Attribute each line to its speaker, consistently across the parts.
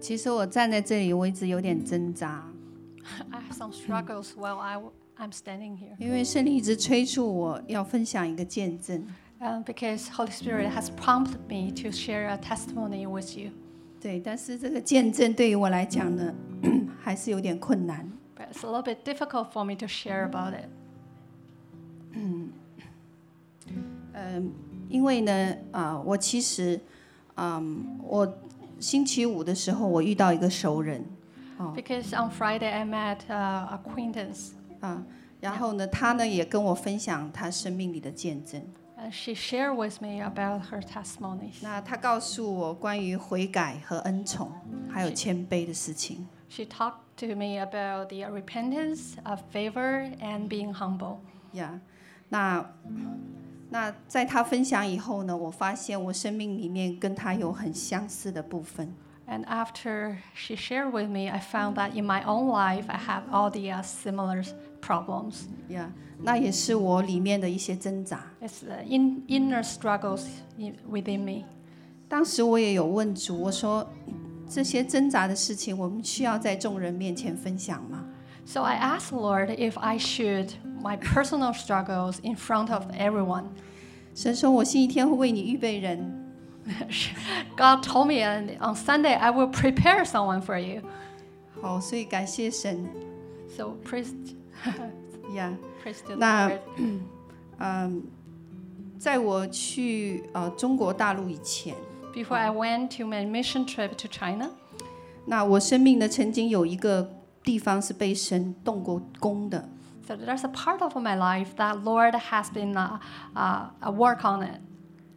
Speaker 1: 其实我站在这里，我一直有点挣扎，
Speaker 2: I have some struggles while I, am standing here
Speaker 1: 因为圣灵一直催促我要分享一个见证。
Speaker 2: um, because Holy Spirit has prompted me to share a testimony with you.
Speaker 1: 对，但是这个见证对于我来讲呢， 还是有点困难。
Speaker 2: But it's a little bit difficult for me to share about it
Speaker 1: 嗯，因为呢，啊、我其实，嗯，我星期五的时候我遇到一个熟人，哦，
Speaker 2: because on Friday I met uh, acquaintance
Speaker 1: 啊，然后呢，他呢也跟我分享他生命里的见证。
Speaker 2: and she shared with me about her testimonies.
Speaker 1: 那他告诉我关于悔改和恩宠，还有谦卑的事情。
Speaker 2: She talked to me about the repentance of favor and being humble.
Speaker 1: 呀、那那在他分享以后呢，我发现我生命里面跟他有很相似的部分。
Speaker 2: And after she shared with me, I found that in my own life I have all the uh, similar problems.
Speaker 1: 呀、那也是我里面的一些挣扎。
Speaker 2: It's the in, inner struggles i- within me.
Speaker 1: 当时我也有问主，我说这些挣扎的事情，我们需要在众人面前分享吗？
Speaker 2: So I asked the Lord if I should my personal struggles in front of everyone.
Speaker 1: 神说，我星期天会为你预备人。
Speaker 2: God told me and on Sunday I will prepare someone for you.
Speaker 1: 好，所以感谢神
Speaker 2: So praise,
Speaker 1: 呀。
Speaker 2: praise to the
Speaker 1: Nah.
Speaker 2: Lord.
Speaker 1: 嗯，在我去呃中国大陆以前，
Speaker 2: Before I went to my mission trip to China,
Speaker 1: 那我生命呢曾经有一个地方是被神动过工的，
Speaker 2: so there's a part of my life that Lord has been uh, uh, a work on it.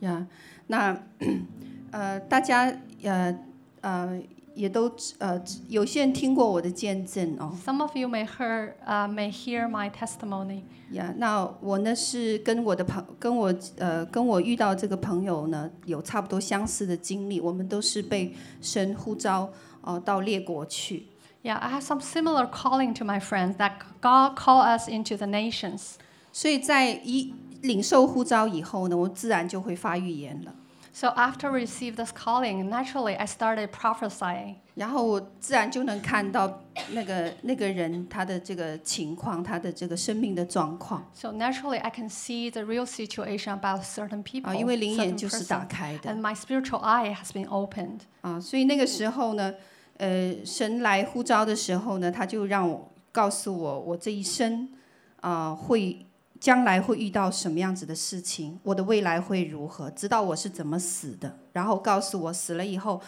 Speaker 1: 呀、那呃大家呃呃也都知呃知有些人听过我的见证哦，
Speaker 2: Some of you may hear uh, may hear my testimony.
Speaker 1: 呀、那我呢是跟我的朋跟我呃跟我遇到这个朋友呢有差不多相似的经历，我们都是被神呼召哦、呃到列国去。
Speaker 2: Yeah, I have some similar calling to my friends that God called us into the nations.
Speaker 1: 所以在一领受呼召以后呢，我自然就会发预言了，
Speaker 2: So after I received this calling, naturally I started prophesying.
Speaker 1: 然后我自然就能看到那个那个人他的这个情况，他的这个生命的状况
Speaker 2: So naturally I can see the real situation about certain
Speaker 1: 啊，
Speaker 2: people,
Speaker 1: 因为灵眼
Speaker 2: certain
Speaker 1: 就是打
Speaker 2: person,
Speaker 1: 开的
Speaker 2: and my spiritual eye has been opened.
Speaker 1: 啊，所以那个时候呢，呃，神来呼召的时候呢，他就让我告诉我，我这一生啊、会。将来会遇到什么样子的事情？我的未来会如何？知道我是怎么死的，然后告诉我死了以后，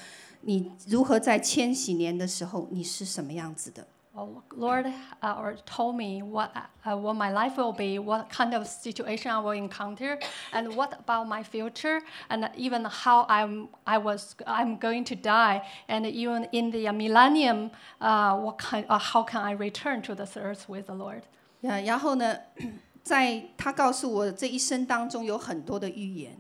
Speaker 1: 你如何在千禧年的时候你是什么样子的？
Speaker 2: Oh, Lord, uh, or told me what uh, what my life will be, what kind of situation I will encounter, and what about my future, and even how I'm I was I'm going to die, and even in the millennium, uh, what kind, uh, how can I return to this earth with the Lord?
Speaker 1: 呀，呃然后呢， 在他告诉我这一生当中有很多的预言，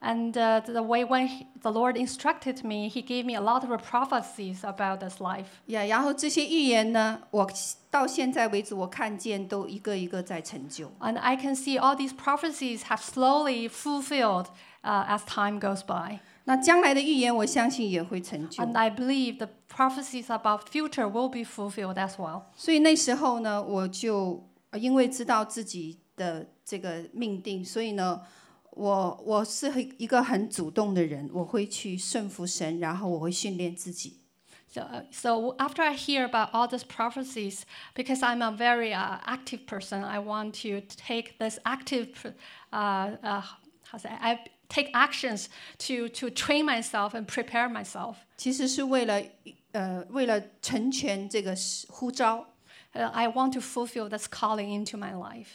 Speaker 2: And uh, the way when he- the Lord instructed me, He gave me a lot of prophecies about this life.
Speaker 1: 呀，然后这些预言呢，我到现在为止我看见都一个一个在成就。
Speaker 2: And I can see all these prophecies have slowly fulfilled uh, as time goes by.
Speaker 1: 那将来的预言，我相信也会成就。
Speaker 2: And I believe the prophecies about future will be fulfilled as well.
Speaker 1: 所以那时候呢，我就呃因为知道自己的这个命定，所以呢，我我是很一个很主动的人，我会去顺服神，然后我会训练自己。
Speaker 2: So, uh, so after I hear about all these prophecies, because I'm a very uh, active person, I want to take this active, pr- uh, uh, how's that? I take actions to to train myself and prepare myself.
Speaker 1: 其实是为了呃，为了成全这个使呼召
Speaker 2: Uh, I want to fulfill this calling into my life.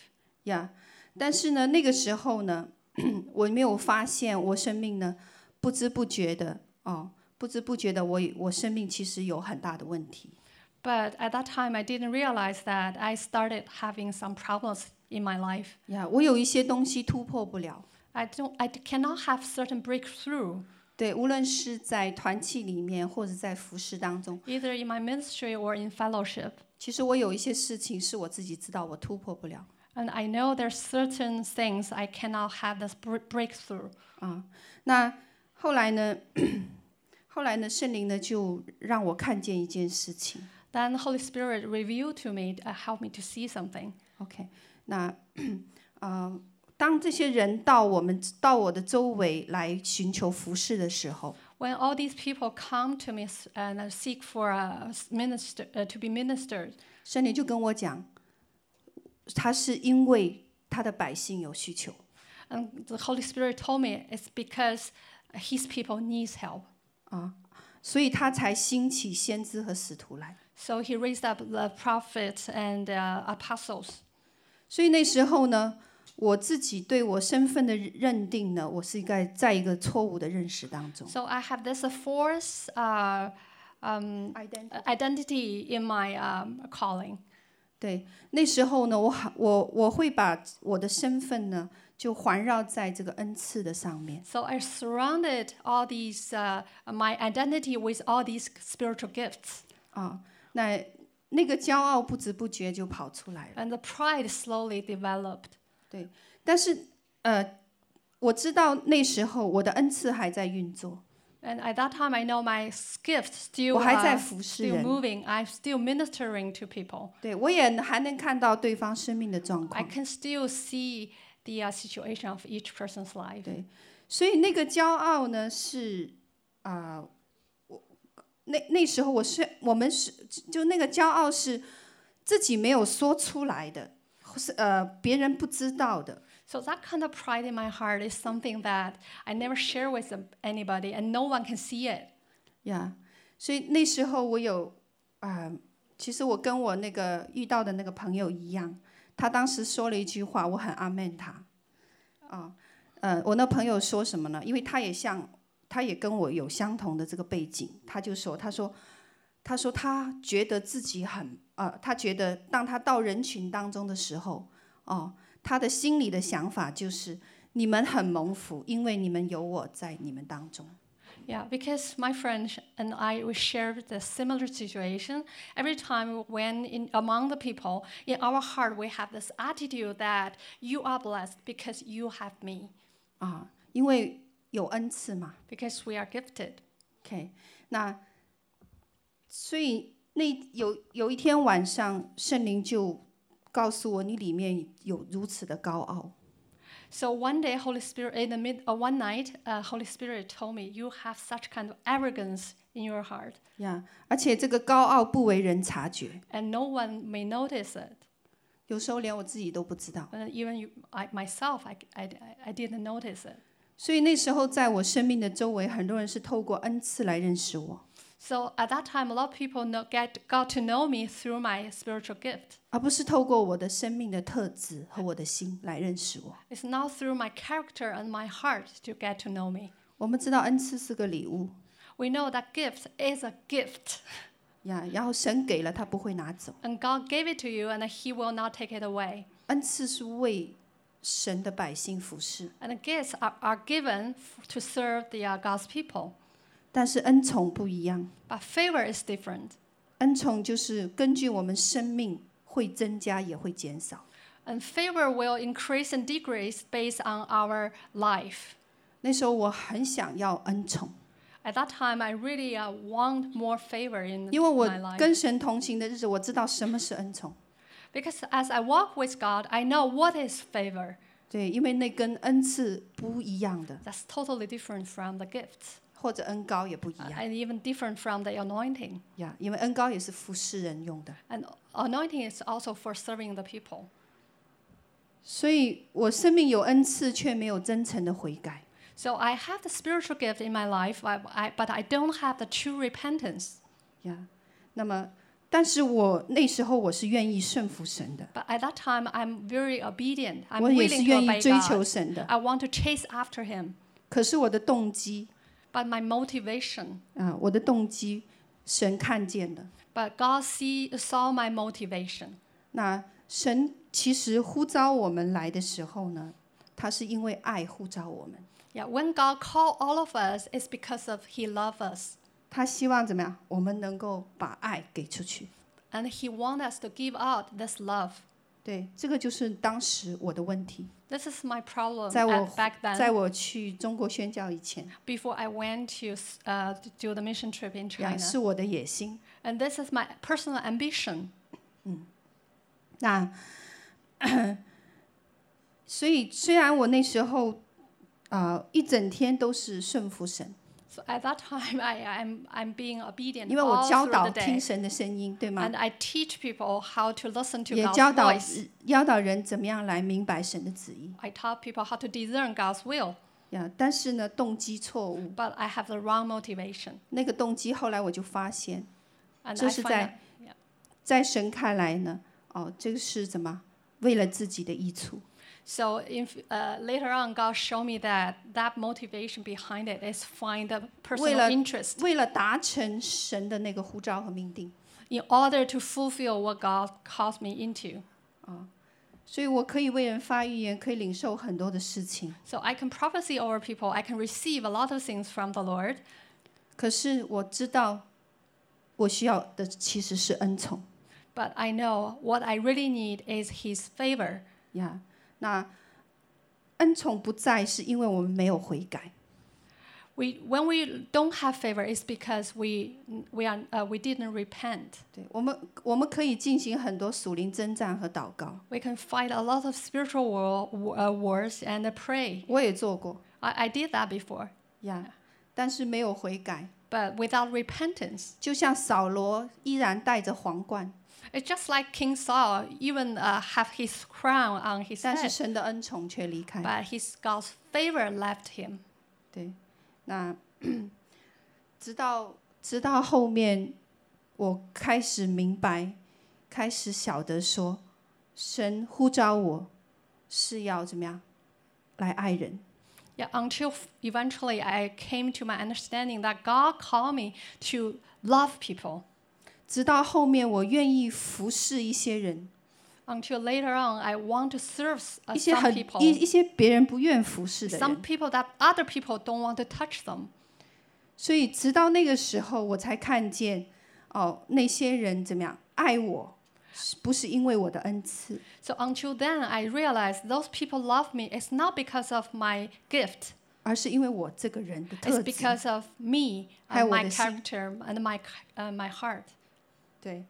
Speaker 1: 呀。但是呢，那个时候呢， 我没有发现我生命呢，不知不觉的哦，不知不觉的我我生命其实有很大的问题。
Speaker 2: But at that time, I didn't realize that I started having some problems in my life.
Speaker 1: 呀我有一些东西突破不了。
Speaker 2: I don't, I cannot have certain breakthrough
Speaker 1: 对，无论是在团契里面，或者在服饰当中，
Speaker 2: either in my ministry or in fellowship.
Speaker 1: 其实我有一些事情是我自己知道我突破不了
Speaker 2: And I know there's certain things I cannot have this br- breakthrough.
Speaker 1: 啊。那后来呢？ 后来呢，圣灵呢就让我看见一件事情。
Speaker 2: Then Holy Spirit revealed to me, uh, help me to see something.
Speaker 1: OK，那啊、呃当这些人到我们到我的周围来寻求服侍的时候，
Speaker 2: When all these people come to me s- and uh, seek for a s- minister uh, to be ministered,
Speaker 1: 圣灵就跟我讲，他是因为他的百姓有需求。
Speaker 2: and the Holy Spirit told me it's because His people needs help.
Speaker 1: 所以他才兴起先知和使徒来。
Speaker 2: So He raised up the prophets and uh, apostles.
Speaker 1: 所以那时候呢，我自己对我身份的认定呢，我是在在一个错误的认识当中。
Speaker 2: So I have this uh, false uh, um, identity in my um, calling.
Speaker 1: 对，那时候呢，我很我我会把我的身份呢，就环绕在这个恩赐的上面。
Speaker 2: So I surrounded all these uh, my identity with all these spiritual gifts,
Speaker 1: 啊，那那个骄傲不知不觉就跑出来了。
Speaker 2: and the pride slowly developed.
Speaker 1: 但是呃，我知道那时候我的恩赐还在运作，
Speaker 2: And at that time, I know my gift
Speaker 1: 我
Speaker 2: still
Speaker 1: 还在
Speaker 2: uh,
Speaker 1: 服侍
Speaker 2: still
Speaker 1: 人，
Speaker 2: moving. I'm still ministering to people.
Speaker 1: 对我也还能看到对方生命的状
Speaker 2: I
Speaker 1: 况。
Speaker 2: can still see the uh, situation of each person's life.
Speaker 1: 所以那个骄傲呢，是啊、我那那时候我是我们是就那个骄傲是自己没有说出来的，或是呃别人不知道的。
Speaker 2: So that kind of pride in my heart is something that I never share with um, anybody, and no one can see it.
Speaker 1: 呀所以那时候我有啊、其实我跟我那个遇到的那个朋友一样，他当时说了一句话，我很阿门他，啊、呃，我那朋友说什么呢？因为他也像，他也跟我有相同的这个背景，他就说，他说，他说他觉得自己很，呃，他觉得当他到人群当中的时候，哦、他的心里的想法就是。你们很蒙福，因为你们有我在你们当中。
Speaker 2: Yeah, because my friend sh- and I we shared the similar situation. Every time when in among the people in our heart we have this attitude that you are blessed because you have me,
Speaker 1: 啊，因为有恩赐嘛。
Speaker 2: because we are gifted.
Speaker 1: OK，那所以那有有一天晚上，圣灵就告诉我，你里面有如此的高傲。
Speaker 2: So one day, Holy Spirit in the mid uh, one night, uh, Holy Spirit told me you have such kind of arrogance in your heart,
Speaker 1: 呀、而且这个高傲不为人察觉，
Speaker 2: and no one may notice it.
Speaker 1: 有时候连我自己都不知道。
Speaker 2: And even you, I, myself, I, I, I didn't notice it.
Speaker 1: 所以那时候，在我生命的周围，很多人是透过恩赐来认识我，
Speaker 2: So at that time, a lot of people know, get, got to know me through my spiritual gift.
Speaker 1: 而不是透过我的生命的特质和我的心来认识我。
Speaker 2: It's now through my character and my heart to get to know me.
Speaker 1: 我们知道恩赐是个礼物
Speaker 2: We know that gift is a gift,
Speaker 1: 呀然后神给了他不会拿走，
Speaker 2: and God gave it to you, and He will not take it away.
Speaker 1: 恩赐是为神的百姓服侍。
Speaker 2: And the gifts are, are given f- to serve the uh, God's people.
Speaker 1: 但是恩宠不一样，
Speaker 2: But favor is different.
Speaker 1: 恩宠就是根据我们生命会增加也会减少。
Speaker 2: And favor will increase and decrease based on our life.
Speaker 1: 那时候我很想要恩宠，
Speaker 2: At that time, I really uh, want more favor in
Speaker 1: 因为
Speaker 2: my
Speaker 1: 我
Speaker 2: life.
Speaker 1: 跟神同行的日子，我知道什么是恩宠。
Speaker 2: Because as I walk with God, I know what is favor.
Speaker 1: 对，因为那跟恩赐不一样的，
Speaker 2: That's totally different from the gifts,
Speaker 1: 或者恩高也不一
Speaker 2: uh,
Speaker 1: 样
Speaker 2: and even different from the anointing.
Speaker 1: 呀，因为恩高也是服侍人用的。
Speaker 2: And anointing is also for serving the people.
Speaker 1: 所以我生命有恩赐，却没有真诚的悔改。
Speaker 2: So I have the spiritual gift in my life, I, I, but I don't have the true repentance.
Speaker 1: 呀，那么，但是我那时候我是愿意顺服神的，
Speaker 2: But at that time, I'm very obedient. I'm
Speaker 1: 我也是
Speaker 2: willing to
Speaker 1: 愿意
Speaker 2: obey
Speaker 1: 追求
Speaker 2: God.
Speaker 1: 神的。
Speaker 2: I want to chase after Him.
Speaker 1: 可是我的动机
Speaker 2: But my motivation,
Speaker 1: 啊，我的动机神看见了。
Speaker 2: but God see, saw my motivation.
Speaker 1: 那神其实呼召我们来的时候呢，他是因为爱呼召我们，
Speaker 2: Yeah, when God called all of us, it's because of He loved us.
Speaker 1: 他希望怎么样，我们能够把爱给出去。
Speaker 2: and he wants us to give out this love.
Speaker 1: 对，这个就是当时我的问题，
Speaker 2: This is my problem
Speaker 1: 在我
Speaker 2: at- back then.
Speaker 1: 在我去中国宣教以前，
Speaker 2: before I went to s- uh, to do the mission trip in
Speaker 1: 呀
Speaker 2: China.
Speaker 1: 是我的野心。
Speaker 2: And this is my personal ambition.
Speaker 1: 那 所以虽然我那时候啊、呃一整天都是顺服神，
Speaker 2: So at that time, I, I'm, I'm being obedient
Speaker 1: 因为
Speaker 2: all
Speaker 1: 我教
Speaker 2: through
Speaker 1: 导
Speaker 2: the
Speaker 1: 听
Speaker 2: day.
Speaker 1: 神的声音，对吗？
Speaker 2: And I teach people how to listen to
Speaker 1: 也教
Speaker 2: God's
Speaker 1: 导
Speaker 2: voice.
Speaker 1: 教导人怎么样来明白神的旨意
Speaker 2: I taught people how to discern God's will,
Speaker 1: 呀。但是呢，动机错误，
Speaker 2: but I have the wrong motivation.
Speaker 1: 那个动机后来我就发现，
Speaker 2: And I
Speaker 1: 就是
Speaker 2: find out,
Speaker 1: 在在神看来呢，哦，这个是怎么？为了自己的益处，
Speaker 2: so if, uh, later on, God showed me that that motivation behind it is find a personal
Speaker 1: 为了-
Speaker 2: interest
Speaker 1: 为了达成神的那个呼召和命定，
Speaker 2: in order to fulfill what God calls me into.
Speaker 1: 所以我可以为人发预言，可以领受很多的事情。
Speaker 2: So I can prophesy over people. I can receive a lot of things from the Lord.
Speaker 1: 可是我知道，我需要的其实是恩宠
Speaker 2: But I know what I really need is His favor.
Speaker 1: 呀。那恩宠不在，是因为我们没有悔改。
Speaker 2: We, when we don't have favor, it's because we, we, are, uh, we didn't repent.
Speaker 1: 对我们，我们可以进行很多属灵征战和祷告，
Speaker 2: We can fight a lot of spiritual war, uh, wars and pray.
Speaker 1: 我也做过
Speaker 2: I, I did that before.
Speaker 1: 呀，但是没有悔改，
Speaker 2: But without repentance,
Speaker 1: 就像扫罗依然戴着皇冠，
Speaker 2: it's just like King Saul, even uh, have his crown on his
Speaker 1: 但是
Speaker 2: head,
Speaker 1: 神的恩宠却离开。
Speaker 2: but his God's favor left him.
Speaker 1: 对，那 直到直到后面，我开始明白，开始晓得说，神呼召我是要怎么样来爱人。
Speaker 2: Yeah, until f- eventually I came to my understanding that God called me to love people.
Speaker 1: 直到后面，我愿意服侍一些人，
Speaker 2: Until later on, I want to serve s- uh,
Speaker 1: 一些
Speaker 2: some
Speaker 1: 很一
Speaker 2: people,
Speaker 1: 一些别人不愿服侍的
Speaker 2: some
Speaker 1: 人。
Speaker 2: people that other people don't want to touch them.
Speaker 1: 所以，直到那个时候，我才看见，哦，那些人怎么样爱我，是不是因为我的恩赐？
Speaker 2: So until then, I realized those people love me. It's not because of my gift.
Speaker 1: 而是因为我这个人的
Speaker 2: It's
Speaker 1: 特质。
Speaker 2: because of me, uh,
Speaker 1: 还有我的
Speaker 2: my
Speaker 1: 心。
Speaker 2: character, and my c- uh, my heart.
Speaker 1: 对，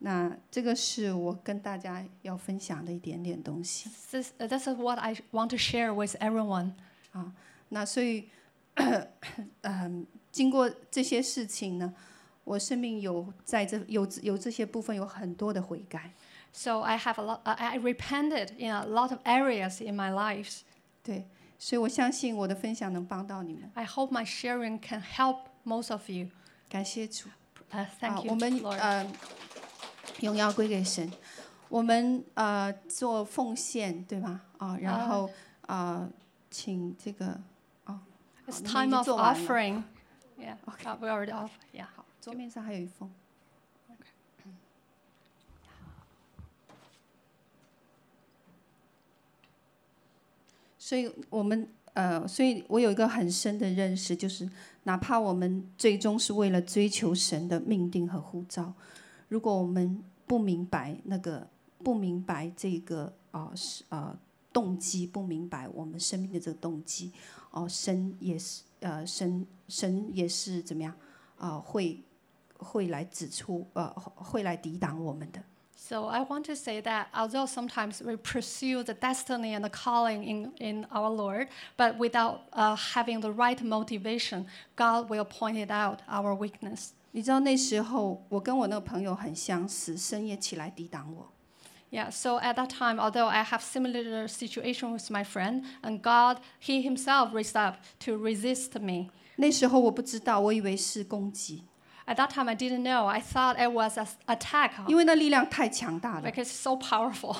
Speaker 1: 那这个是我跟大家要分享的一点点东西
Speaker 2: This uh, this is what I want to share with everyone.
Speaker 1: 啊。那所以， 嗯，经过这些事情呢，我生命有在这有有这些部分有很多的悔改。
Speaker 2: So I have a lot. Uh, I repented in a lot of areas in my life.
Speaker 1: 对，所以我相信我的分享能帮到你们。
Speaker 2: I hope my sharing can help most of you.
Speaker 1: 感谢主
Speaker 2: Uh,
Speaker 1: 啊
Speaker 2: thank，you,
Speaker 1: 我们
Speaker 2: Lord.
Speaker 1: 呃，荣耀归给神。我们呃做奉献对吧？啊，
Speaker 2: 啊
Speaker 1: 然后呃，请这个
Speaker 2: it's
Speaker 1: 好，那么已经
Speaker 2: time of
Speaker 1: 做完了。
Speaker 2: offering. Yeah,
Speaker 1: OK
Speaker 2: uh, we already off. Yeah.
Speaker 1: 好，桌面上还有一封。所以我们呃，所以我有一个很深的认识，就是哪怕我们最终是为了追求神的命定和呼召，如果我们不明白那个，不明白这个啊是啊动机，不明白我们生命的这个动机，哦、神也是呃，神神也是怎么样啊、会会来指出呃，会来抵挡我们的。
Speaker 2: So I want to say that although sometimes we pursue the destiny and the calling in, in our Lord, but without uh, having the right motivation, God will point it out our weakness.
Speaker 1: 你知道那时候我跟我那个朋友很相似，深夜起来抵挡我，
Speaker 2: Yeah, so at that time, although I have similar situation with my friend, and God, He Himself raised up to resist me.
Speaker 1: 那时候我不知道，我以为是攻击，
Speaker 2: At that time, I didn't know. I thought it was an attack
Speaker 1: 因为那力量太强大了。
Speaker 2: because it's so powerful.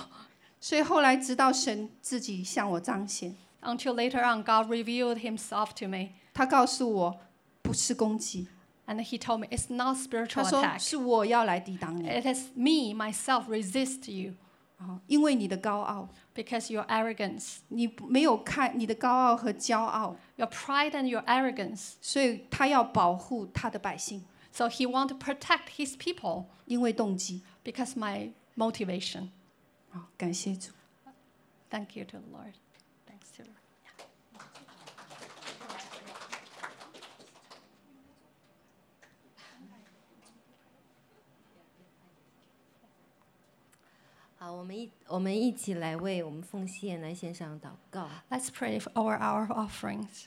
Speaker 1: 所以后来直到神自己向我彰显，
Speaker 2: Until later on, God revealed Himself to me,
Speaker 1: 他告诉我不是攻击，
Speaker 2: and He told me it's not
Speaker 1: 他
Speaker 2: spiritual
Speaker 1: 说
Speaker 2: attack. 哎
Speaker 1: 是我要来抵挡你，
Speaker 2: It is me, myself, resist you
Speaker 1: 啊，因为你的高傲，
Speaker 2: because your arrogance,
Speaker 1: 你没有看你的高傲和骄傲，
Speaker 2: your pride and your arrogance.
Speaker 1: 所以他要保护他的百姓，
Speaker 2: So he want to protect his people
Speaker 1: 因为动机。
Speaker 2: because my motivation.
Speaker 1: 好，感谢主。
Speaker 2: Thank you to the Lord. Thanks to the Lord.
Speaker 3: 好，我们一我们一起来为我们奉献来献上祷告。
Speaker 2: Let's pray for our, our offerings.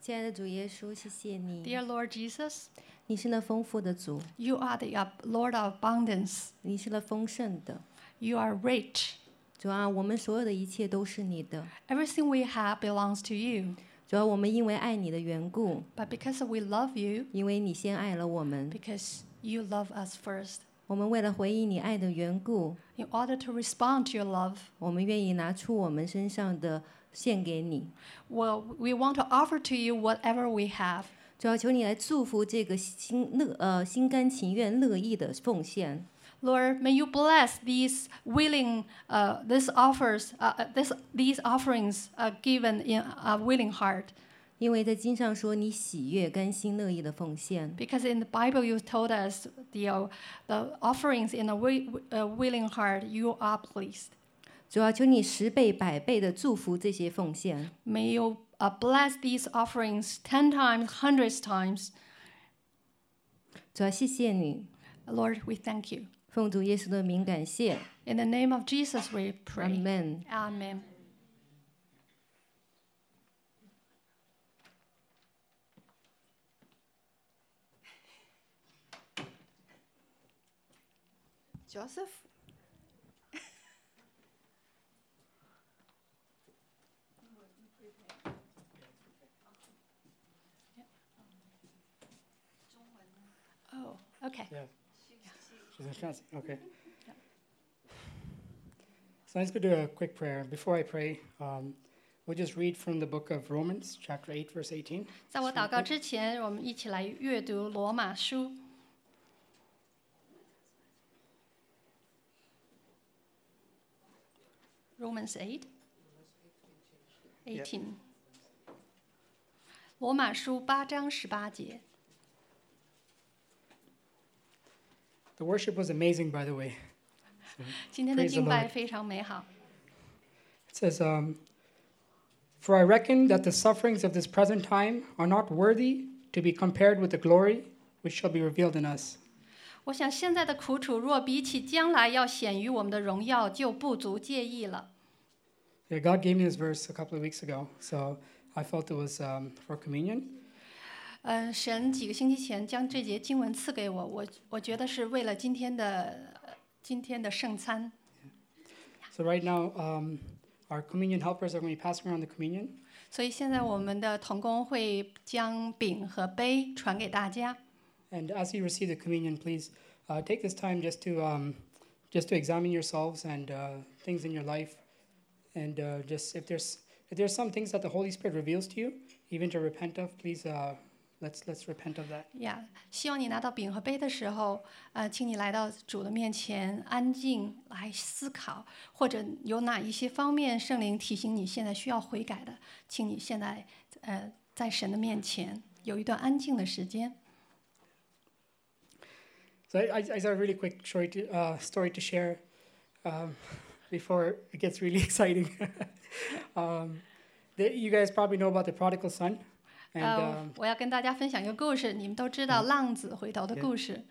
Speaker 3: 亲爱的主耶稣，谢谢你，
Speaker 2: Dear Lord Jesus,
Speaker 3: 你是那丰富的主，
Speaker 2: you are the ab- Lord of abundance.
Speaker 3: 你是那丰盛的
Speaker 2: You are rich.
Speaker 3: 主啊，我们所有的一切都是你的。
Speaker 2: Everything we have belongs to you.
Speaker 3: 主啊要我们因为爱你的缘故，
Speaker 2: But because we love you,
Speaker 3: 因为你先爱了我们，
Speaker 2: because you love us first,
Speaker 3: 我们为了回应你爱的缘故，
Speaker 2: in order to respond to your love,
Speaker 3: 我们愿意拿出我们身上的献给你。
Speaker 2: well, we want to offer to you whatever we have.
Speaker 3: 主啊要求你来祝福这个心乐呃心甘情愿乐意的奉献。
Speaker 2: Lord, may you bless these willing, uh, these offers, uh, uh, this, these offerings uh, given in a willing heart.
Speaker 3: 因为在经上说，你喜悦、甘心、乐意的奉献。
Speaker 2: Because in the Bible, you told us the, uh, the offerings in a wi- uh, willing heart, you are pleased.
Speaker 3: 主要求你十倍、百倍的祝福这些奉献。
Speaker 2: May you uh, bless these offerings 10 times, hundreds times.
Speaker 3: 主要谢谢你，
Speaker 2: Lord, we thank you.
Speaker 3: 奉主耶稣的名感谢。
Speaker 2: In the name of Jesus, we pray.
Speaker 3: Amen.
Speaker 2: Amen.
Speaker 1: Joseph，
Speaker 2: Oh, okay.
Speaker 4: She's in France. Okay. So let's go do a quick prayer. Before I pray, um, we'll just read from the book of Romans, chapter 8, verse 18.
Speaker 2: 在我祷告之前，我们一起来阅读罗马书。Romans eight, eighteen。罗马书八章十八节，
Speaker 4: The worship was amazing, by the way.
Speaker 2: 今天的
Speaker 4: Praise the
Speaker 2: 敬拜
Speaker 4: Lord
Speaker 2: 非常美好。
Speaker 4: It says, um, For I reckon that the sufferings of this present time are not worthy to be compared with the glory which shall be revealed in us.
Speaker 2: 我想现在的苦楚，若比起将来要显于我们的荣耀，就不足介意了。
Speaker 4: Yeah, God gave me this verse a couple of weeks ago, so I felt it was um, for communion.
Speaker 2: 嗯，神几个星期前将这节经文赐给我，我我觉得是为了今天的呃今天的圣餐。
Speaker 4: So right now, um, our communion helpers are going to be passing around the communion.
Speaker 2: 所以现在我们的童工会将饼和杯传给大家。
Speaker 4: And as you receive the communion, please uh, take this time just to um, just to examine yourselves and uh, things in your life, and uh, just if there's if there's some things that the Holy Spirit reveals to you, even to repent of, please uh, let's let's repent of that.
Speaker 2: 呀希望你拿到饼和杯的时候，呃，请你来到主的面前，安静来思考，或者有哪一些方面圣灵提醒你现在需要悔改的，请你现在呃在神的面前有一段安静的时间。
Speaker 4: So I, I, I got a really quick story to, uh, story to share um, before it gets really exciting. um, the, you guys probably know about the prodigal son, and
Speaker 2: 呃
Speaker 4: um,，
Speaker 2: 我要跟大家分享一个故事，你们都知道浪子回头的故事。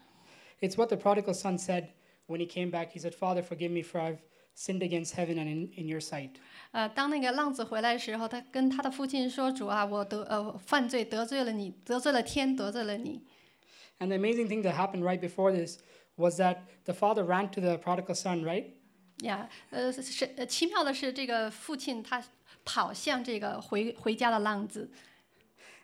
Speaker 4: It's what the prodigal son said when he came back. He said, Father, forgive me, for I've sinned against heaven and in, in your sight.
Speaker 2: 呃，当那个浪子回来的时候，他跟他的父亲说：“主啊，我得呃犯罪得罪了你，得罪了天，得罪了你。
Speaker 4: And the amazing thing that happened right before this was that the father ran to the prodigal son, right? ”
Speaker 2: 呀，呃，是呃奇妙的是，这个父亲他跑向这个回回家的浪子，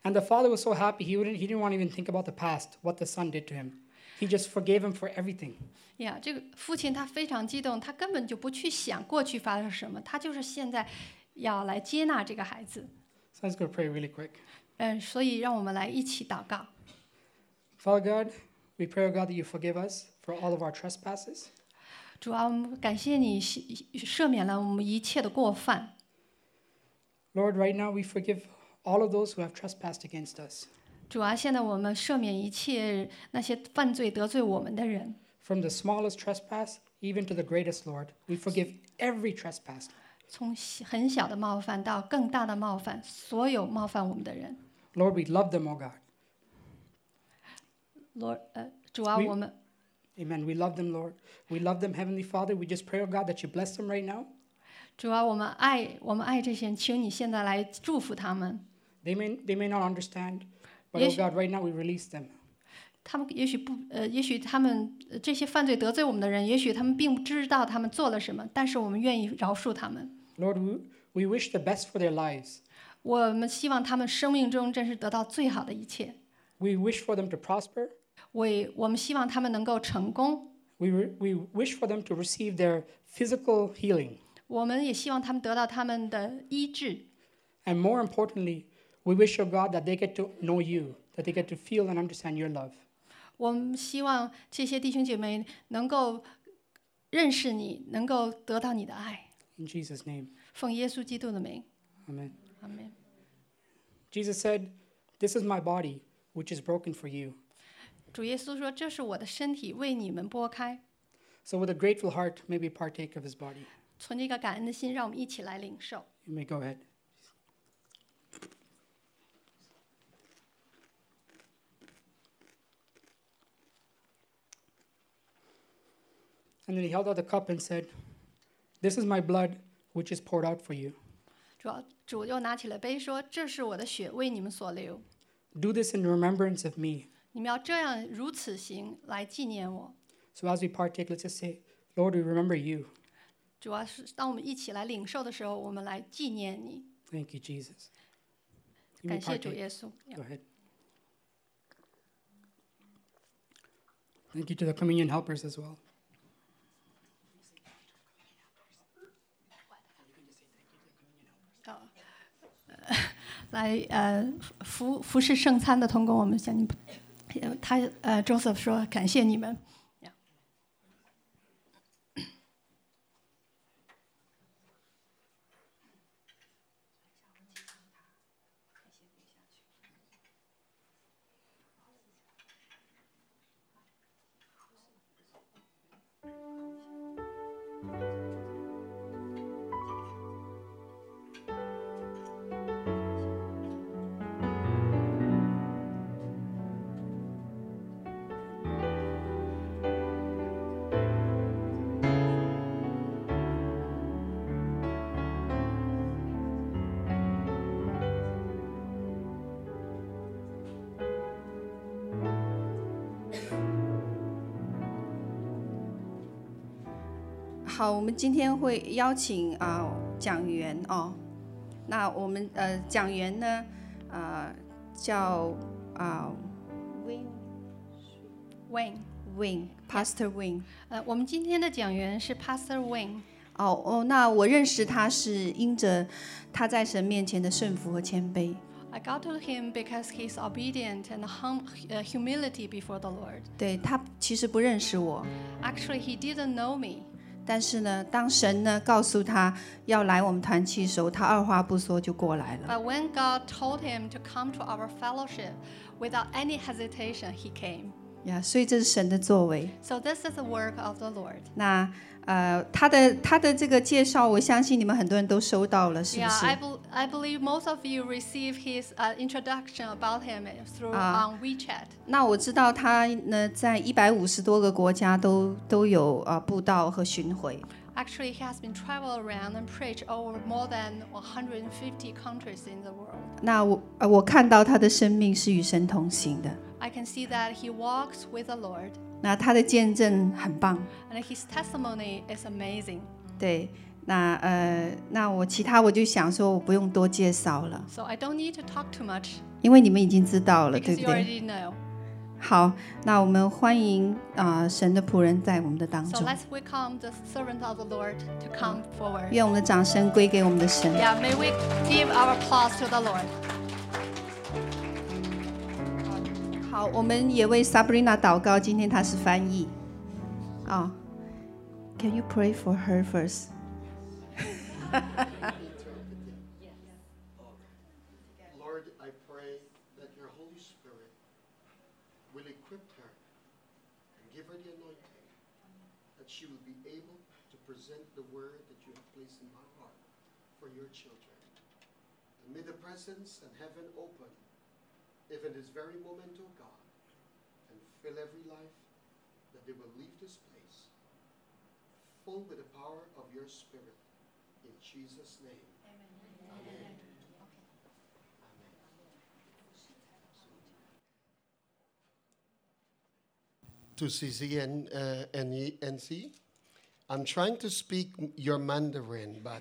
Speaker 4: And the father was so happy he wouldn't he didn't want to even think about the past, what the son did to him. He just forgave him for everything.
Speaker 2: 呀，这个父亲他非常激动，他根本就不去想过去发生什么，他就是现在要来接纳这个孩子。
Speaker 4: So let's go pray really quick.
Speaker 2: 嗯，所以让我们来一起祷告。
Speaker 4: Father God, we pray, O God, that you forgive us for all of our trespasses.
Speaker 2: 主啊，我们感谢你赦赦免了我们一切的过犯。
Speaker 4: Lord, right now we forgive all of those who have trespassed against us.
Speaker 2: 主啊，现在我们赦免一切那些犯罪得罪我们的人，
Speaker 4: From the smallest trespass, even to the greatest Lord. We forgive every trespass.
Speaker 2: 从小很小的冒犯到更大的冒犯，所有冒犯我们的人，
Speaker 4: Lord, we love them, O God.
Speaker 2: 罗呃，主啊，
Speaker 4: We-
Speaker 2: 我们
Speaker 4: Amen. We love them, Lord. We love them, Heavenly Father. We just pray, oh God, that you bless them right now.
Speaker 2: 主啊，我们爱我们爱这些人，求你现在来祝福他们。
Speaker 4: They may they may not understand, but
Speaker 2: Yes.
Speaker 4: oh God, right now we release them.
Speaker 2: 他们也许不呃，也许他们呃这些犯罪得罪我们的人，也许他们并不知道他们做了什么，但是我们愿意饶恕他们。
Speaker 4: Lord, we, we wish the best for their lives.
Speaker 2: 我们希望他们生命中真是得到最好的一切。
Speaker 4: We wish for them to prosper.
Speaker 2: 为我们希望他们能够成功，
Speaker 4: We, re- we wish for them to receive their physical healing.
Speaker 2: 我们也希望他们得到他们的医治。
Speaker 4: And more importantly, we wish, oh God, that they get to know you, that they get to feel and understand your love.
Speaker 2: 我们希望这些弟兄姐妹能够认识你，能够得到你的爱。
Speaker 4: In Jesus' name,
Speaker 2: 奉耶稣基督的名，
Speaker 4: amen.
Speaker 2: 阿门。
Speaker 4: Jesus said, This is my body, which is broken for you.
Speaker 2: 主耶稣说：“这是我的身体，为你们拨开。
Speaker 4: So, with a grateful heart, may we partake of his body. ”
Speaker 2: 存着一个感恩的心，让我们一起来领受。
Speaker 4: You may go ahead. And then he held out the cup and said, This is my blood, which is poured out for you.
Speaker 2: 主要主又拿起了杯，说：“这是我的血，为你们所流。
Speaker 4: Do this in remembrance of me.
Speaker 2: 你们要这样如此行，来纪念我。
Speaker 4: So, as we partake, let's just say, Lord, we remember you. ”
Speaker 2: 主要是当我们一起来领受的时候，我们来纪念你。
Speaker 4: Thank you, Jesus. You may
Speaker 2: 感谢主
Speaker 4: partake.
Speaker 2: 耶稣。
Speaker 4: Go ahead. Thank you to the communion helpers as well.
Speaker 2: Yeah. 来呃服服侍圣餐的同工，我们向你，呃他呃 Joseph 说感谢你们。Yeah.
Speaker 1: Amen 好，我们今天会邀请啊、讲员哦，那我们呃讲员呢，呃叫啊、Wing
Speaker 2: Wayne，
Speaker 1: Wing Pastor Wing
Speaker 2: 呃，我们今天的讲员是 Pastor Wayne。
Speaker 1: 哦哦，那我认识他是因着他在神面前的顺服和谦卑。
Speaker 2: I got to him because he's obedient and hum, uh, humility before the Lord.
Speaker 1: 对他其实不认识我，
Speaker 2: Actually, he didn't know me,
Speaker 1: 但是呢，当神呢告诉他要来我们团契的时候，他二话不说就过来了。
Speaker 2: but when God told him to come to our fellowship, without any hesitation, he came.
Speaker 1: 呀所以这是神的作为。
Speaker 2: So this is the work of the Lord.
Speaker 1: 那呃，他的他的这个介绍，我相信你们很多人都收到了，是不
Speaker 2: Yeah,
Speaker 1: 是
Speaker 2: I, bel I believe most of you receive his uh, introduction about him eh, through
Speaker 1: Ah.
Speaker 2: on WeChat.
Speaker 1: 那我知道他呢，在一百五十多个国家都都有啊、呃、布道和巡回。
Speaker 2: Actually, he has been traveled around and preached over more than 150 countries in the world.
Speaker 1: 那我呃我看到他的生命是与神同行的，
Speaker 2: I can see that he walks with the Lord,
Speaker 1: 那他的见证很棒。
Speaker 2: and his testimony is amazing.
Speaker 1: 对，那呃，那我其他我就想说，我不用多介绍了，
Speaker 2: So I don't need to talk too much
Speaker 1: 因为你们已经知道了，对不
Speaker 2: because you
Speaker 1: 对？
Speaker 2: already know.
Speaker 1: 好，那我们欢迎啊、呃神的仆人在我们的当
Speaker 2: So
Speaker 1: 中，
Speaker 2: let's welcome the servant of the Lord to come forward.
Speaker 1: 愿我们的掌声归给我们的神。
Speaker 2: Yeah, may we give our applause to the Lord.
Speaker 1: 好，我们也为 Sabrina 祷告，今天她是翻译。啊、c a n you pray for her first？
Speaker 5: Lord, I pray that your Holy Spirit will equip her and give her the anointing that she will be able to present the word that you have placed in my heart for your children. And may the presence of heaven open, even this very moment, O God, and fill every life that they will leave this place full with the power of your spirit. In Jesus' name. Amen. Amen. to CCN uh, and E- NC. I'm trying to speak m- your Mandarin, but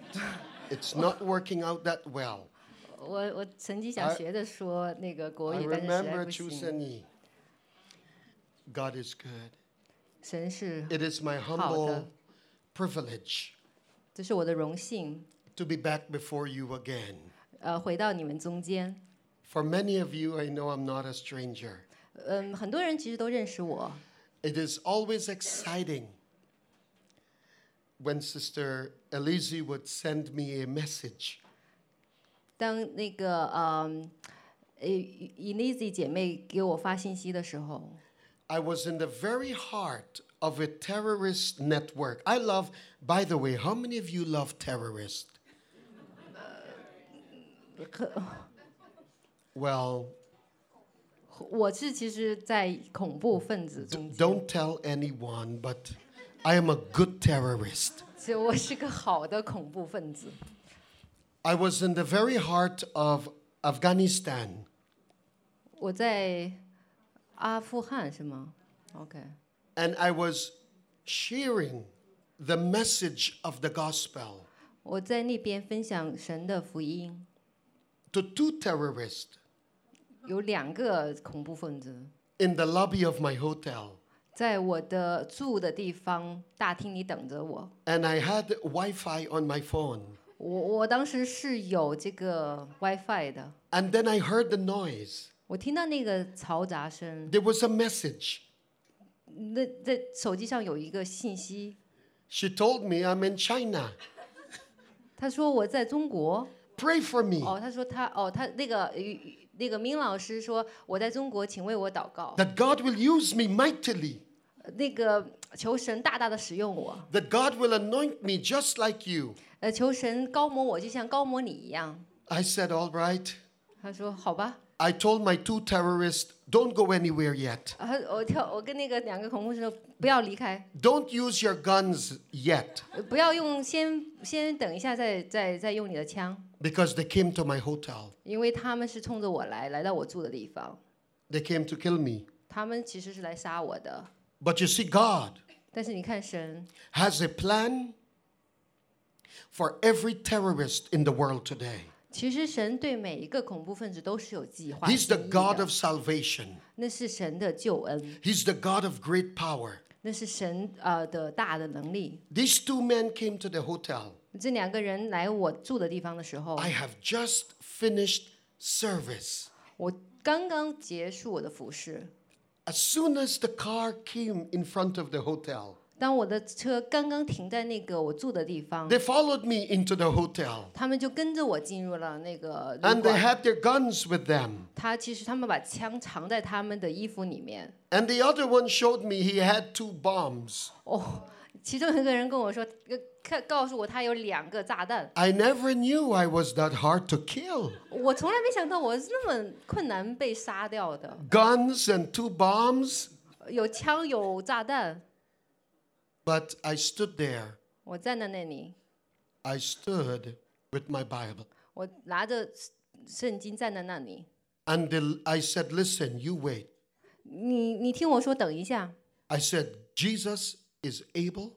Speaker 5: it's not working out that well.
Speaker 3: 我我曾经想
Speaker 5: I-
Speaker 3: 学着说那个国
Speaker 5: I
Speaker 3: 语，但是实在
Speaker 5: remember
Speaker 3: 不
Speaker 5: Chu
Speaker 3: 行。
Speaker 5: Sen Yi. God is good.
Speaker 3: 神是，
Speaker 5: It is my humble privilege
Speaker 3: 这是我的荣幸，
Speaker 5: to be back before you again.
Speaker 3: 呃，回到你们中间。
Speaker 5: For many of you, I know I'm not a stranger.
Speaker 3: 嗯，很多人其实都认识我。
Speaker 5: It is always exciting when Sister Elise would send me a message.
Speaker 3: 当那个嗯，呃 e l i z y 姐妹给我发信息的时候，
Speaker 5: I was in the very heart of a terrorist network. I love, by the way, how many of you love terrorists? Well,
Speaker 3: 我是其实，在恐怖分子中间，
Speaker 5: don't tell anyone, but I am a good terrorist.
Speaker 3: 其实我是个好的恐怖分子。
Speaker 5: I was in the very heart of Afghanistan.
Speaker 3: 我在阿富汗是吗？OK，
Speaker 5: and I was sharing the message of the gospel
Speaker 3: 我在那边分享神的福音，
Speaker 5: to two terrorists
Speaker 3: 有两个恐怖分子
Speaker 5: in the lobby of my hotel.
Speaker 3: 在我的住的地方大厅里等着我。
Speaker 5: And I had Wi Fi on my phone.
Speaker 3: 我我当时是有这个 WiFi 的，
Speaker 5: And then I heard the noise.
Speaker 3: 我听到那个嘈杂声，
Speaker 5: There was a message.
Speaker 3: 那在手机上有一个信息，
Speaker 5: She told me I'm in China.
Speaker 3: 他说我在中国。
Speaker 5: Pray for me
Speaker 3: 哦，他说他哦，他那个与与那个明老师说我在中国，请为我祷告。
Speaker 5: that God will use me mightily,
Speaker 3: 那个求神大大的使用我，
Speaker 5: that God will anoint me just like you.
Speaker 3: 呃，求神高摩我，就像高摩你一样。
Speaker 5: I said, All right.
Speaker 3: 他说好吧，
Speaker 5: I told my two terrorists, Don't go anywhere yet.
Speaker 3: 啊，我跳，我跟那个两个恐怖分子说不要离开，
Speaker 5: Don't use your guns yet.
Speaker 3: 呃不要用，先先等一下再再再用你的枪，
Speaker 5: because they came to my hotel.
Speaker 3: 因为他们是冲着我来，来到我住的地方，
Speaker 5: They came to kill me.
Speaker 3: 他们其实是来杀我的。
Speaker 5: But you see, God
Speaker 3: 但是你看神，
Speaker 5: has a plan for every terrorist in the world today.
Speaker 3: 其实神对每一个恐怖分子都是有计划
Speaker 5: He's
Speaker 3: 心
Speaker 5: the
Speaker 3: 意
Speaker 5: God
Speaker 3: 的
Speaker 5: of salvation,
Speaker 3: 那是神的救恩，
Speaker 5: He's the God of great power.
Speaker 3: 那是神呃的大的能力。
Speaker 5: These two men came to the hotel.
Speaker 3: 这两个人来我住的地方的时候，
Speaker 5: I have just finished service.
Speaker 3: 我刚刚结束我的服饰。
Speaker 5: As soon as the car came in front of the hotel,
Speaker 3: 当我的车刚刚停在那个我住的地方，
Speaker 5: they followed me into the hotel
Speaker 3: 他们就跟着我进入了那个旅
Speaker 5: and they
Speaker 3: 馆。
Speaker 5: had their guns with them.
Speaker 3: 他其实他们把枪藏在他们的衣服里面。
Speaker 5: And the other one showed me he had two bombs.
Speaker 3: 哦，其中有一个人跟我说，呃看告诉我他有两个炸弹。
Speaker 5: I never knew I was that hard to kill.
Speaker 3: 我从来没想到我是那么困难被杀掉的，
Speaker 5: Guns and two bombs,
Speaker 3: 有枪有炸弹。
Speaker 5: but I stood there.
Speaker 3: 我站在那里，
Speaker 5: I stood with my Bible.
Speaker 3: 我拿着圣经站在那里。
Speaker 5: And the- I said, Listen, you wait.
Speaker 3: 你你听我说，等一下，
Speaker 5: I said, Jesus is able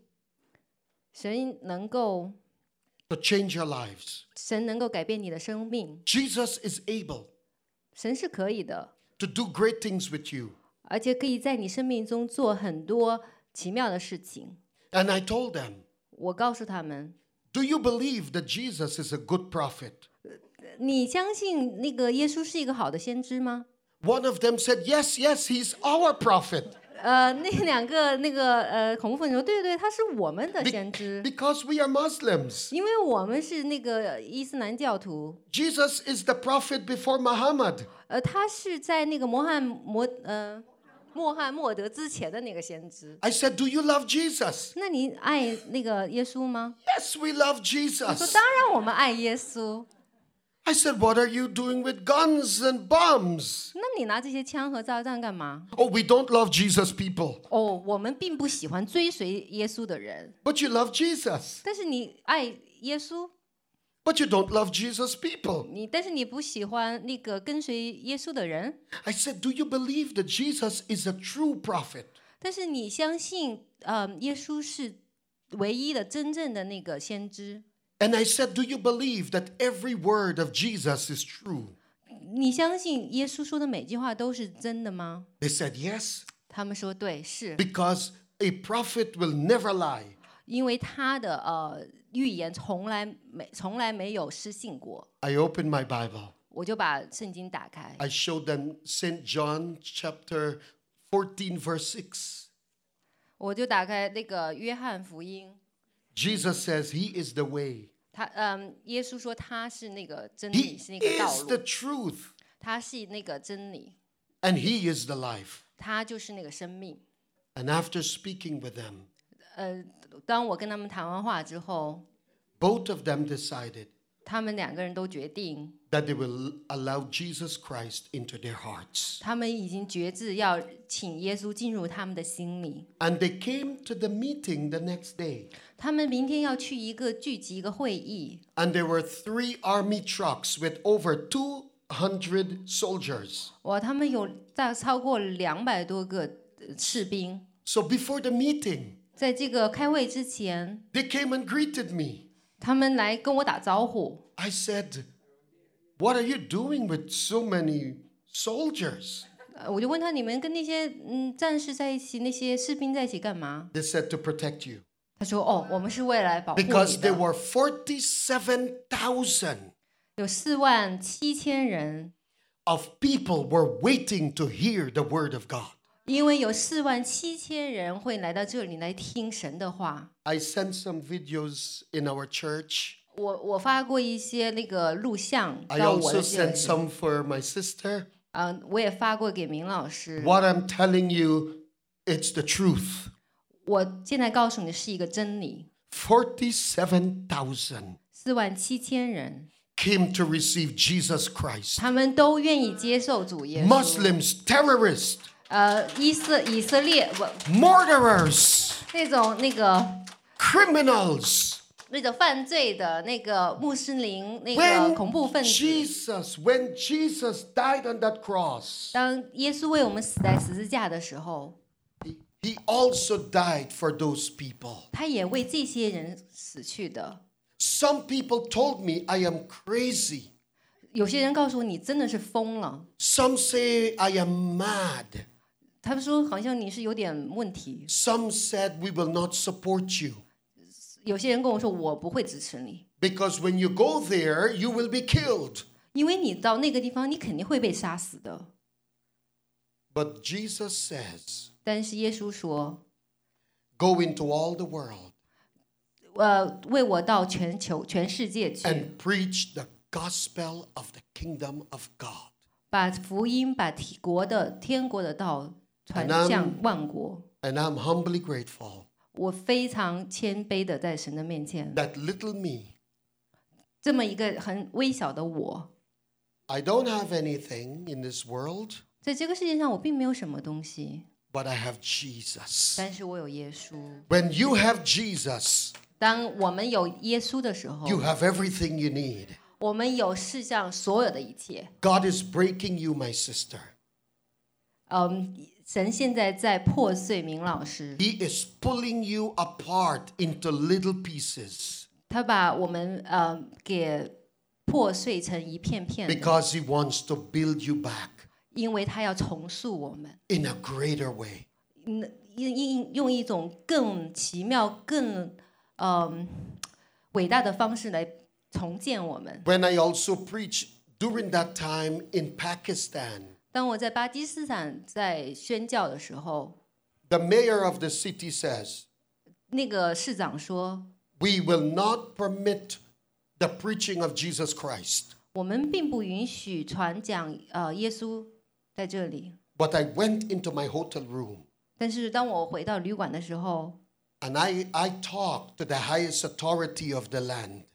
Speaker 3: 神能够，
Speaker 5: to change your lives.
Speaker 3: 神能够改变你的生命，
Speaker 5: Jesus is able
Speaker 3: 神是可以的。
Speaker 5: to do great things with you.
Speaker 3: 而且可以在你生命中做很多奇妙的事情。
Speaker 5: And I told them,
Speaker 3: 我告诉他们，
Speaker 5: Do you believe that Jesus is a good prophet?
Speaker 3: 你相信那个耶稣是一个好的先知吗？
Speaker 5: One of them said, Yes, yes, he's our prophet
Speaker 3: 呃，那两个那个呃恐怖分子说，对对，他是我们的
Speaker 5: Be-
Speaker 3: 先知，
Speaker 5: because we are Muslims.
Speaker 3: 因为我们是那个伊斯兰教徒。呃
Speaker 5: Jesus is the prophet before Muhammad.
Speaker 3: 呃，他是在那个摩汉摩呃穆罕默德之前的那个先知。
Speaker 5: I said, Do you love Jesus?
Speaker 3: 那你爱那个耶稣吗？
Speaker 5: Yes, we love
Speaker 3: 说
Speaker 5: Jesus.
Speaker 3: 当然我们爱耶稣。
Speaker 5: I said, What are you doing with guns and bombs?
Speaker 3: 那你拿这些枪和炸弹干嘛？
Speaker 5: Oh, we don't love Jesus, people.
Speaker 3: 哦，我们并不喜欢追随耶稣的人，
Speaker 5: But you love Jesus.
Speaker 3: 但是你爱耶稣，
Speaker 5: But you don't love Jesus, people.
Speaker 3: 你但是你不喜欢那个跟随耶稣的人，
Speaker 5: I said, Do you believe that Jesus is a true prophet?
Speaker 3: 但是你相信，呃，耶稣是唯一的真正的那个先知。
Speaker 5: And I said, Do you believe that every word of Jesus is true?
Speaker 3: 你相信耶稣说的每句话都是真的吗？
Speaker 5: They said, Yes,
Speaker 3: 他们说对，是
Speaker 5: because a prophet will never lie.
Speaker 3: 因为他的呃预言从来没从来没有失信过。
Speaker 5: I opened my Bible.
Speaker 3: 我就把圣经打开，
Speaker 5: I showed them St. John chapter 14, verse 6.
Speaker 3: 我就打开那个约翰福音，
Speaker 5: Jesus says, He is the way,
Speaker 3: 他嗯，耶稣说他是那个真
Speaker 5: He
Speaker 3: 理，是那个道
Speaker 5: is the
Speaker 3: 路，
Speaker 5: truth,
Speaker 3: 他是那个真理，
Speaker 5: and He is the life.
Speaker 3: 他就是那个生命。
Speaker 5: And after speaking with them,
Speaker 3: 呃，当我跟他们谈完话之后，
Speaker 5: both of them decided
Speaker 3: 他们两个人都决定，
Speaker 5: that they will allow Jesus Christ into their hearts.
Speaker 3: 他们已经决志要请耶稣进入他们的心里。
Speaker 5: And they came to the meeting the next day,
Speaker 3: 他们明天要去一个聚集，一个会议，
Speaker 5: and there were three army trucks with over 200 soldiers.
Speaker 3: 哇，他们有大超过两百多个呃士兵。
Speaker 5: So before the meeting,
Speaker 3: 在这个开会之前，
Speaker 5: they came and greeted me.
Speaker 3: 他们来跟我打招呼，
Speaker 5: I said, What are you doing with so many soldiers?
Speaker 3: 呃我就问他：“你们跟那些嗯战士在一起，那些士兵在一起干嘛
Speaker 5: They said to protect you.？”
Speaker 3: 他说：“哦，我们是为了保护你
Speaker 5: Because there
Speaker 3: 的，
Speaker 5: were 47,000
Speaker 3: 有四万七千人，
Speaker 5: of people were waiting to hear the word of God.
Speaker 3: 因为有四万七千人会来到这里来听神的话。
Speaker 5: I sent some videos in our church.
Speaker 3: 我”我发过一些那个录像
Speaker 5: I
Speaker 3: 到我
Speaker 5: also
Speaker 3: 的这
Speaker 5: sent
Speaker 3: 里，
Speaker 5: some for my sister.
Speaker 3: 嗯、我也发过给明老师。
Speaker 5: What I'm telling you, it's the truth.
Speaker 3: 我现在告诉你是一个真理：
Speaker 5: 47,000
Speaker 3: 四万七千人，
Speaker 5: came to receive Jesus Christ.
Speaker 3: 他们都愿意接受主耶稣。
Speaker 5: Muslims, terrorists,
Speaker 3: 呃，伊斯以色列我
Speaker 5: murderers.
Speaker 3: 那种那个
Speaker 5: criminals.
Speaker 3: 那种犯罪的那个穆斯林那个
Speaker 5: When
Speaker 3: 恐怖分子，
Speaker 5: Jesus, when Jesus died on that cross,
Speaker 3: 当耶稣为我们死在十字架的时候，
Speaker 5: he, he also died for those people.
Speaker 3: 他也为这些人死去的。
Speaker 5: Some people told me I am crazy.
Speaker 3: 有些人告诉我你真的是疯了，
Speaker 5: Some say I am mad.
Speaker 3: 他们说好像你是有点问题。
Speaker 5: Some said we will not support you
Speaker 3: 有些人跟我说我不会支持你，
Speaker 5: because when you go there, you will be killed.
Speaker 3: 因为你到那个地方你肯定会被杀死的。
Speaker 5: But Jesus says,
Speaker 3: 但是耶稣说，
Speaker 5: Go into all the world
Speaker 3: 呃，为我到全球全世界去，
Speaker 5: and preach the gospel of the kingdom of God.
Speaker 3: 把福音把天国的天国的道传
Speaker 5: 那
Speaker 3: 向万国。
Speaker 5: And I'm humbly grateful
Speaker 3: 我非常谦卑的在神的面前，
Speaker 5: that little me
Speaker 3: 这么一个很微小的我，
Speaker 5: I don't have anything in this world,
Speaker 3: 在这个世界上我并没有什么东西，
Speaker 5: but I have Jesus.
Speaker 3: 但是我有耶稣。
Speaker 5: When you have Jesus,
Speaker 3: 当我们有耶稣的时候，
Speaker 5: you have everything you need.
Speaker 3: 我们有世上所有的一切。
Speaker 5: God is breaking you, my sister.
Speaker 3: 嗯，神现在在破碎明老师，
Speaker 5: He is pulling you apart into little pieces
Speaker 3: 他把我们呃给破碎成一片片的，
Speaker 5: because He wants to build you back
Speaker 3: 因为他要重塑我们，
Speaker 5: in a greater way.
Speaker 3: 嗯，用用用一种更奇妙、更嗯伟大的方式来重建我们。
Speaker 5: When I also preach during that time in Pakistan,
Speaker 3: 当我在巴基斯坦在宣教的时候，
Speaker 5: the mayor of the city says,
Speaker 3: 那个市长说，
Speaker 5: We will not permit the preaching of Jesus Christ.
Speaker 3: 我们并不允许传讲呃耶稣在这里，
Speaker 5: But I went into my hotel room
Speaker 3: 但是当我回到旅馆的时候，
Speaker 5: and I, I talked to the highest authority of the land.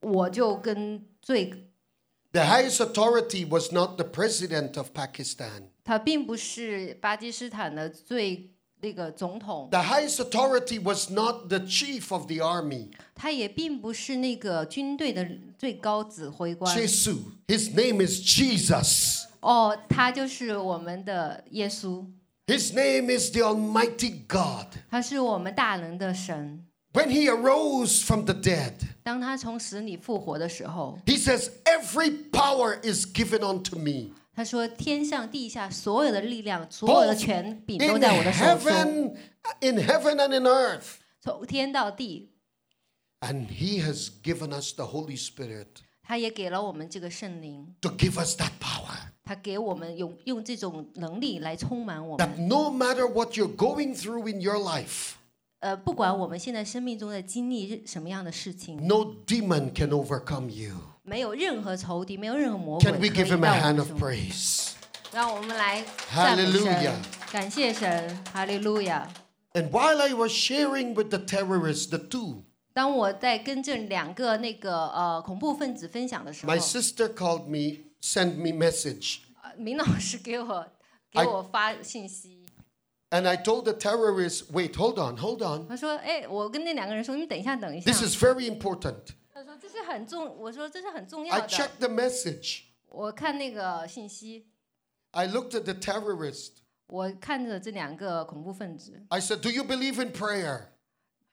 Speaker 3: 我就跟最
Speaker 5: The highest authority was not the president of Pakistan.
Speaker 3: 他并不是巴基斯坦的最那个总统，
Speaker 5: The highest authority was not the chief of the army.
Speaker 3: 他也并不是那个军队的最高指挥官。
Speaker 5: Jesus. His name is Jesus.
Speaker 3: 哦，他就是我们的耶稣，
Speaker 5: His name is the Almighty God.
Speaker 3: 他是我们大能的神。
Speaker 5: When he arose from the dead,
Speaker 3: 当他从死里复活的时候，
Speaker 5: he says, Every power is given unto me.
Speaker 3: 他说：“天上地下所有的力量，所有的
Speaker 5: Both
Speaker 3: 权柄
Speaker 5: in
Speaker 3: 都在我的手中，
Speaker 5: heaven, in heaven and in earth.
Speaker 3: 从天到地。
Speaker 5: And he has given us the Holy Spirit ”
Speaker 3: 他也给了我们这个圣灵，
Speaker 5: to give us that power.
Speaker 3: 他给我们用用这种能力来充满我们。
Speaker 5: That no matter what you're going through in your life,
Speaker 3: 呃，不管我们现在生命中在经历什么样的事情，
Speaker 5: no demon can overcome you.
Speaker 3: 没有任何仇敌，没有任何魔鬼可
Speaker 5: Can we
Speaker 3: 以
Speaker 5: give
Speaker 3: 到
Speaker 5: him a
Speaker 3: 我
Speaker 5: hand
Speaker 3: 们
Speaker 5: of
Speaker 3: 中。
Speaker 5: praise?
Speaker 3: 让我们来赞美
Speaker 5: Hallelujah
Speaker 3: 神，感谢神，哈利路亚。
Speaker 5: And while I was sharing with the terrorists, the two,
Speaker 3: 当我在跟这两个那个呃恐怖分子分享的时候
Speaker 5: my，sister called me, sent me message,
Speaker 3: 呃明老师给我给
Speaker 5: I-
Speaker 3: 我发信息，
Speaker 5: and I told the terrorists, "Wait, hold on, hold on.
Speaker 3: 他说：“哎，我跟那两个人说，你们等一下，等一下。
Speaker 5: This is very important."
Speaker 3: 他说：“这是很重。”我说：“这是很重
Speaker 5: I
Speaker 3: 要的。
Speaker 5: checked the message. ”
Speaker 3: 我看那个信息，
Speaker 5: I looked at the terrorist.
Speaker 3: 我看着这两个恐怖分子，
Speaker 5: I said, "Do you believe in prayer?"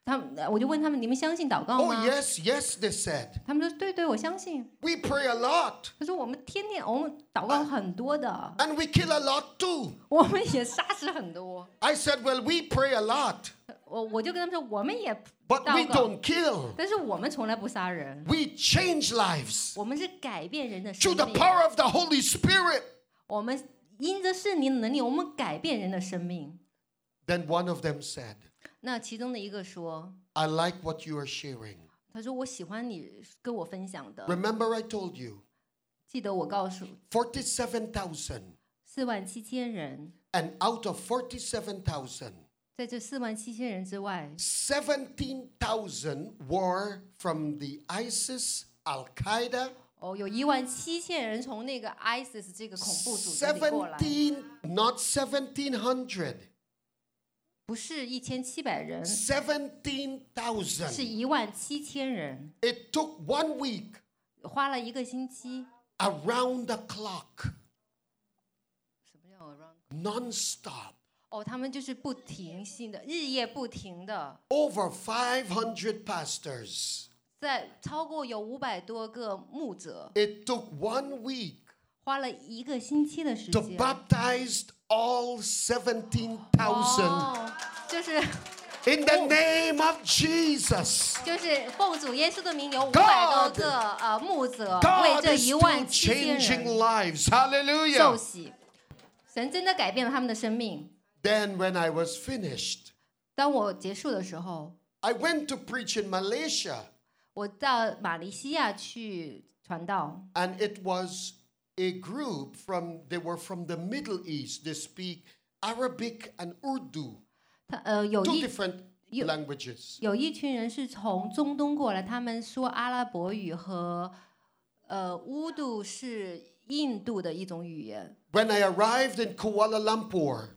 Speaker 3: 他们我就问他们：“你们相信祷告
Speaker 5: "Oh
Speaker 3: 吗？”
Speaker 5: yes, yes," they said.
Speaker 3: 他们说：“对对，我相信。
Speaker 5: We pray a lot, ”
Speaker 3: 他说：“我们天天我们祷告很多 的，
Speaker 5: and we kill a lot too.
Speaker 3: 我们也杀死很多。
Speaker 5: I said, "Well, we pray a lot,
Speaker 3: 我”我就跟他们说：“我们也
Speaker 5: but we
Speaker 3: 祷告，
Speaker 5: don't kill.
Speaker 3: 但是我们从来不杀人，
Speaker 5: We change lives
Speaker 3: 我们是改变人的生
Speaker 5: through the
Speaker 3: 命。
Speaker 5: power of the Holy Spirit."
Speaker 3: 我们因着圣灵的能力，我们改变人的生命。
Speaker 5: Then one of them said, ”
Speaker 3: 那其中的一个说
Speaker 5: I like what you are sharing.：“
Speaker 3: 他说我喜欢你跟我分享的。”
Speaker 5: Remember, I told you
Speaker 3: 记得我告诉
Speaker 5: 47,000,
Speaker 3: 四万七千人，
Speaker 5: and out of 47,000,
Speaker 3: 在这四万七千人之外，
Speaker 5: 17,000 were from the ISIS, Al Qaeda,
Speaker 3: 哦，有一万七千人从那个 ISIS 这个恐怖组织里过来，
Speaker 5: 17, not 1,700,
Speaker 3: 不是一千七百人，是
Speaker 5: 17,000.
Speaker 3: 一万七千人，
Speaker 5: It took one week
Speaker 3: 花了一个星期，
Speaker 5: around the clock,
Speaker 3: 什么叫 around？
Speaker 5: non-stop,
Speaker 3: 哦，他们就是不停性的，日夜不停的，
Speaker 5: over 500 pastors.
Speaker 3: 在超过有五百多个牧者，
Speaker 5: It took one week
Speaker 3: 花了一个星期的时
Speaker 5: to
Speaker 3: 间。
Speaker 5: baptize all 17,000
Speaker 3: 哦，就是。
Speaker 5: in the name of Jesus.
Speaker 3: 就是奉主耶稣的名，有五百多
Speaker 5: God-
Speaker 3: 个呃牧者为
Speaker 5: God
Speaker 3: 这
Speaker 5: is
Speaker 3: 一
Speaker 5: still
Speaker 3: 万七千
Speaker 5: changing
Speaker 3: 人
Speaker 5: lives.
Speaker 3: 受
Speaker 5: Hallelujah.
Speaker 3: 洗，神真的改变了他们的生命。
Speaker 5: Then, when I was finished,
Speaker 3: 当我结束的时候，
Speaker 5: I went to preach in Malaysia,
Speaker 3: 我到马来西亚去传道，
Speaker 5: and it was a group from they were from the Middle East. They speak Arabic and Urdu,
Speaker 3: 他呃有
Speaker 5: two
Speaker 3: 一
Speaker 5: different
Speaker 3: Oh, you-
Speaker 5: languages.
Speaker 3: 有一群人是从中东过来，他们说阿拉伯语和呃乌度是印度的一种语言。
Speaker 5: When I arrived in Kuala Lumpur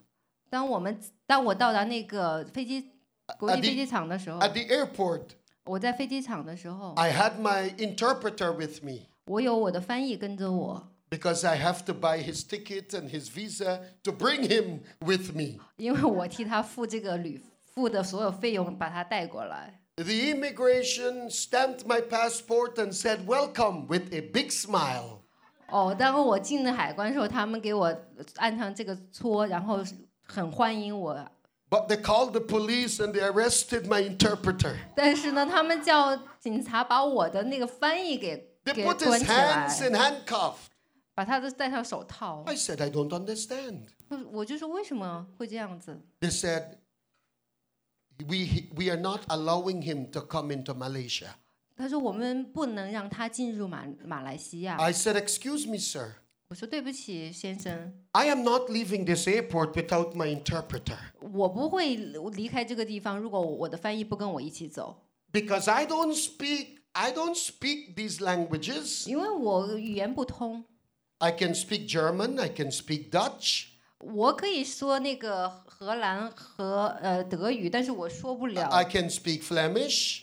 Speaker 3: 当我们当我到达那个飞机国
Speaker 5: 啊
Speaker 3: 际
Speaker 5: 第
Speaker 3: 飞机场的时候，
Speaker 5: at the airport,
Speaker 3: 我在飞机场的时候。
Speaker 5: I had my interpreter with me.
Speaker 3: 我有我的翻译跟着我，
Speaker 5: because I have to buy his ticket and his visa to bring him with me.
Speaker 3: 因为我替他付这个旅付的所有费用，把他带过来。
Speaker 5: The immigration stamped my passport and said, Welcome, with a big smile.
Speaker 3: 哦，当我进了海关的时候，他们给我按上这个戳，然后很欢迎我。
Speaker 5: But they called the police and they arrested my interpreter.
Speaker 3: 但是呢，他们叫警察把我的那个翻译给
Speaker 5: They
Speaker 3: 给
Speaker 5: put
Speaker 3: 关
Speaker 5: his
Speaker 3: 起来，
Speaker 5: hands in handcuffs.
Speaker 3: 把他都戴上手套。
Speaker 5: I said, I don't understand.
Speaker 3: 就是我就说为什么会这样子？
Speaker 5: They said, we, we are not allowing him to come into Malaysia.
Speaker 3: 他说我们不能让他进入马马来西亚。
Speaker 5: 哎 I said, Excuse me, sir.
Speaker 3: 我说对不起，先生，
Speaker 5: I am not leaving this airport without my interpreter
Speaker 3: 我不会离开这个地方，如果我的翻译不跟我一起走，
Speaker 5: because I don't speak I don't speak these languages.
Speaker 3: 因为我语言不通。
Speaker 5: I can speak German, I can speak Dutch,
Speaker 3: 我可以说那个荷兰和呃德语，但是我说不了，
Speaker 5: I can speak Flemish,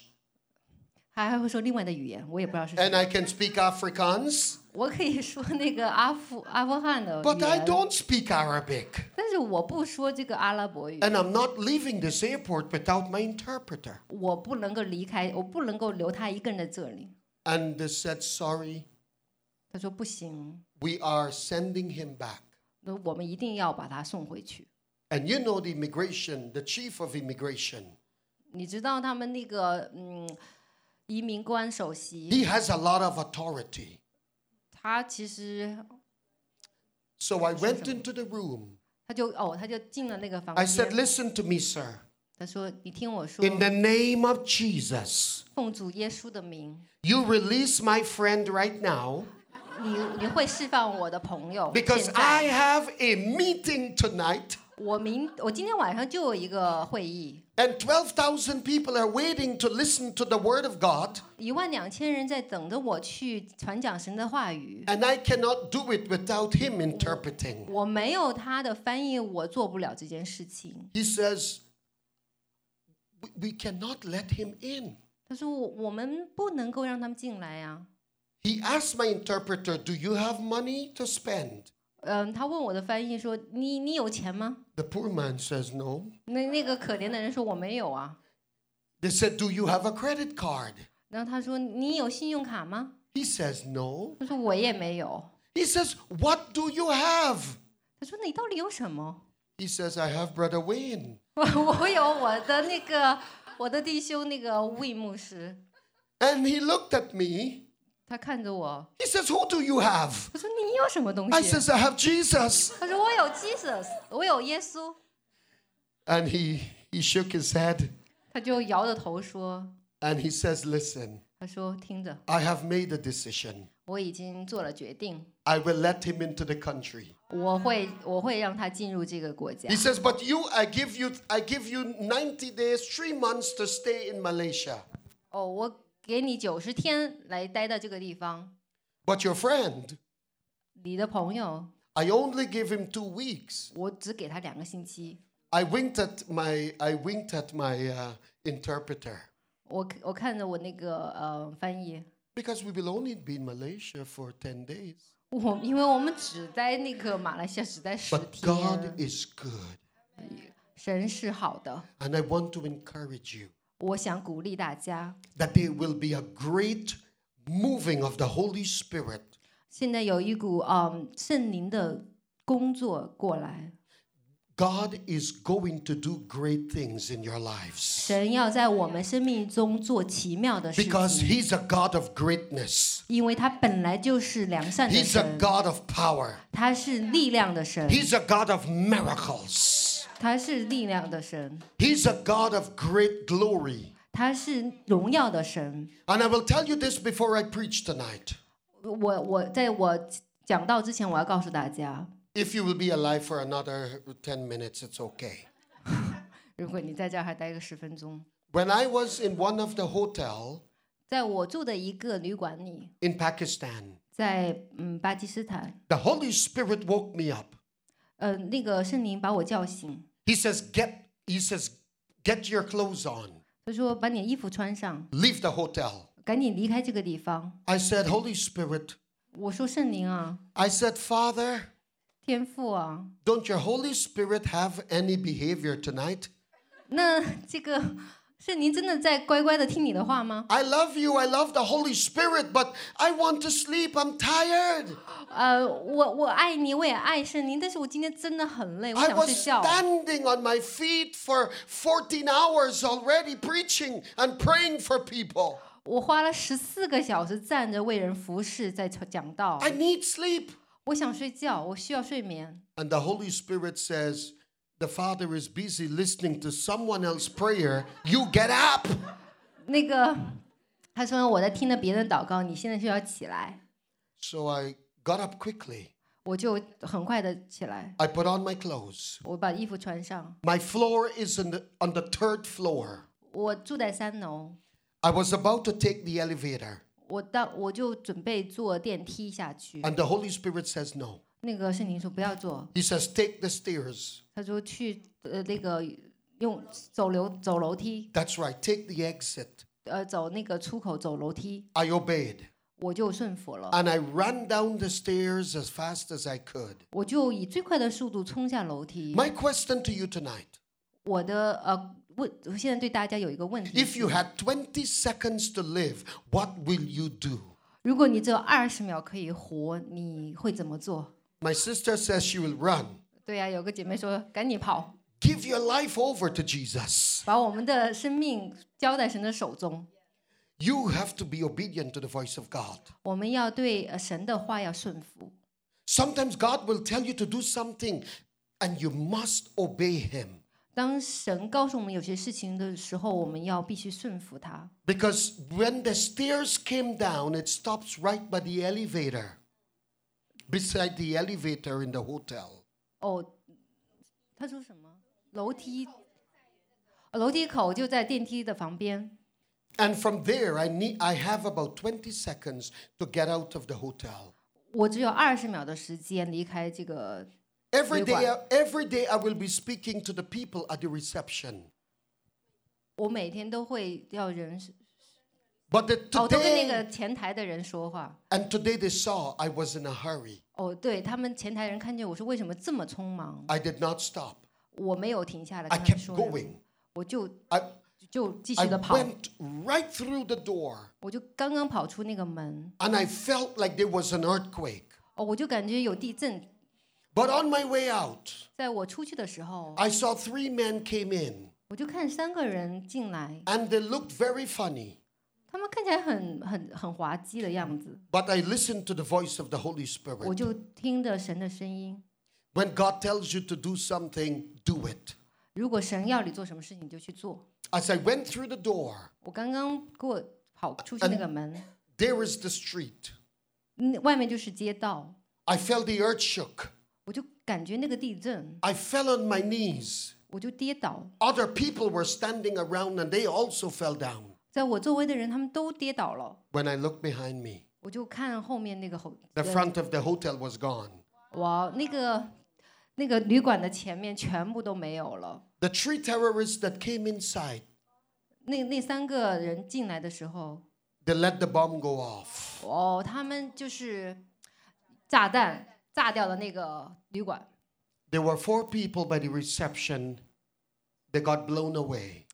Speaker 3: 还还会说另外的语言，我也不知道是什
Speaker 5: and
Speaker 3: 么。
Speaker 5: I can speak Afrikaans,
Speaker 3: 我可以说那个阿富阿富汗的
Speaker 5: but I
Speaker 3: 语言，
Speaker 5: don't speak Arabic.
Speaker 3: 但是我不说这个阿拉伯语，
Speaker 5: And I'm not leaving this airport without my interpreter.
Speaker 3: 我不能够离开，我不能够留他一个人在这里。
Speaker 5: And they said, Sorry,
Speaker 3: 他说不行，
Speaker 5: we are sending him back.
Speaker 3: 那我们一定要把他送回去。
Speaker 5: And you know the immigration, the chief of immigration,
Speaker 3: 你知道他们那个嗯，移民官首席，
Speaker 5: he has a lot of authority.
Speaker 3: 他其实
Speaker 5: So I went into the room.
Speaker 3: 他就哦，他就进了那个房
Speaker 5: I said,
Speaker 3: 间，
Speaker 5: Listen to me, sir.
Speaker 3: 他说：“你听我说，
Speaker 5: In the name of Jesus,
Speaker 3: 奉主耶稣的名，
Speaker 5: you release my friend right now
Speaker 3: 你你会释放我的朋友。
Speaker 5: because
Speaker 3: 现
Speaker 5: I
Speaker 3: 在
Speaker 5: have a meeting tonight
Speaker 3: 我明我今天晚上就有一个会议，
Speaker 5: and 12,000 people are waiting to listen to the word of God
Speaker 3: 一万两千人在等着我去传讲神的话语。
Speaker 5: and I cannot do it without him interpreting.
Speaker 3: 我没有他的翻译，我做不了这件事情。
Speaker 5: He says, "We- We cannot let him in.
Speaker 3: 他说我我们不能够让他们进来呀、
Speaker 5: He asked my interpreter, Do you have money to spend?
Speaker 3: 嗯，他问我的翻译说：“你你有钱吗
Speaker 5: The poor man says, No.
Speaker 3: 那？”那个可怜的人说：“我没有啊。
Speaker 5: They said, Do you have a credit card? ”
Speaker 3: 然后他说：“你有信用卡吗
Speaker 5: He says, No.？”
Speaker 3: 他说：“我也没有。
Speaker 5: He says, What do you have? ”
Speaker 3: 他说：“你到底有什么
Speaker 5: He says, I have Brother Wayne.？”
Speaker 3: 我我有我的那个我的弟兄那个魏牧师，
Speaker 5: And he looked at me.
Speaker 3: 他看着我，
Speaker 5: He says, Who do you have?
Speaker 3: 他说：“你有什么东
Speaker 5: I
Speaker 3: 西
Speaker 5: says, I have Jesus.？”
Speaker 3: 他说：“我有 Jesus，我有耶稣。
Speaker 5: And he, he shook his head
Speaker 3: 他就摇着头说
Speaker 5: and he says, Listen,：“
Speaker 3: 他说听着，
Speaker 5: I have made a decision.
Speaker 3: 我已经做了决定，
Speaker 5: I will let him into the country.
Speaker 3: 我会我会让他进入这个国家
Speaker 5: He。says, But you, I give you, I give you 90 days, three months to stay in Malaysia.
Speaker 3: 哦，我给你九十天来待到这个地方。”
Speaker 5: But your friend,
Speaker 3: 你的朋友，
Speaker 5: I only give him two weeks.
Speaker 3: 我只给他两个星期。
Speaker 5: I winked at my, I winked at my uh, interpreter
Speaker 3: 我我看着我那个呃翻译，
Speaker 5: because we will only be in Malaysia for 10 days.
Speaker 3: 我因为我们只在那个马来西亚只待十
Speaker 5: But God
Speaker 3: 天，
Speaker 5: is good.
Speaker 3: 神是好的。
Speaker 5: And I want to encourage you
Speaker 3: 我想鼓励大家，
Speaker 5: that there will be a great moving of the Holy Spirit.
Speaker 3: 现在有一股嗯圣灵的工作过来，
Speaker 5: God is going to do great things in your lives
Speaker 3: 神要在我们生命中做奇妙的事
Speaker 5: because
Speaker 3: 情，
Speaker 5: He's a God of greatness,
Speaker 3: 因为他本来就是良善的
Speaker 5: He's a
Speaker 3: 神，
Speaker 5: God of power,
Speaker 3: 他是力量的神，
Speaker 5: He's a God of miracles,
Speaker 3: 他是力量的神，
Speaker 5: He's a God of great glory.
Speaker 3: 他是荣耀的神。
Speaker 5: And I will tell you this before I preach tonight
Speaker 3: 我我在我讲到之前，我要告诉大家，
Speaker 5: if you will be alive for another 10 minutes, it's okay.
Speaker 3: 如果你在这儿还待个十分钟，
Speaker 5: When I was in one of the hotel
Speaker 3: 在我住的一个旅馆里，
Speaker 5: in Pakistan,
Speaker 3: 在嗯巴基斯坦，
Speaker 5: the Holy Spirit woke me up.
Speaker 3: 呃，那个圣灵把我叫醒，
Speaker 5: He says, "Get," he says, "Get your clothes on.
Speaker 3: 他说把你的衣服穿上，
Speaker 5: Leave the hotel."
Speaker 3: 赶紧离开这个地方。
Speaker 5: I said, "Holy Spirit,"
Speaker 3: 我说圣灵啊，
Speaker 5: I said, "Father,
Speaker 3: 天父啊，
Speaker 5: don't your Holy Spirit have any behavior tonight?
Speaker 3: 那这个圣灵真的在乖乖的听你的话吗？
Speaker 5: I love you. I love the Holy Spirit, but I want to sleep. I'm tired.
Speaker 3: 呃，我我爱你，我也爱圣灵，但是我今天真的很哎累，我
Speaker 5: I
Speaker 3: 想睡
Speaker 5: was
Speaker 3: 觉。
Speaker 5: standing on my feet for 14 hours already, preaching and praying for people.
Speaker 3: 我花了十四个小时站着为人服侍，在讲道。
Speaker 5: I need sleep."
Speaker 3: 我想睡觉，我需要睡眠。
Speaker 5: And the Holy Spirit says, the Father is busy listening to someone else's prayer. You get up.
Speaker 3: 那个，他说我在听着别人祷告，你现在就要起来。
Speaker 5: So I got up quickly.
Speaker 3: 我就很快的起来，
Speaker 5: I put on my clothes.
Speaker 3: 我把衣服穿上。
Speaker 5: My floor is on the, on the third floor.
Speaker 3: 我住在三楼，
Speaker 5: I was about to take the elevator,
Speaker 3: 我当我就准备坐电梯下去。
Speaker 5: and the Holy Spirit says no.
Speaker 3: 那个圣灵说不要坐，
Speaker 5: He says, Take the stairs.
Speaker 3: 他说去呃那个用走楼走楼梯，
Speaker 5: That's right, take the exit.
Speaker 3: 呃走那个出口走楼梯，
Speaker 5: I obeyed,
Speaker 3: 我就顺服了，
Speaker 5: and I ran down the stairs as fast as I could.
Speaker 3: 我就以最快的速度冲下楼梯。
Speaker 5: My question to you tonight
Speaker 3: 我的呃问，我现在对大家有一个问题
Speaker 5: if
Speaker 3: 是
Speaker 5: you had 20 seconds to live, what will you do?
Speaker 3: 如果你只有二十秒可以活，你会怎么做？
Speaker 5: My sister says she will run.
Speaker 3: 对呀、有个姐妹说赶紧跑，
Speaker 5: Give your life over to Jesus.
Speaker 3: 把我们的生命交在神的手中。
Speaker 5: You have to be obedient to the voice of God.
Speaker 3: 我们要对呃神的话要顺服。
Speaker 5: Sometimes God will tell you to do something and you must obey Him.
Speaker 3: 当神告诉我们有些事情的时候，我们要必须顺服他，
Speaker 5: Because when the stairs came down, it stops right by the elevator, beside the elevator in the hotel.
Speaker 3: 哦，他说什么？楼梯，呃楼梯口就在电梯的旁边。
Speaker 5: And from there, I, need, I have about 20 seconds to get out of the hotel.
Speaker 3: 我只有二十秒的时间离开这个。
Speaker 5: Every day,
Speaker 3: Meanwhile-
Speaker 5: every day, I will be speaking to the people at the reception.
Speaker 3: 我每天都会要人，
Speaker 5: But the,
Speaker 3: 哦，都跟那
Speaker 5: today,
Speaker 3: 个前台的人说话。
Speaker 5: and today they saw I was in a hurry.
Speaker 3: 哦，对他们前台人看见我说为什么这么匆忙，
Speaker 5: I did not stop.
Speaker 3: 我没有停下来
Speaker 5: I
Speaker 3: 跟他们
Speaker 5: kept
Speaker 3: 说的
Speaker 5: going.
Speaker 3: 我就
Speaker 5: I,
Speaker 3: 就继
Speaker 5: I
Speaker 3: 续的跑，
Speaker 5: went right through the door
Speaker 3: 我就刚刚跑出那个门，
Speaker 5: and I felt like there was an earthquake.
Speaker 3: 哦，我就感觉有地震。
Speaker 5: But on my way out,
Speaker 3: 在我出去的时候，
Speaker 5: I saw three men came in
Speaker 3: 我就看三个人进来，
Speaker 5: and they looked very funny,
Speaker 3: 他们看起来很很很滑稽的样子，
Speaker 5: but I listened to the voice of the Holy
Speaker 3: 我
Speaker 5: Spirit.
Speaker 3: 就听着神的声音。
Speaker 5: When God tells you to do something, do it.
Speaker 3: 如果神要你做什么事情，你就去做。
Speaker 5: As I went through the door,
Speaker 3: 我刚刚给我跑出去那个门，
Speaker 5: there is the street.
Speaker 3: 嗯，外面就是街道，
Speaker 5: I felt the earth shook.
Speaker 3: 我就感觉那个地震，
Speaker 5: I fell on my knees.
Speaker 3: 我就跌倒。
Speaker 5: Other people were standing around and they also fell down.
Speaker 3: 在我周围的人，他们都跌倒了。
Speaker 5: When I looked behind me,
Speaker 3: 我就看后面那个后，
Speaker 5: the front of the hotel was gone.
Speaker 3: 哇，那个那个旅馆的前面全部都没有了。
Speaker 5: The three terrorists that came inside,
Speaker 3: 那那三个人进来的时候，
Speaker 5: they let the bomb go off.
Speaker 3: 哦，他们就是炸弹炸掉了那个旅馆。
Speaker 5: There were four people by the reception. They got blown away.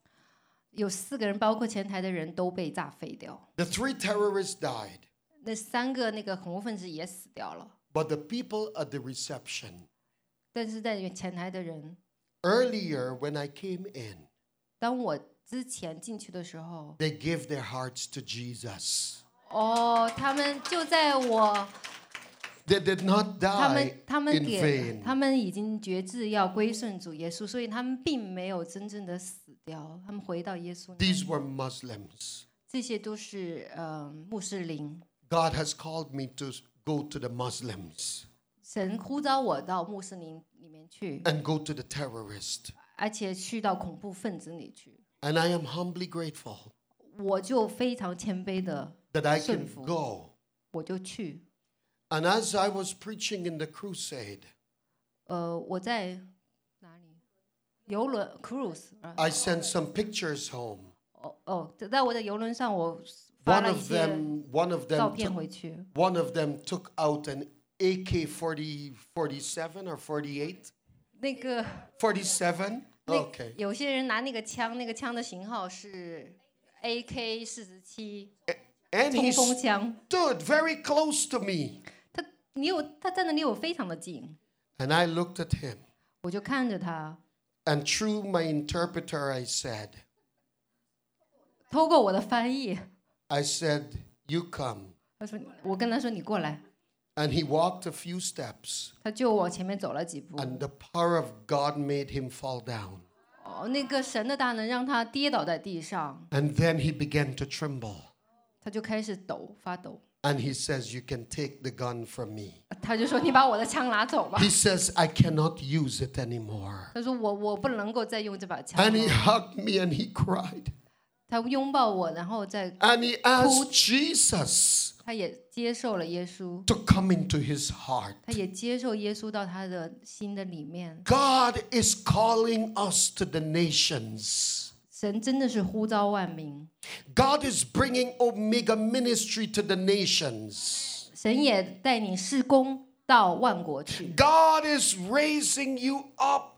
Speaker 3: 有四个人，包括前台的人都被炸飞掉。
Speaker 5: The three terrorists died,
Speaker 3: 那三个那个恐怖分子也死掉了，
Speaker 5: but the people at the reception.
Speaker 3: 但是在前台的人，
Speaker 5: Earlier, when I came in,
Speaker 3: 当我之前进去的时候，
Speaker 5: they gave their hearts to Jesus.
Speaker 3: 哦，他们就在我，
Speaker 5: They did not
Speaker 3: 他
Speaker 5: die
Speaker 3: 们他们
Speaker 5: in
Speaker 3: 给，他
Speaker 5: vain.
Speaker 3: 们已经决志要归顺主耶稣，所以他们并没有真正的死掉，他们回到耶稣那里。
Speaker 5: These were Muslims.
Speaker 3: 这些都是呃穆斯林，
Speaker 5: God has called me to go to the Muslims
Speaker 3: 神呼召我到穆斯林里面去，
Speaker 5: and go to the terrorists.
Speaker 3: 而且去到恐怖分子里去，
Speaker 5: And I am humbly grateful
Speaker 3: 我就非常谦卑的
Speaker 5: that I can
Speaker 3: 顺服。
Speaker 5: go.
Speaker 3: 我就去。
Speaker 5: And as I was preaching in the crusade,
Speaker 3: 呃，我在哪里？游轮 cruise 啊，
Speaker 5: I sent some pictures home.
Speaker 3: 哦哦，在在我的游轮上，我发
Speaker 5: One
Speaker 3: 了一
Speaker 5: of
Speaker 3: 些
Speaker 5: them, one of
Speaker 3: 照
Speaker 5: them,
Speaker 3: 片
Speaker 5: took,
Speaker 3: 回去。
Speaker 5: one of them took out an AK 40, 47 or 48,
Speaker 3: 那个
Speaker 5: 47.
Speaker 3: 那
Speaker 5: Okay,
Speaker 3: 有些人拿那个枪，那个枪的型号是 AK 四十七
Speaker 5: and he
Speaker 3: 冲锋枪。
Speaker 5: stood very close to me,
Speaker 3: 他离我，他站的离我非常的近，
Speaker 5: and I looked at him,
Speaker 3: 我就看着他。
Speaker 5: and through my interpreter, I said,
Speaker 3: 透过我的翻译，
Speaker 5: "I said, you come."
Speaker 3: 他说：“我跟他说你过来。
Speaker 5: And he walked a few steps, ”
Speaker 3: 他就往前面走了几步。
Speaker 5: and the power of God made him fall down,
Speaker 3: 哦，那个神的大能让他跌倒在地上，
Speaker 5: and then he began to tremble.
Speaker 3: 他就开始抖发抖。
Speaker 5: And he says, You can take the gun from me.
Speaker 2: 他就说：“你把我的枪拿走吧。
Speaker 5: He says, I cannot use it anymore. ”
Speaker 3: 他说我我不能够再用这把枪
Speaker 5: And he
Speaker 3: 了。
Speaker 5: hugged me and he cried.
Speaker 3: 他拥抱我，然后再
Speaker 5: And he asked Jesus
Speaker 3: 他也接受了耶稣，
Speaker 5: to come into his heart.
Speaker 3: 他也接受耶稣到他的心的里面。
Speaker 5: God is calling us to the nations.
Speaker 3: 神真的是呼召万民，
Speaker 5: God is bringing Omega ministry to the nations.
Speaker 3: 神也带你施工到万国去。
Speaker 5: God is raising you up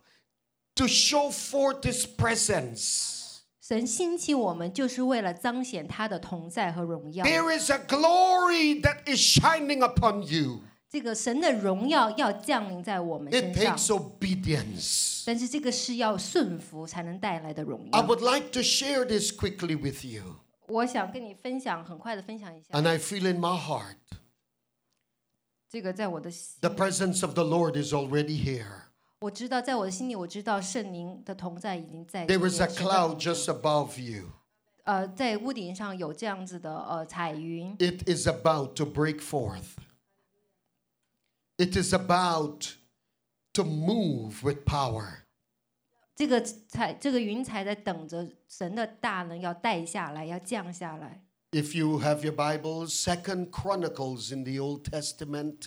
Speaker 5: to show forth his presence.
Speaker 3: 神兴起我们，就是为了彰显他的同在和荣耀。
Speaker 5: There is a glory that is shining upon you.
Speaker 3: 这个神的荣耀要降临在我们身
Speaker 5: It
Speaker 3: 上，
Speaker 5: takes obedience.
Speaker 3: 但是这个是要顺服才能带来的荣
Speaker 5: I
Speaker 3: 耀。
Speaker 5: would like to share this quickly with you.
Speaker 3: 我想跟你分享，很快的分享一下，
Speaker 5: And I feel in my heart
Speaker 3: 这个在我的心
Speaker 5: the presence of the Lord is already here.
Speaker 3: 我知道，在我的心里，我知道圣灵的同在已经在这
Speaker 5: There
Speaker 3: 边。
Speaker 5: is a
Speaker 3: 神的
Speaker 5: cloud just above you.
Speaker 3: 呃，在屋顶上有这样子的呃彩云，
Speaker 5: It is about to break forth. It is about to move with power.
Speaker 3: 这个彩这个云彩在等着神的大能要带下来，要降下来。
Speaker 5: If you have your Bible, Second Chronicles in the Old Testament,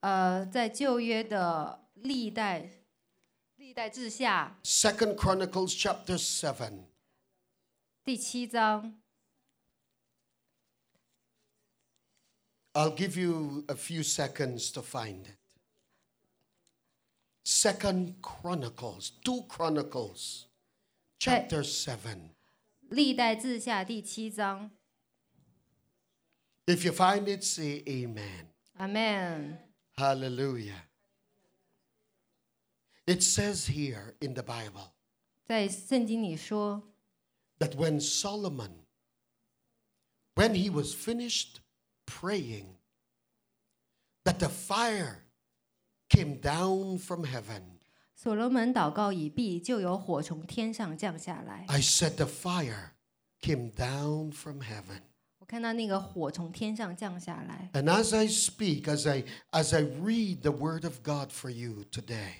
Speaker 3: 呃，在旧约的历代历代志下
Speaker 5: Second Chronicles chapter 7.
Speaker 3: 第七章，
Speaker 5: I'll give you a few seconds to find it. Second Chronicles, 2 Chronicles, chapter 7.
Speaker 3: 历代志下第七章
Speaker 5: If you find it, say amen.
Speaker 3: ，Amen。
Speaker 5: Hallelujah. It says here in the Bible
Speaker 3: 在圣经里说，
Speaker 5: that when Solomon, when he was finished praying, that the fire came down from heaven.
Speaker 3: 所罗门祷告已毕，就有火从天上降下来。
Speaker 5: I said the fire came down from heaven.
Speaker 3: 我看到那个火从天上降下来。
Speaker 5: And as I speak, as I as I read the word of God for you today,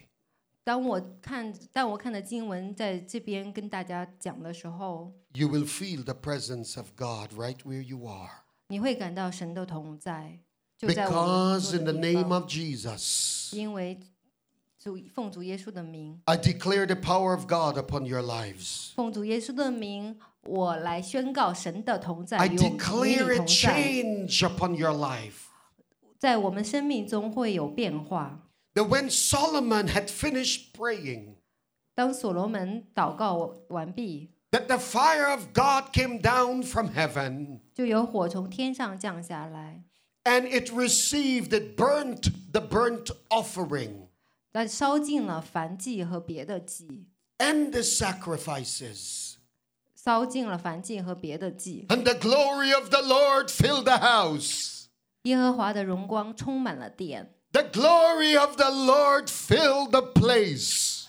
Speaker 3: 当我看当我看的经文在这边跟大家讲的时候，
Speaker 5: you will feel the presence of God right where you are.
Speaker 3: 你会感到神的同在，就在我们
Speaker 5: Because
Speaker 3: 所住
Speaker 5: in
Speaker 3: 的
Speaker 5: the
Speaker 3: 地方
Speaker 5: name of Jesus,
Speaker 3: 因为主奉主耶稣的名，
Speaker 5: I declare the power of God upon your lives.
Speaker 3: 奉主耶稣的名，我来宣告神的同在
Speaker 5: I
Speaker 3: 与我们与
Speaker 5: declare
Speaker 3: 你
Speaker 5: a
Speaker 3: 同在，
Speaker 5: change upon your life.
Speaker 3: 在我们生命中会有变化。
Speaker 5: That when Solomon had finished praying,
Speaker 3: 当所罗门祷告完毕，
Speaker 5: that the fire of God came down from heaven.
Speaker 3: 就有火从天上降下来，
Speaker 5: and it received it burnt the burnt offering
Speaker 3: 但烧尽了燔祭和别的祭，
Speaker 5: and the sacrifices
Speaker 3: 烧尽了燔祭和别的祭。
Speaker 5: and the glory of the lord filled the house
Speaker 3: 耶和华的荣光充满了殿，
Speaker 5: the glory of the lord filled the place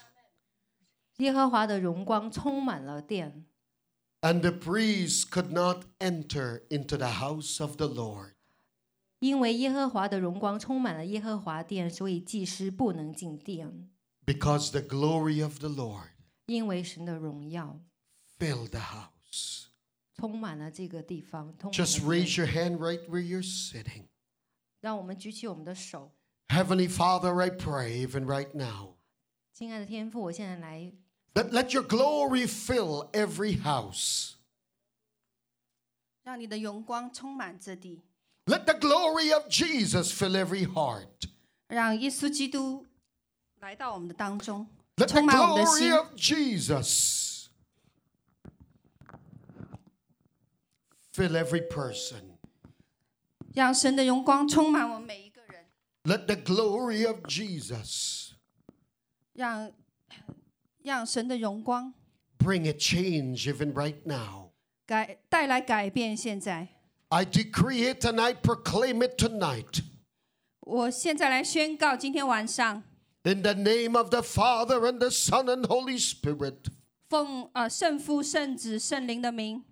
Speaker 3: 耶和华的荣光充满了殿，
Speaker 5: and the priests could not enter into the house of the lord
Speaker 3: 因为耶和华的荣光充满了耶和华殿，所以祭司不能进殿，
Speaker 5: because the glory of the lord
Speaker 3: 因为神的荣耀
Speaker 5: filled the house
Speaker 3: 充满了这个地方。充满了
Speaker 5: just
Speaker 3: 这个
Speaker 5: raise your hand right where you're sitting
Speaker 3: 让我们举起我们的手，
Speaker 5: heavenly father i pray even right now
Speaker 3: 亲爱的天父，我现在来，
Speaker 5: That let your glory fill every house.
Speaker 1: 让你的荣光充满这地，
Speaker 5: Let the glory of Jesus fill every heart.
Speaker 1: 让耶稣基督来到我们的当中，
Speaker 5: Let the
Speaker 1: 充满我们的
Speaker 5: glory
Speaker 1: 心。
Speaker 5: of Jesus fill every person.
Speaker 1: 让神的荣光充满我们每一个人，
Speaker 5: Let the glory of Jesus
Speaker 1: 让让神的荣光
Speaker 5: bring a change even right now.
Speaker 1: 改带来改变。现在，
Speaker 5: I decree it and I proclaim it tonight.
Speaker 1: 我现在来宣告，今天晚上，
Speaker 5: In the name of the Father and the Son and Holy Spirit.
Speaker 1: 奉呃圣父、圣子、圣灵的名，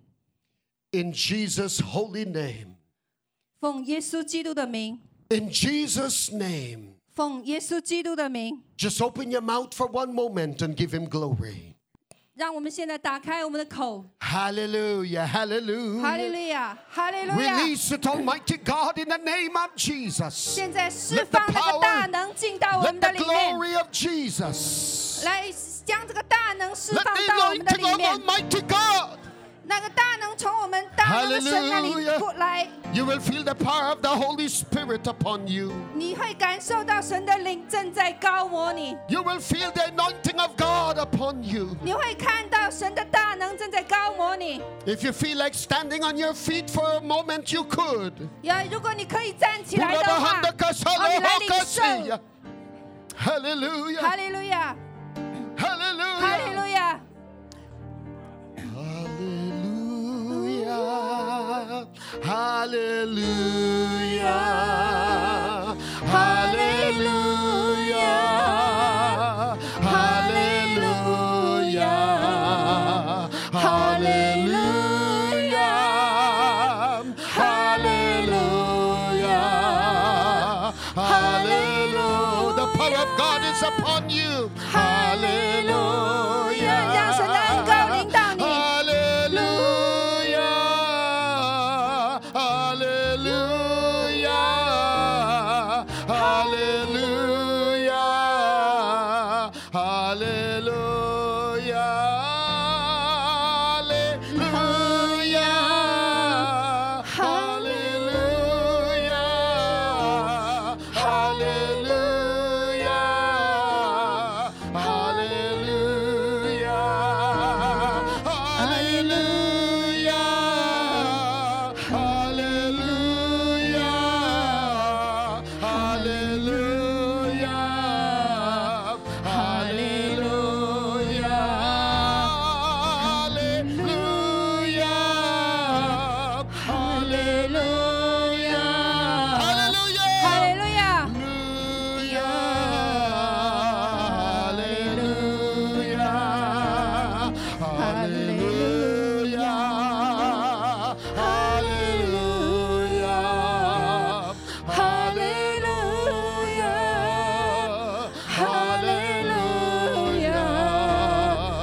Speaker 5: In Jesus' holy name.
Speaker 1: 奉耶稣基督的名，
Speaker 5: In Jesus' name.
Speaker 1: 奉耶稣基督的名，
Speaker 5: Just open your mouth for one moment and give him glory.
Speaker 1: 让我们现在打开我们的口，
Speaker 5: Hallelujah, hallelujah.
Speaker 1: 哈利路亚，哈利路亚！
Speaker 5: Release it, Almighty God, in the name of Jesus.
Speaker 1: 现在释放那个大能进到我们
Speaker 5: Let
Speaker 1: 的
Speaker 5: the
Speaker 1: 里面，
Speaker 5: glory of Jesus.
Speaker 1: 来将这个大能释
Speaker 5: Let
Speaker 1: 放
Speaker 5: the
Speaker 1: 到我们的
Speaker 5: anointing
Speaker 1: 里
Speaker 5: of
Speaker 1: 面，
Speaker 5: Almighty God.
Speaker 1: 那个大能从我们大能的神那里
Speaker 5: Hallelujah
Speaker 1: 过来，
Speaker 5: You will feel the power of the Holy Spirit upon you.
Speaker 1: 你会感受到神的灵正在高摩你，
Speaker 5: You will feel the anointing of God upon you.
Speaker 1: 你会看到神的大能正在高摩你。
Speaker 5: If you feel like standing on your feet for a moment, you could.
Speaker 1: 呀，如果你可以站起来的话，我们来领受。
Speaker 5: Hallelujah. Hallelujah.
Speaker 1: 哈利路亚，哈利
Speaker 5: Hallelujah.
Speaker 1: 路亚，
Speaker 5: Hallelujah. Hallelujah. Hallelujah. Hallelujah. Hallelujah. Hallelujah. Hallelujah. The power of God is upon you. Hallelujah.
Speaker 1: 让神的恩膏临到你。
Speaker 5: Hallelujah. Hallelujah. Hallelujah. Hallelujah. Hallelujah. Hallelujah. Hallelujah. Hallelujah. Hallelujah. Hallelujah. Hallelujah. Hallelujah. Hallelujah. Hallelujah.
Speaker 1: 哈利路亚，
Speaker 5: Hallelujah, hallelujah, hallelujah,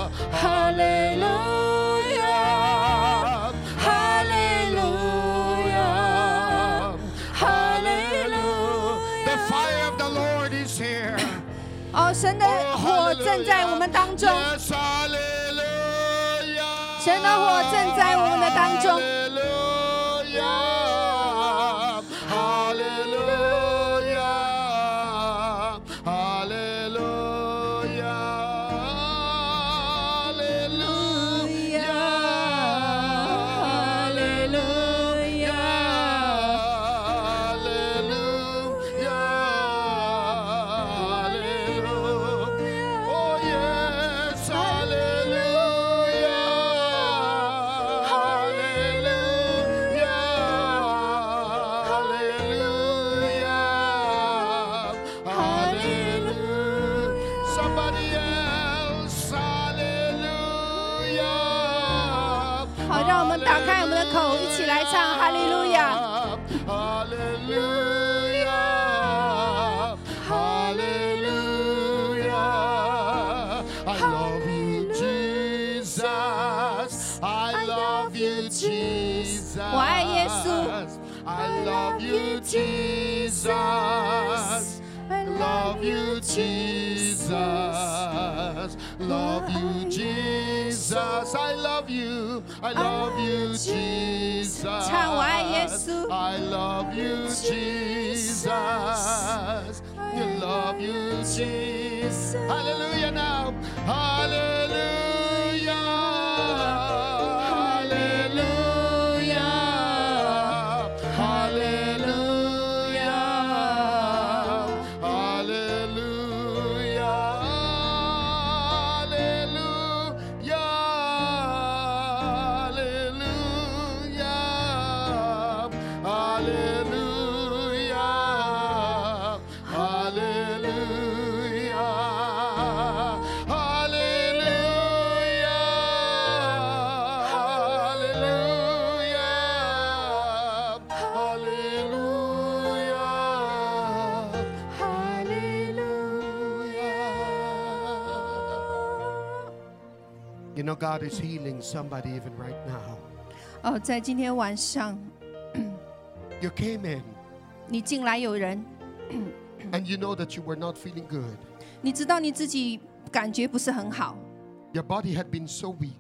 Speaker 5: hallelujah, hallelujah, hallelujah, hallelujah, hallelujah, hallelujah. The fire of the Lord is here.
Speaker 1: 哦，神的
Speaker 5: Oh,
Speaker 1: 火正在我们当中，
Speaker 5: hallelujah. Yes, hallelujah.
Speaker 1: 神的火正在我们的当中。
Speaker 5: Hallelujah. Hallelujah. Hallelujah. Hallelujah. Hallelujah. Oh yes, hallelujah. Hallelujah. Hallelujah. Hallelujah. Somebody else. Hallelujah.
Speaker 1: 好，让我们打开我们的口，一起来唱哈利路亚，
Speaker 5: Hallelujah. Hallelujah. I love you, Jesus. I love you, Jesus.
Speaker 1: 我爱耶稣。
Speaker 5: I love you, Jesus. I love you, Jesus. Love you, Jesus. I love you. I love you, Jesus.
Speaker 1: 唱我爱耶稣。
Speaker 5: I love you, Jesus. I love you, Jesus. Hallelujah now. Hallelujah. Hallelujah. Hallelujah. Hallelujah. Hallelujah. Hallelujah. Hallelujah. Hallelujah. Hallelujah. You know, God is healing somebody even right now.
Speaker 1: 哦，在今天晚上
Speaker 5: You came in
Speaker 1: 你进来有人，
Speaker 5: and you know that you were not feeling good.
Speaker 1: 你知道你自己感觉不是很好，
Speaker 5: Your body had been so weak,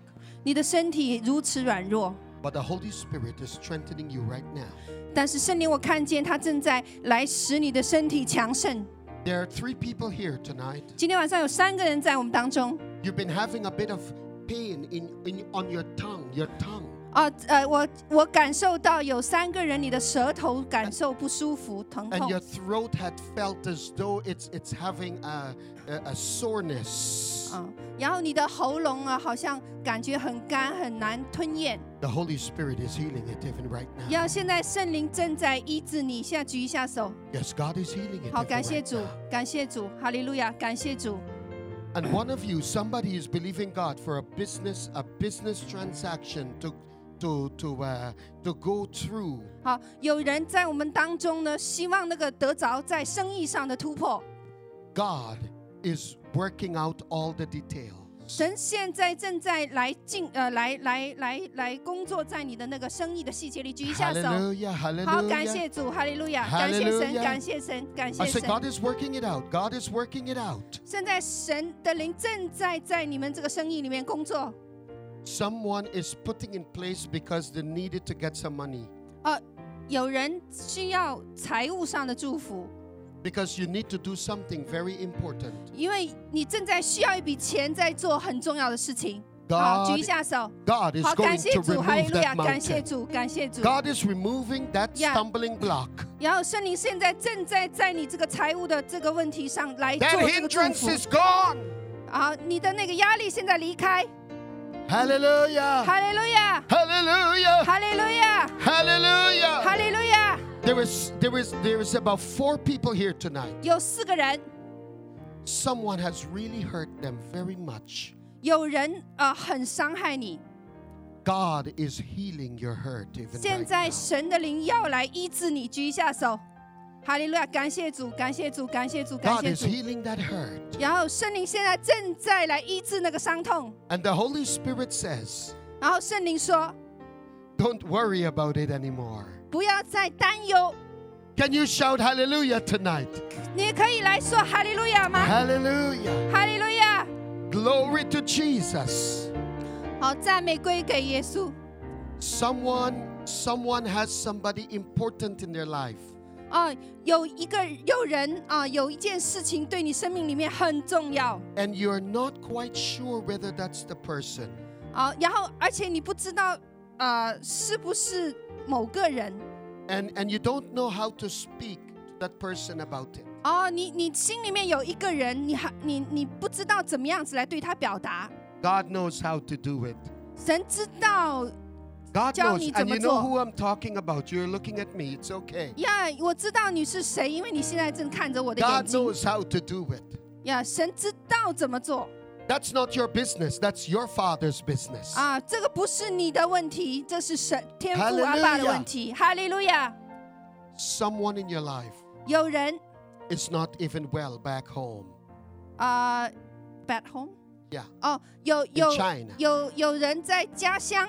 Speaker 1: 你的身体如此软弱，
Speaker 5: but the Holy Spirit is strengthening you right now.
Speaker 1: 但是圣灵，我看见他正在来使你的身体强盛。
Speaker 5: There are three people here tonight.
Speaker 1: 今天晚上有三个人在我们当中，
Speaker 5: You've been having a bit of pain in, in on your tongue, your tongue.
Speaker 1: 哦，呃，我我感受到有三个人，你的舌头感受不舒服、疼
Speaker 5: and
Speaker 1: 痛
Speaker 5: your，throat had felt as though it's it's having a a, a soreness.
Speaker 1: 嗯，然后你的喉咙啊，好像感觉很干，很难吞咽。
Speaker 5: The Holy Spirit is healing it even right now.
Speaker 1: 要现在圣灵正在医治你，现在举一下手。
Speaker 5: Yes, God is healing it.
Speaker 1: 好，
Speaker 5: even
Speaker 1: 感谢
Speaker 5: right
Speaker 1: 主
Speaker 5: now.，
Speaker 1: 感谢主，哈利路亚，感谢主。
Speaker 5: And one of you, somebody is believing God for a business a business transaction to to to uh, to go through.
Speaker 1: 好，有人在我们当中呢，希望那个得着在生意上的突破。
Speaker 5: God is working out all the details.
Speaker 1: 神现在正在来进呃来来来来工作在你的那个生意的细节里，举一下手。
Speaker 5: Hallelujah, hallelujah.
Speaker 1: 好，感谢主，哈利路亚，感谢神，
Speaker 5: Hallelujah 啊
Speaker 1: 感谢神，感
Speaker 5: I
Speaker 1: 谢
Speaker 5: say
Speaker 1: 神。
Speaker 5: God is working it out. God is working it out.
Speaker 1: 现在神的灵正在在你们这个生意里面工作。
Speaker 5: Someone is putting in place because they needed to get some money.
Speaker 1: 哦，有人需要财务上的祝福，
Speaker 5: Because you need to do something very important.
Speaker 1: 因为你正在需要一笔钱，在做很重要的事情。好，举
Speaker 5: God,
Speaker 1: 一下手。
Speaker 5: God is
Speaker 1: 好，感
Speaker 5: going
Speaker 1: 谢
Speaker 5: to
Speaker 1: 主，哈利
Speaker 5: remove
Speaker 1: 路亚，
Speaker 5: that
Speaker 1: 感谢
Speaker 5: mountain.
Speaker 1: 主，感谢主。
Speaker 5: God is removing that
Speaker 1: Yeah.
Speaker 5: stumbling block.
Speaker 1: 然后圣灵现在正在在你这个财务的这个问题上来做
Speaker 5: That
Speaker 1: 这个祝
Speaker 5: hindrance
Speaker 1: 福。
Speaker 5: is gone.
Speaker 1: 好，你的那个压力现在离开，
Speaker 5: Hallelujah.
Speaker 1: 哈利路亚，
Speaker 5: Hallelujah.
Speaker 1: 哈利路亚，
Speaker 5: Hallelujah.
Speaker 1: 哈利路亚。
Speaker 5: There is there is there is about four people here tonight.
Speaker 1: 有四个人，
Speaker 5: Someone has really hurt them very much.
Speaker 1: 有人啊、呃很伤害你，
Speaker 5: God is healing your hurt even
Speaker 1: 现
Speaker 5: right
Speaker 1: 在
Speaker 5: now.
Speaker 1: 神的灵要来医治你，举一下手，哈利路亚，感谢主，感谢主，感谢主，感
Speaker 5: God
Speaker 1: 谢
Speaker 5: is
Speaker 1: 主。
Speaker 5: healing that hurt.
Speaker 1: 然后圣灵现在正在来医治那个伤痛，
Speaker 5: And the Holy Spirit says,
Speaker 1: 然后圣灵说，
Speaker 5: Don't worry about it anymore.
Speaker 1: 不要再担忧，
Speaker 5: Can you shout hallelujah tonight?
Speaker 1: 你可以来说哈利路亚吗？
Speaker 5: Uh-huh Hallelujah.
Speaker 1: 哈利路亚。
Speaker 5: Glory to Jesus.
Speaker 1: 好，赞美归给耶稣。
Speaker 5: Someone, someone has somebody important in their life.
Speaker 1: 啊，有一个有人啊、有一件事情对你生命里面很重要
Speaker 5: And you're not quite sure whether that's the person.
Speaker 1: 啊、然后而且你不知道呃是不是某个人
Speaker 5: And and you don't know how to speak to that person about it.
Speaker 1: 哦、你你心里面有一个人，你还你你不知道怎么样子来对他表达，
Speaker 5: God knows how to do it.
Speaker 1: 神知道
Speaker 5: God knows. And you know
Speaker 1: 教你怎么做。
Speaker 5: who I'm talking about. You're looking at me. It's okay.
Speaker 1: 呀我知道你是谁，因为你现在正看着我的眼
Speaker 5: God
Speaker 1: 睛
Speaker 5: knows how to do it.
Speaker 1: 呀神知道怎么做
Speaker 5: That's not your business. That's your father's business.
Speaker 1: 啊这个不是你的问题，这是神天赋阿爸的
Speaker 5: Hallelujah
Speaker 1: 问题，哈利路亚，
Speaker 5: Someone in your life
Speaker 1: 有人
Speaker 5: is not even well back home.
Speaker 1: 啊、b a d home。
Speaker 5: Yeah.
Speaker 1: 哦，有有
Speaker 5: China
Speaker 1: 有有人在家乡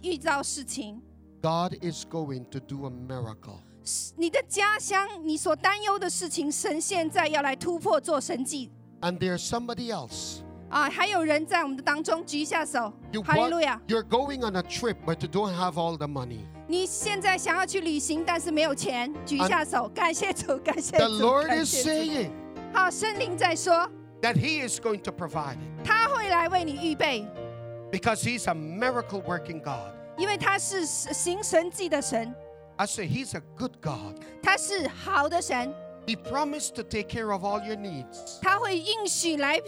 Speaker 1: 遇到事情，
Speaker 5: God is going to do a miracle.
Speaker 1: 是你的家乡你所担忧的事情，神现在要来突破做神迹
Speaker 5: And there's somebody else.
Speaker 1: 啊！还有人在我们的当中举一下手
Speaker 5: You，
Speaker 1: 哈利路
Speaker 5: want,
Speaker 1: 亚！
Speaker 5: you're going on a trip, but you don't have all the money.
Speaker 1: 你现在想要去旅行，但是没有钱，举一下手，感谢主，感谢
Speaker 5: The
Speaker 1: 主，
Speaker 5: Lord
Speaker 1: 感
Speaker 5: is
Speaker 1: 谢主。
Speaker 5: saying
Speaker 1: 好，圣灵在说，
Speaker 5: that He is going to provide it
Speaker 1: 他会来为你预备，
Speaker 5: because He's a miracle working God.
Speaker 1: 因为他是行神迹的神，
Speaker 5: I say, He's a good God.
Speaker 1: 他是好的神，
Speaker 5: He promised to take care of all your needs.
Speaker 1: 他会应许来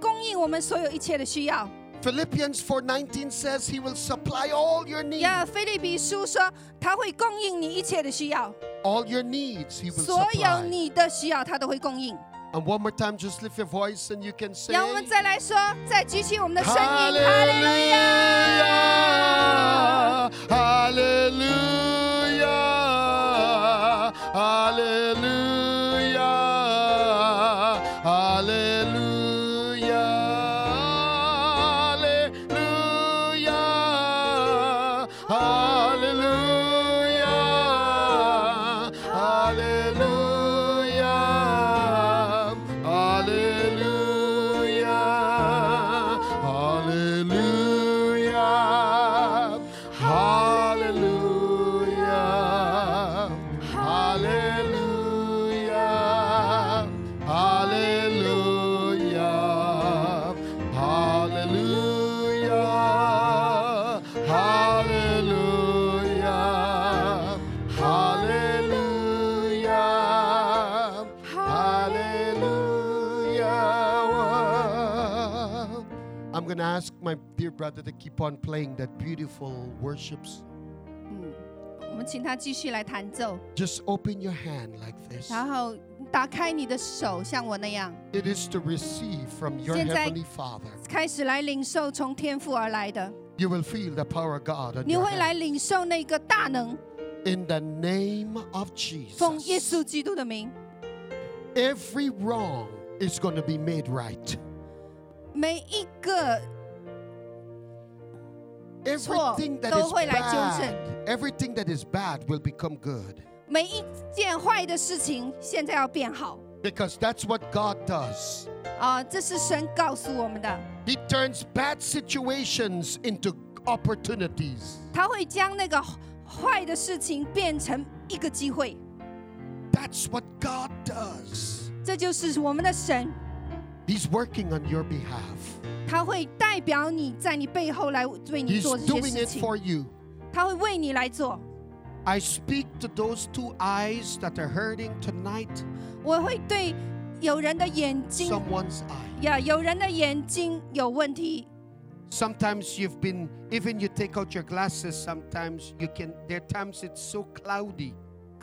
Speaker 1: 供应我们所有一切的需要。
Speaker 5: Philippians 4:19 says He will supply all your needs.
Speaker 1: 呀，菲利比书说他会供应你一切的需要，
Speaker 5: All your needs He will
Speaker 1: 所有
Speaker 5: supply.
Speaker 1: 你的需要他都会供应。
Speaker 5: And one more time, just lift your voice and you can say,
Speaker 1: 让我们再来说，再举起我们的声音，哈利路亚！
Speaker 5: Hallelujah! Hallelujah! Hallelujah! Hallelujah! ask my dear brother to keep on playing that beautiful worships.
Speaker 1: 我们请他继续来弹奏，
Speaker 5: Just open your hand like this.
Speaker 1: 然后打开你的手，像我那样，
Speaker 5: It is to receive from your
Speaker 1: 现在-
Speaker 5: heavenly Father.
Speaker 1: 开始来领受从天父而来的，
Speaker 5: You will feel the power of God on
Speaker 1: 你
Speaker 5: your
Speaker 1: 会来
Speaker 5: hand.
Speaker 1: 领受那个大能。
Speaker 5: In the name of
Speaker 1: 奉耶
Speaker 5: Jesus,
Speaker 1: 稣基督的名，
Speaker 5: every wrong is going to be made right.
Speaker 1: 每一个
Speaker 5: Everything that is
Speaker 1: 错都会来纠正。
Speaker 5: bad, everything that is bad will become good.
Speaker 1: 每一件坏的事情，现在要变好
Speaker 5: Because that's what God does.
Speaker 1: 啊！这是神告诉我们的，
Speaker 5: He turns bad situations into opportunities.
Speaker 1: 他会将那个坏的事情变成一个机会，
Speaker 5: That's what God does.
Speaker 1: 这就是我们的神，
Speaker 5: He's working on your behalf.
Speaker 1: 他会代表你在你背后来为你
Speaker 5: He's
Speaker 1: 做这些
Speaker 5: doing
Speaker 1: 事
Speaker 5: it
Speaker 1: 情，
Speaker 5: for you.
Speaker 1: 他会为你来做。
Speaker 5: I speak to those two eyes that are hurting tonight,
Speaker 1: 我会对有人的眼睛
Speaker 5: someone's eye.
Speaker 1: 呀，有人的眼睛有问题，
Speaker 5: Sometimes you've been, even you take out your glasses, sometimes you can, there are times it's so cloudy.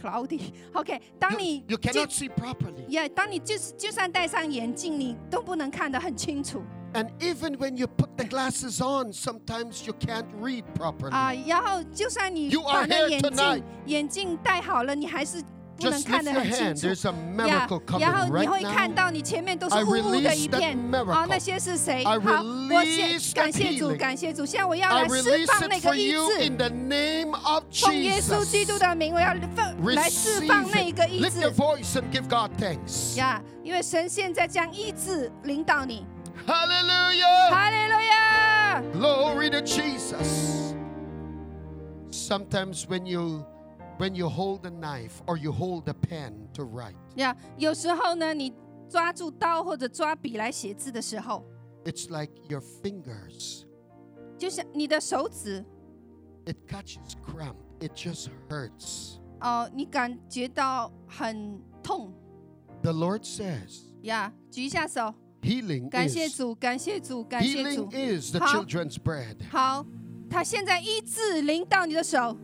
Speaker 1: cloudy。OK，当
Speaker 5: You-
Speaker 1: 你就
Speaker 5: you cannot see properly.
Speaker 1: 呀当你就是就算戴上眼镜，你都不能看得很清楚
Speaker 5: And even when you put the glasses on, sometimes you can't read properly.
Speaker 1: 啊。然后就算你
Speaker 5: You
Speaker 1: 把
Speaker 5: are
Speaker 1: 那
Speaker 5: here
Speaker 1: 眼
Speaker 5: tonight.
Speaker 1: 镜眼镜戴好了，你还是不能
Speaker 5: Just
Speaker 1: 看
Speaker 5: lift
Speaker 1: 得
Speaker 5: your
Speaker 1: 很
Speaker 5: hand.
Speaker 1: 清
Speaker 5: There's
Speaker 1: 楚。
Speaker 5: a miracle
Speaker 1: 然
Speaker 5: coming
Speaker 1: 后你
Speaker 5: right
Speaker 1: 会看
Speaker 5: now.
Speaker 1: 到你前面都是
Speaker 5: I
Speaker 1: 雾雾的一
Speaker 5: release that
Speaker 1: 片
Speaker 5: miracle.
Speaker 1: 啊，那些是谁？好
Speaker 5: I，
Speaker 1: 我现
Speaker 5: release that
Speaker 1: 感谢主，
Speaker 5: healing.
Speaker 1: 感谢主，现在我要
Speaker 5: I
Speaker 1: 来释
Speaker 5: release
Speaker 1: 放
Speaker 5: it
Speaker 1: 那
Speaker 5: for
Speaker 1: 个医
Speaker 5: you
Speaker 1: 治
Speaker 5: in。the name of
Speaker 1: 奉耶稣基
Speaker 5: Jesus.
Speaker 1: 督的名，我要放来释
Speaker 5: Receive
Speaker 1: 放那一个
Speaker 5: it.
Speaker 1: 医
Speaker 5: Lift your
Speaker 1: 治
Speaker 5: voice and give God thanks.
Speaker 1: 呀！因为神现在将医治领导你，
Speaker 5: Hallelujah.
Speaker 1: 哈利路亚！
Speaker 5: Glory to Jesus. Sometimes when you when you hold a knife or you hold a pen to write,
Speaker 1: 呀，有时候呢，你抓住刀或者抓笔来写字的时候，
Speaker 5: it's like your fingers.
Speaker 1: 就像你的手指
Speaker 5: It catches cramp. It just hurts.
Speaker 1: 哦、你感觉到很痛
Speaker 5: The Lord says,
Speaker 1: 呀，举一下手，
Speaker 5: healing
Speaker 1: 感谢
Speaker 5: is
Speaker 1: 主，感谢主，感谢主
Speaker 5: healing。is the
Speaker 1: 好。
Speaker 5: children's bread.
Speaker 1: 好，他现在医治领导你的手，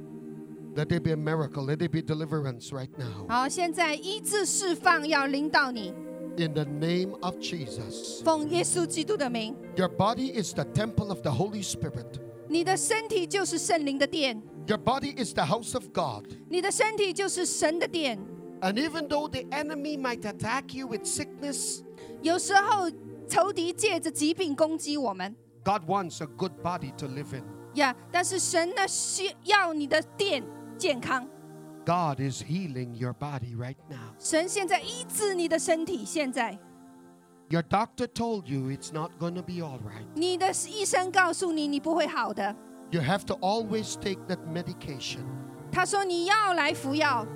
Speaker 5: Let there be a miracle. Let there be deliverance right now.
Speaker 1: 好，现在医治释放要领导你，
Speaker 5: In the name of Jesus.
Speaker 1: 奉耶稣基督的名。
Speaker 5: Your body is the temple of the Holy Spirit.
Speaker 1: 你的身体就是圣灵的殿，
Speaker 5: Your body is the house of God.
Speaker 1: 你的身体就是神的殿。
Speaker 5: And even though the enemy might attack you with sickness,
Speaker 1: 有时候仇敌借着疾病攻击我们
Speaker 5: God wants a good body to live in.
Speaker 1: 呀但是神呢需要你的殿健康。
Speaker 5: God is healing your body right now.
Speaker 1: 神现在医治你的身体，现在
Speaker 5: Your doctor told you it's not going to be all right.
Speaker 1: 你的医生告诉你你不会好的，
Speaker 5: You have to always take that medication.
Speaker 1: 他说你要来服药，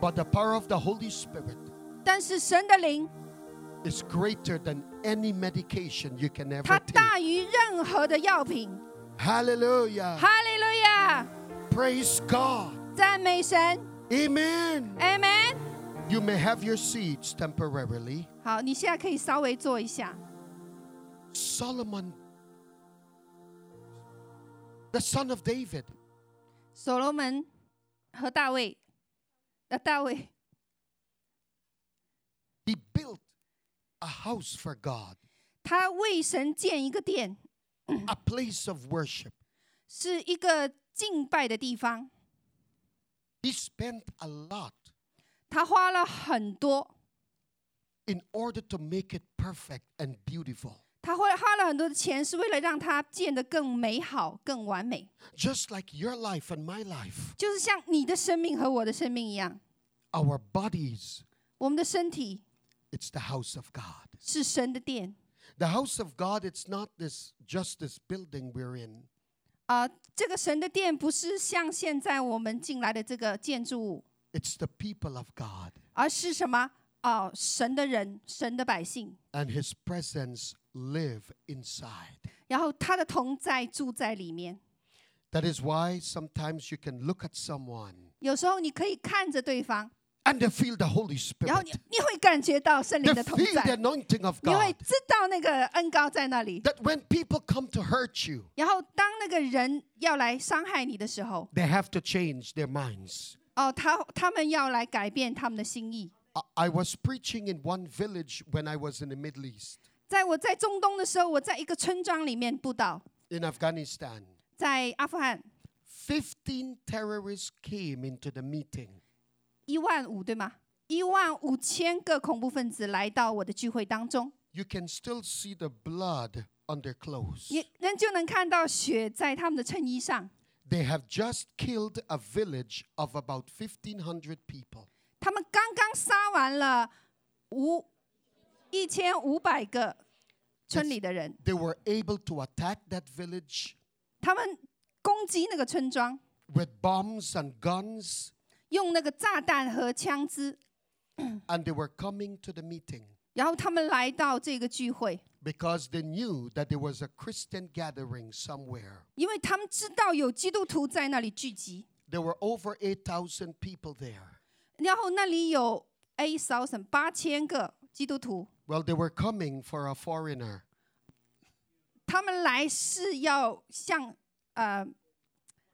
Speaker 5: But the power of the Holy Spirit
Speaker 1: 但是神的灵
Speaker 5: is greater than any medication you can
Speaker 1: 它
Speaker 5: ever take.
Speaker 1: 大于任何的药品。
Speaker 5: Hallelujah.
Speaker 1: 哈利路亚，
Speaker 5: Praise God.
Speaker 1: 赞美神
Speaker 5: Amen.
Speaker 1: ，Amen。
Speaker 5: You may have your seats temporarily.
Speaker 1: 好，你现在可以稍微坐一下。
Speaker 5: Solomon, the son of David,
Speaker 1: 所罗门和大卫，呃，大卫
Speaker 5: he built a house for God,
Speaker 1: 他为神建一个殿，
Speaker 5: a place of worship.
Speaker 1: 是一个敬拜的地方。
Speaker 5: He spent a lot
Speaker 1: 他花了很多，
Speaker 5: in order to make it perfect and beautiful.
Speaker 1: 他花花了很多的钱，是为了让它建得更美好、更完美，
Speaker 5: Just like your life and my life,
Speaker 1: 就是像你的生命和我的生命一样。
Speaker 5: our bodies,
Speaker 1: 我们的身体
Speaker 5: it's the house of God.
Speaker 1: 是神的殿
Speaker 5: The house of God, it's not this just this building we're in.
Speaker 1: 啊、这个神的殿不是像现在我们进来的这个建筑物，
Speaker 5: It's the people of God,
Speaker 1: 而是什么？哦、神的人，神的百姓，
Speaker 5: and His presence live inside.
Speaker 1: 然后他的同在住在里面。
Speaker 5: That is why sometimes you can look at someone
Speaker 1: 有时候你可以看着对方
Speaker 5: and they feel the Holy
Speaker 1: 然后你
Speaker 5: Spirit.
Speaker 1: 你会感觉到圣灵
Speaker 5: They
Speaker 1: 的同
Speaker 5: feel
Speaker 1: 在
Speaker 5: the，anointing of
Speaker 1: 你会
Speaker 5: God.
Speaker 1: 知道那个恩高在那里。
Speaker 5: That when people come to hurt you,
Speaker 1: 然后当那个人要来伤害你的时候，
Speaker 5: they have to change their minds.
Speaker 1: 哦，他他们要来改变他们的心意。
Speaker 5: I- I was preaching in one village when I was in the Middle East,
Speaker 1: 在我在中东的时候，我在一个村庄里面布道，
Speaker 5: in Afghanistan.
Speaker 1: 在阿富汗
Speaker 5: 15 terrorists came into the meeting.
Speaker 1: 一万五对吗？一万五千个恐怖分子来到我的聚会当中，
Speaker 5: You can still see the blood on their clothes.
Speaker 1: 你人就能看到血在他们的衬衣上。
Speaker 5: They have just killed a village of about 1,500 people.
Speaker 1: 他们刚刚杀完了五一千五百个村里的人，
Speaker 5: They were able to attack that village
Speaker 1: 他们攻击那个村庄，
Speaker 5: with bombs and guns,
Speaker 1: 用那个炸弹和枪支，
Speaker 5: and they were coming to the meeting
Speaker 1: 然后他们来到这个聚会，
Speaker 5: because they knew that there was a Christian gathering somewhere.
Speaker 1: 因为他们知道有基督徒在那里聚集，
Speaker 5: There were over 8,000 people there.
Speaker 1: 然后那里有 A thousand 八千个基督徒，
Speaker 5: Well, they were coming for a foreigner.
Speaker 1: 他们来是要像呃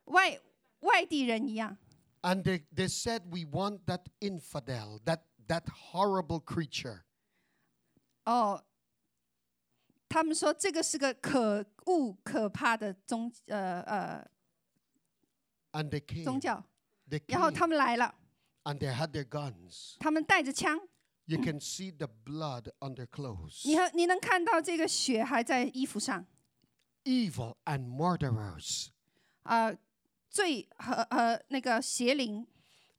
Speaker 1: 外外地人一样，
Speaker 5: And they, they said, We want that infidel, that, that horrible creature.
Speaker 1: 哦，他们说这个是个可恶、可怕的宗呃呃
Speaker 5: And they came.
Speaker 1: 宗教，
Speaker 5: They
Speaker 1: 然后
Speaker 5: came
Speaker 1: 他们来了，
Speaker 5: and they had their guns.
Speaker 1: 他们带着枪，
Speaker 5: You can see the blood on their clothes.
Speaker 1: 你和你能看到这个血还在衣服上，
Speaker 5: Evil and murderers.
Speaker 1: 呃，罪和和那个邪灵，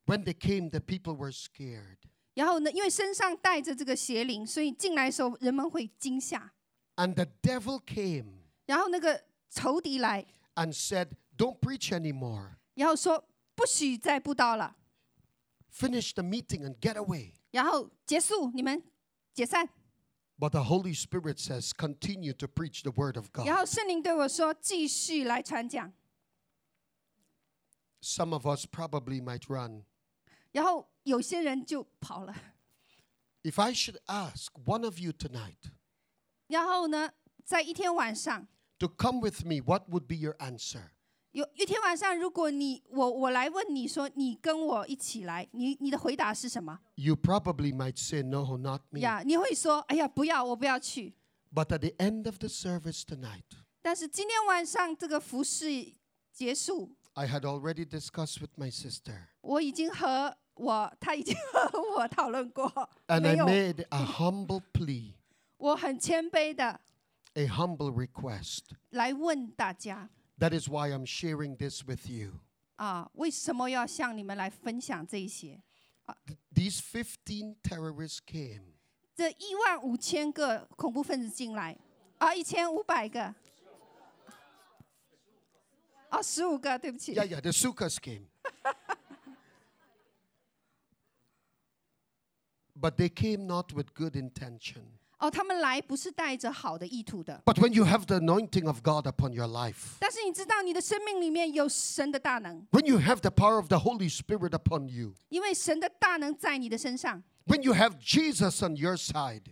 Speaker 5: When they came, the people were scared.
Speaker 1: 然后呢，因为身上带着这个邪灵，所以进来的时候人们会惊吓，
Speaker 5: And the devil came
Speaker 1: 然后那个仇敌来，
Speaker 5: and said, Don't preach anymore.
Speaker 1: 然后说不许再布道了，
Speaker 5: Finish the meeting and get away.
Speaker 1: 然后结束，你们解散。
Speaker 5: But the Holy Spirit says, Continue to preach the word of
Speaker 1: 然
Speaker 5: God.
Speaker 1: 后圣灵对我说：“继续来传讲。”
Speaker 5: Some of us probably might run.
Speaker 1: 然后有些人就跑了。
Speaker 5: If I should ask one of you tonight,
Speaker 1: 然后呢，在一天晚上，
Speaker 5: to come with me, what would be your answer?
Speaker 1: 有一天晚上，如果你我我来问你说你跟我一起来，你你的回答是什么
Speaker 5: You probably might say, No, not me.
Speaker 1: 呀你会说哎呀不要，我不要去。
Speaker 5: But at the end of the service tonight,
Speaker 1: 但是今天晚上这个服饰结束，
Speaker 5: I had already discussed with my sister,
Speaker 1: 我已经和我他已经和我讨论过，
Speaker 5: and
Speaker 1: 没
Speaker 5: I
Speaker 1: 有，
Speaker 5: made a humble plea,
Speaker 1: 我很谦卑的
Speaker 5: a humble request.
Speaker 1: 来问大家
Speaker 5: That is why I'm sharing this with you.
Speaker 1: 啊，为什么要向你们来分享这一些？
Speaker 5: These 15 terrorists came,
Speaker 1: 这一万五千个恐怖分子进来，啊，一千五百个，哦，十五个，对不起。
Speaker 5: yeah, yeah, the Sukas came. but they came not with good intention.
Speaker 1: 哦，他们来不是带着好的意图的，
Speaker 5: But when you have the anointing of God upon your life,
Speaker 1: 但是你知道你的生命里面有神的大能，
Speaker 5: when you have the power of the Holy Spirit upon you,
Speaker 1: 因为神的大能在你的身上，
Speaker 5: when you have Jesus on your side,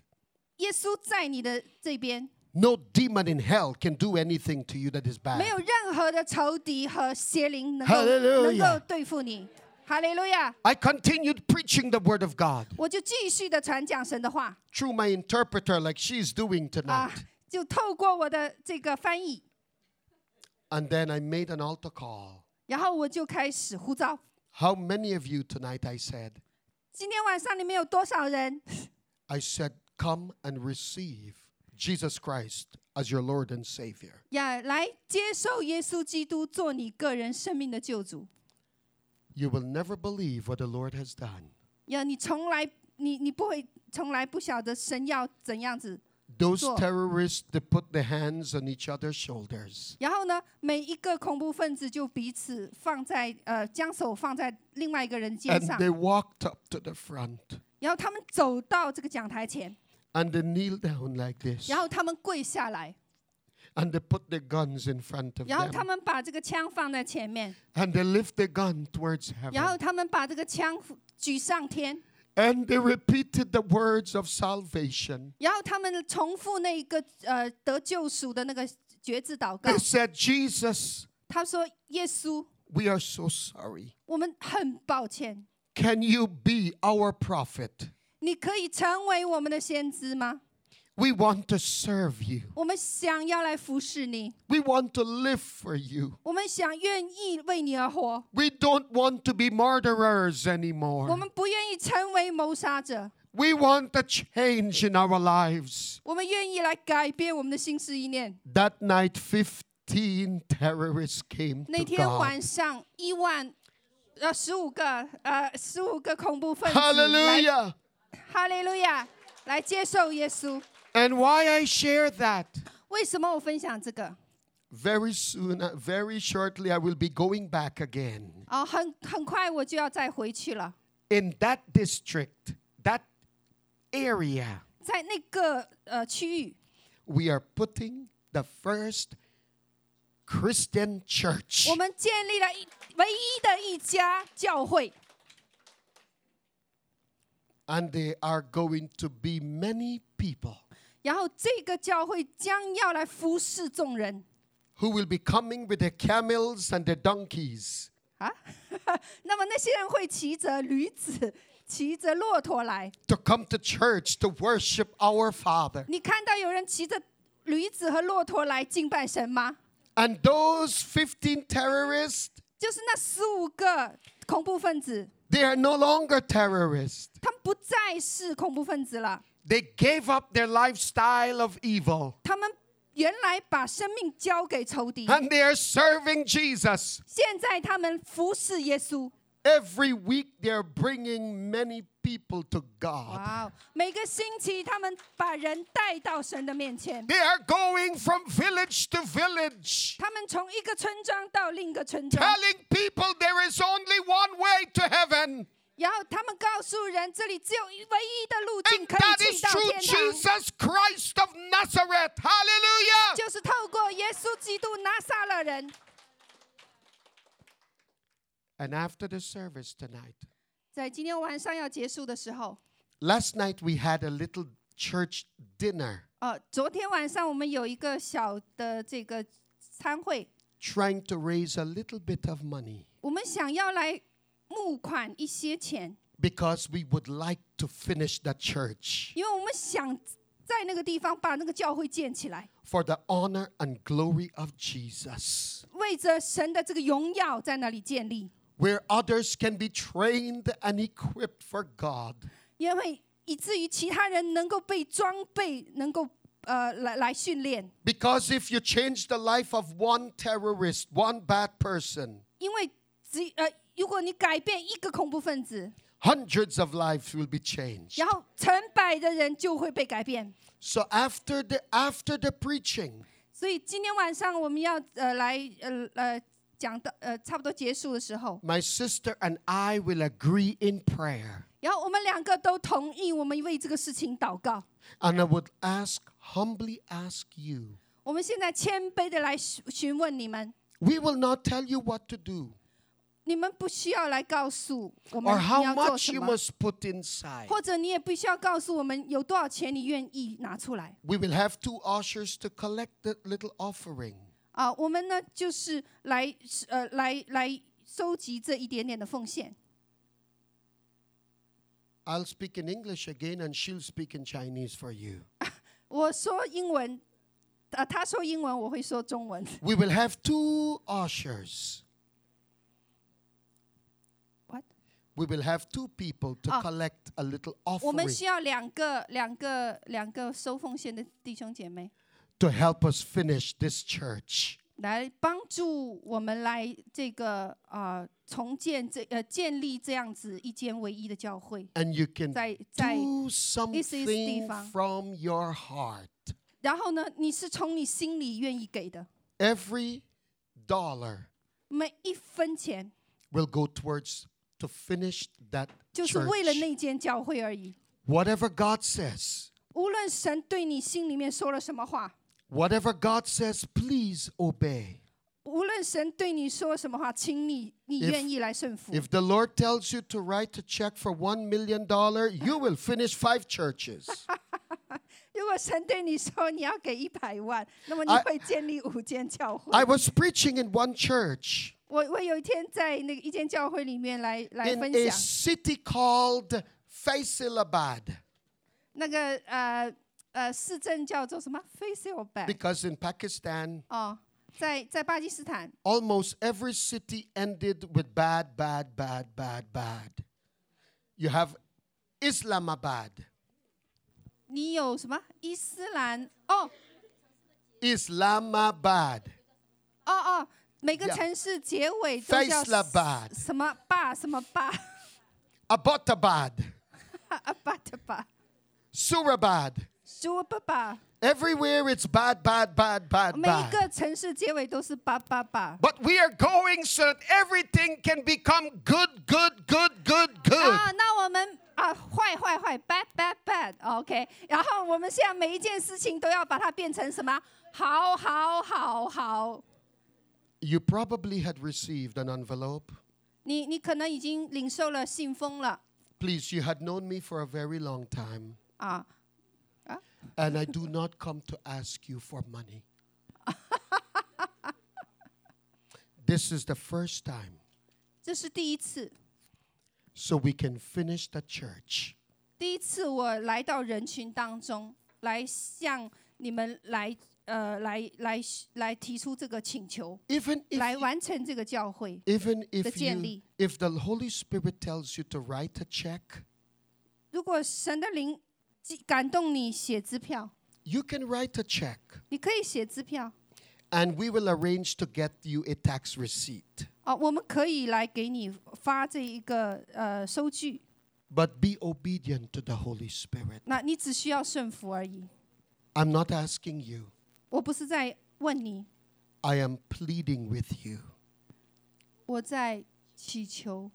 Speaker 1: 耶稣在你的这边，
Speaker 5: no demon in hell can do anything to you that is
Speaker 1: 没有
Speaker 5: bad.
Speaker 1: 任何的仇敌和邪灵能够
Speaker 5: Hallelujah
Speaker 1: 能够对付你。哈利路亚！
Speaker 5: I continued preaching the word of God
Speaker 1: 我就继续的传讲神的话
Speaker 5: through my interpreter, like she's doing
Speaker 1: 啊
Speaker 5: tonight.，
Speaker 1: 就透过我的这个翻译，
Speaker 5: And then I made an altar call.
Speaker 1: 然后我就开始呼召。
Speaker 5: How many of you tonight? I said,
Speaker 1: 今天晚上你们有多少人
Speaker 5: I said, come and receive Jesus Christ as your Lord and Savior.
Speaker 1: 呀来接受耶稣基督做你个人生命的救主？
Speaker 5: You will never believe what the Lord has done.
Speaker 1: 呀，你从来你你不会从来不晓得神要怎样子。
Speaker 5: Those
Speaker 1: Sure.
Speaker 5: terrorists, they put their hands on each other's shoulders.
Speaker 1: 然后呢，每一个恐怖分子就彼此放在呃，将手放在另外一个人肩
Speaker 5: And
Speaker 1: 上，
Speaker 5: they walked up to the front
Speaker 1: 然后他们走到这个讲台前，
Speaker 5: and they kneeled down like this.
Speaker 1: 然后他们跪下来，
Speaker 5: and they put their guns in front of
Speaker 1: 然后他
Speaker 5: them
Speaker 1: 们把这个枪放在前面，
Speaker 5: and they lift their gun towards
Speaker 1: 然后
Speaker 5: heaven
Speaker 1: 他们把这个枪举上天，
Speaker 5: and they repeated the words of salvation.
Speaker 1: 然后他们重复那一个呃得救赎的那个绝志祷告
Speaker 5: They。said, Jesus,
Speaker 1: 他说：“耶稣，
Speaker 5: we are so sorry.
Speaker 1: 我们很抱歉，
Speaker 5: Can you be our prophet?
Speaker 1: 你可以成为我们的先知吗？
Speaker 5: We want to serve you.
Speaker 1: 我们想要来服侍你，
Speaker 5: We want to live for you.
Speaker 1: 我们想愿意为你而活，
Speaker 5: We don't want to be murderers
Speaker 1: 我
Speaker 5: anymore.
Speaker 1: 们不愿意成为谋杀者，
Speaker 5: We want a change in our lives.
Speaker 1: 我们愿意来改变我们的心思意念。
Speaker 5: That night, 15 terrorists came
Speaker 1: 那
Speaker 5: to
Speaker 1: 天晚
Speaker 5: God.
Speaker 1: 上一万，呃，十五个，呃，十五个恐怖分子，
Speaker 5: Hallelujah!
Speaker 1: 哈利路亚，来接受耶稣。
Speaker 5: And why I share that?
Speaker 1: 为什么我分享这个？
Speaker 5: Very soon, uh, very shortly, I will be going back again.
Speaker 1: 哦，很很快我就要再回去了，
Speaker 5: In that district, that area,
Speaker 1: 在那个呃区域，
Speaker 5: we are putting the first Christian church.
Speaker 1: 我们建立了一唯一的一家教会，
Speaker 5: And there are going to be many people
Speaker 1: 然后这个教会将要来服侍众人
Speaker 5: who will be coming with their camels and their donkeys.
Speaker 1: 啊。 那么那些人会骑着驴子，骑着骆驼来。
Speaker 5: to come to church to worship our Father.
Speaker 1: 你看到有人骑着驴子和骆驼来敬拜神吗？
Speaker 5: And those 15 terrorists,
Speaker 1: 就是那十五个恐怖分子，
Speaker 5: they are no longer terrorists.
Speaker 1: 他们不再是恐怖分子了，
Speaker 5: They gave up their lifestyle of evil
Speaker 1: 他们原来把生命交给仇敌，
Speaker 5: and they are serving Jesus.
Speaker 1: 现在他们服侍耶稣。
Speaker 5: Every week they are bringing many people to God.
Speaker 1: 哇哦！每个星期他们把人带到神的面前，
Speaker 5: They are going from village to village
Speaker 1: 他们从一个村庄到另一个村庄，
Speaker 5: telling people there is only one way to heaven.
Speaker 1: 然后他们告诉人这里只有唯一的路径
Speaker 5: And
Speaker 1: 可
Speaker 5: that
Speaker 1: 以
Speaker 5: is
Speaker 1: 去到
Speaker 5: through
Speaker 1: 天堂，
Speaker 5: Jesus Christ of Nazareth. Hallelujah.
Speaker 1: 就是透过耶稣基督拿撒勒人。
Speaker 5: And after the service tonight,
Speaker 1: 在今天晚上要结束的时候，
Speaker 5: last night we had a little church dinner
Speaker 1: 呃，昨天晚上我们有一个小的这个餐会，
Speaker 5: trying to raise a little bit of money
Speaker 1: 我们想要来募款一些钱，
Speaker 5: because we would like to finish the church
Speaker 1: 因为我们想在那个地方把那个教会建起来，
Speaker 5: for the honor and glory of Jesus,
Speaker 1: 为着神的这个荣耀在那里建立，
Speaker 5: where others can be trained and equipped for God.
Speaker 1: 因为以至于其他人能够被装备，能够呃来来训练。
Speaker 5: Because if you change the life of one terrorist, one bad person,
Speaker 1: 因为只呃，如果你改变一个恐怖分子，
Speaker 5: hundreds of lives will be changed.
Speaker 1: 然后成百的人就会被改变。
Speaker 5: So after the after the preaching,
Speaker 1: 所以今天晚上我们要呃来呃呃讲到呃差不多结束的时候，
Speaker 5: my sister and I will agree in prayer.
Speaker 1: 然后我们两个都同意，我们为这个事情祷告。
Speaker 5: And I would ask, humbly ask you,
Speaker 1: 我们现在谦卑的来询询问你们，
Speaker 5: we will not tell you what to do
Speaker 1: 你们不需要来告诉我们
Speaker 5: or
Speaker 1: 你
Speaker 5: how
Speaker 1: 要做
Speaker 5: much
Speaker 1: 什
Speaker 5: you
Speaker 1: 么，
Speaker 5: must put inside.
Speaker 1: 或者你也不需要告诉我们有多少钱你愿意拿出来
Speaker 5: We will have two ushers to collect the little offering.
Speaker 1: 啊、我们呢就是来呃来来收集这一点点的奉献。
Speaker 5: I'll speak in English again and she'll speak in Chinese for you.
Speaker 1: 我说英文，呃，他说英文，我会说中 文。
Speaker 5: We will have two ushers.
Speaker 1: What？
Speaker 5: We will have two people to
Speaker 1: Ah.
Speaker 5: collect a little
Speaker 1: 我们
Speaker 5: offering
Speaker 1: 需要两个、两个、两个收奉献的弟兄姐妹
Speaker 5: to help us finish this church.
Speaker 1: 来帮助我们来这个呃重建这呃建立这样子一间唯一的教会，
Speaker 5: And you can
Speaker 1: 在在，
Speaker 5: do something
Speaker 1: 方
Speaker 5: from your heart.
Speaker 1: 然后呢，你是从你心里愿意给的，
Speaker 5: Every dollar
Speaker 1: 每一分钱
Speaker 5: will go towards to finish that
Speaker 1: 就是为了
Speaker 5: church.
Speaker 1: 那间教会而已。
Speaker 5: Whatever God says,
Speaker 1: 无论神对你心里面说了什么话，
Speaker 5: Whatever God says, please obey.
Speaker 1: 无论神对你说什么话，请你你
Speaker 5: If-
Speaker 1: 愿意来顺服。
Speaker 5: If the Lord tells you to write a check for $1 million, you will finish five churches.
Speaker 1: 如果神对你说你要给一百 万，那么你
Speaker 5: I-
Speaker 1: 会建立五间教会。
Speaker 5: I was preaching in one church
Speaker 1: 我我有一天在那个一间教会里面来来
Speaker 5: in
Speaker 1: 分
Speaker 5: a
Speaker 1: 享
Speaker 5: city called Faisalabad
Speaker 1: 那个呃呃市政叫做什么 Faisalabad
Speaker 5: because in Pakistan,
Speaker 1: 哦，在在巴基斯坦，
Speaker 5: almost every city ended with bad, bad, bad, bad, bad. You have Islamabad,
Speaker 1: 你有什么伊斯兰哦
Speaker 5: Islamabad,
Speaker 1: 哦哦，每个
Speaker 5: Yeah.
Speaker 1: 城市结尾都叫
Speaker 5: Faisalabad
Speaker 1: 什么坝什么坝
Speaker 5: Abbottabad,
Speaker 1: 阿巴特坝
Speaker 5: Surabad.
Speaker 1: 苏巴坝，
Speaker 5: Everywhere it's bad, bad, bad, bad,
Speaker 1: 每一
Speaker 5: bad.
Speaker 1: 个城市结尾都是巴巴坝。
Speaker 5: But we are going so that everything can become good, good, good, good, good.
Speaker 1: 啊，那我们啊，坏坏坏，bad bad bad，OK、然后我们现在每一件事情都要把它变成什么？好好好好。
Speaker 5: You probably had received an envelope.
Speaker 1: 你你可能已经领受了信封了
Speaker 5: Please, you had known me for a very long time,
Speaker 1: 啊，
Speaker 5: and I do not come to ask you for money. this is the first time,
Speaker 1: 这是第一次，
Speaker 5: so we can finish the church.
Speaker 1: 第一次我来到人群当中，来向你们来呃来来来提出这个请求，
Speaker 5: Even if
Speaker 1: 来
Speaker 5: you-
Speaker 1: 完成这个教会。
Speaker 5: even if you,
Speaker 1: 建立。
Speaker 5: if the Holy Spirit tells you to write a check,
Speaker 1: 如果神的灵感动你写支票，
Speaker 5: you can write a check.
Speaker 1: 你可以写支票。
Speaker 5: and we will arrange to get you a tax receipt.
Speaker 1: 哦，我们可以来给你发这一个呃收据，
Speaker 5: But be obedient to the Holy Spirit.
Speaker 1: 那你只需要顺服而已。
Speaker 5: I'm not asking you,
Speaker 1: 我不是在问你，
Speaker 5: I am pleading with you.
Speaker 1: 我在祈求，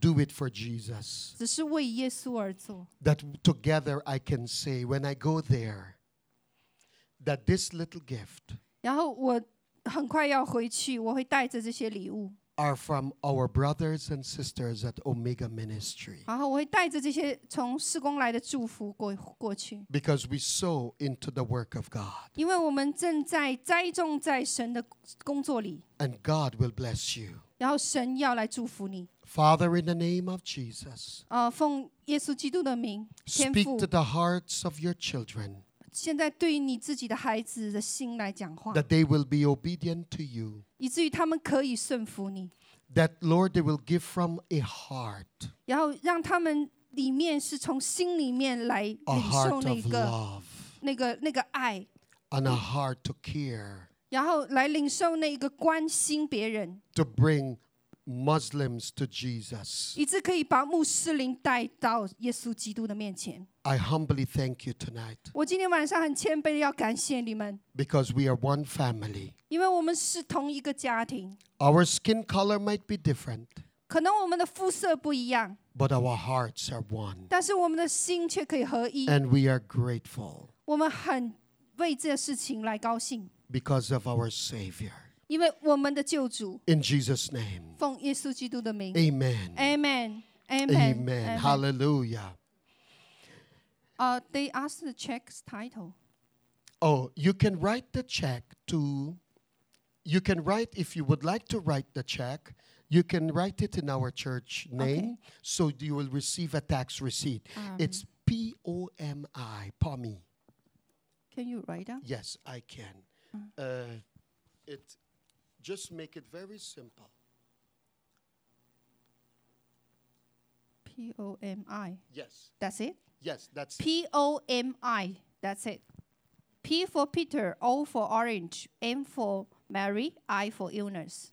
Speaker 5: Do it for Jesus.
Speaker 1: 只是为耶稣而做。
Speaker 5: That together I can say when I go there that this little gift
Speaker 1: 然后我很快要回去，我会带着这些礼物，
Speaker 5: are from our brothers and sisters at Omega Ministry
Speaker 1: 然后我会带着这些从施工来的祝福过过去，
Speaker 5: because we sow into the work of God
Speaker 1: 因为我们正在栽种在神的工作里，
Speaker 5: and God will bless you.
Speaker 1: 然后神要来祝福你。
Speaker 5: Father, in the name of Jesus,
Speaker 1: 呃，奉耶稣基督的名，天
Speaker 5: speak
Speaker 1: 父
Speaker 5: to，the hearts of your children.
Speaker 1: 现在对你自己的孩子的心来讲话。
Speaker 5: that they will be obedient to you,
Speaker 1: 以至于他们可以顺服你，
Speaker 5: that, Lord, they will give from a heart,
Speaker 1: 然后让他们里面是从心里面来
Speaker 5: a
Speaker 1: 领受
Speaker 5: heart
Speaker 1: 那
Speaker 5: of
Speaker 1: 个
Speaker 5: love,
Speaker 1: 那个那个爱，
Speaker 5: and a heart to care,
Speaker 1: 然后来领受那个关心别人，
Speaker 5: to bring Muslims to Jesus.
Speaker 1: 以致可以把穆斯林带到耶稣基督的面前。
Speaker 5: I humbly thank you tonight
Speaker 1: 我今天晚上很谦卑的要感谢你们，
Speaker 5: because we are one family.
Speaker 1: 因为我们是同一个家庭，
Speaker 5: Our skin color might be different,
Speaker 1: 可能我们的肤色不一样，
Speaker 5: but our hearts are one,
Speaker 1: 但是我们的心却可以合一。
Speaker 5: and we are grateful
Speaker 1: 我们很为这事情来高兴，
Speaker 5: because of our Savior.
Speaker 1: 因为我们的救主
Speaker 5: In Jesus' name,
Speaker 1: 奉耶稣基督的名。
Speaker 5: amen.
Speaker 1: Amen. Amen.
Speaker 5: Amen. Hallelujah.
Speaker 1: Uh, they asked the check's title.
Speaker 5: Oh, you can write the check to, you can write, if you would like to write the check, you can write it in our church name so you will receive a tax receipt. it's P O M I, POMI.
Speaker 1: Can you write down?
Speaker 5: Yes, I can. Uh, it, just make it very simple.
Speaker 1: P O M I.
Speaker 5: Yes,
Speaker 1: That's it.
Speaker 5: yes, that's
Speaker 1: P O M I. That's it. P for Peter, O for orange, M for Mary, I for illness.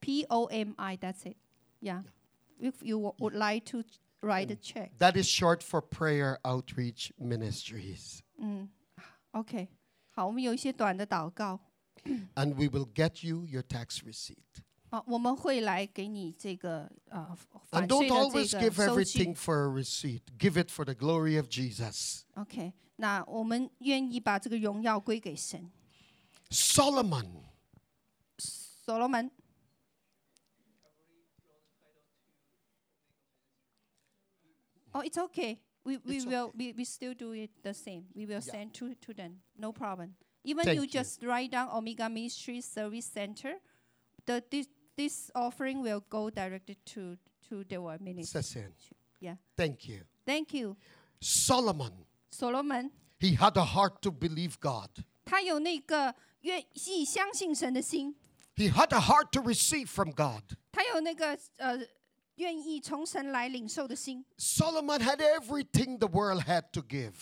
Speaker 1: P O M I. That's it. Yeah. If you w- would like to write a check.
Speaker 5: that is short for Prayer Outreach Ministries.
Speaker 1: Okay. 好，我们有一些短的祷告。
Speaker 5: And we will get you your tax receipt.
Speaker 1: 好啊，我们会来给你这个啊反
Speaker 5: And
Speaker 1: 税
Speaker 5: don't
Speaker 1: 的
Speaker 5: always
Speaker 1: 这个
Speaker 5: give
Speaker 1: 收据
Speaker 5: everything。for a receipt. Give it for the glory of Jesus.
Speaker 1: OK，那我们愿意把这个荣耀归给神。
Speaker 5: Solomon,
Speaker 1: 所罗门，哦、i t s Oh, okay. We we
Speaker 5: It's
Speaker 1: will we we still do it the same. We will
Speaker 5: Yeah.
Speaker 1: send to to them. No problem. Even
Speaker 5: Thank
Speaker 1: you
Speaker 5: you.
Speaker 1: just write down Omega Ministry Service Center. The this this offering will go directly to to their ministry.
Speaker 5: Sasin.
Speaker 1: Yeah.
Speaker 5: Thank you.
Speaker 1: Thank you.
Speaker 5: Solomon,
Speaker 1: 所罗门，
Speaker 5: he had a heart to believe God.
Speaker 1: 他有那个愿意相信神的心，
Speaker 5: He had a heart to receive from God.
Speaker 1: 他有那个呃愿意从神来领受的心。
Speaker 5: Solomon had everything the world had to give.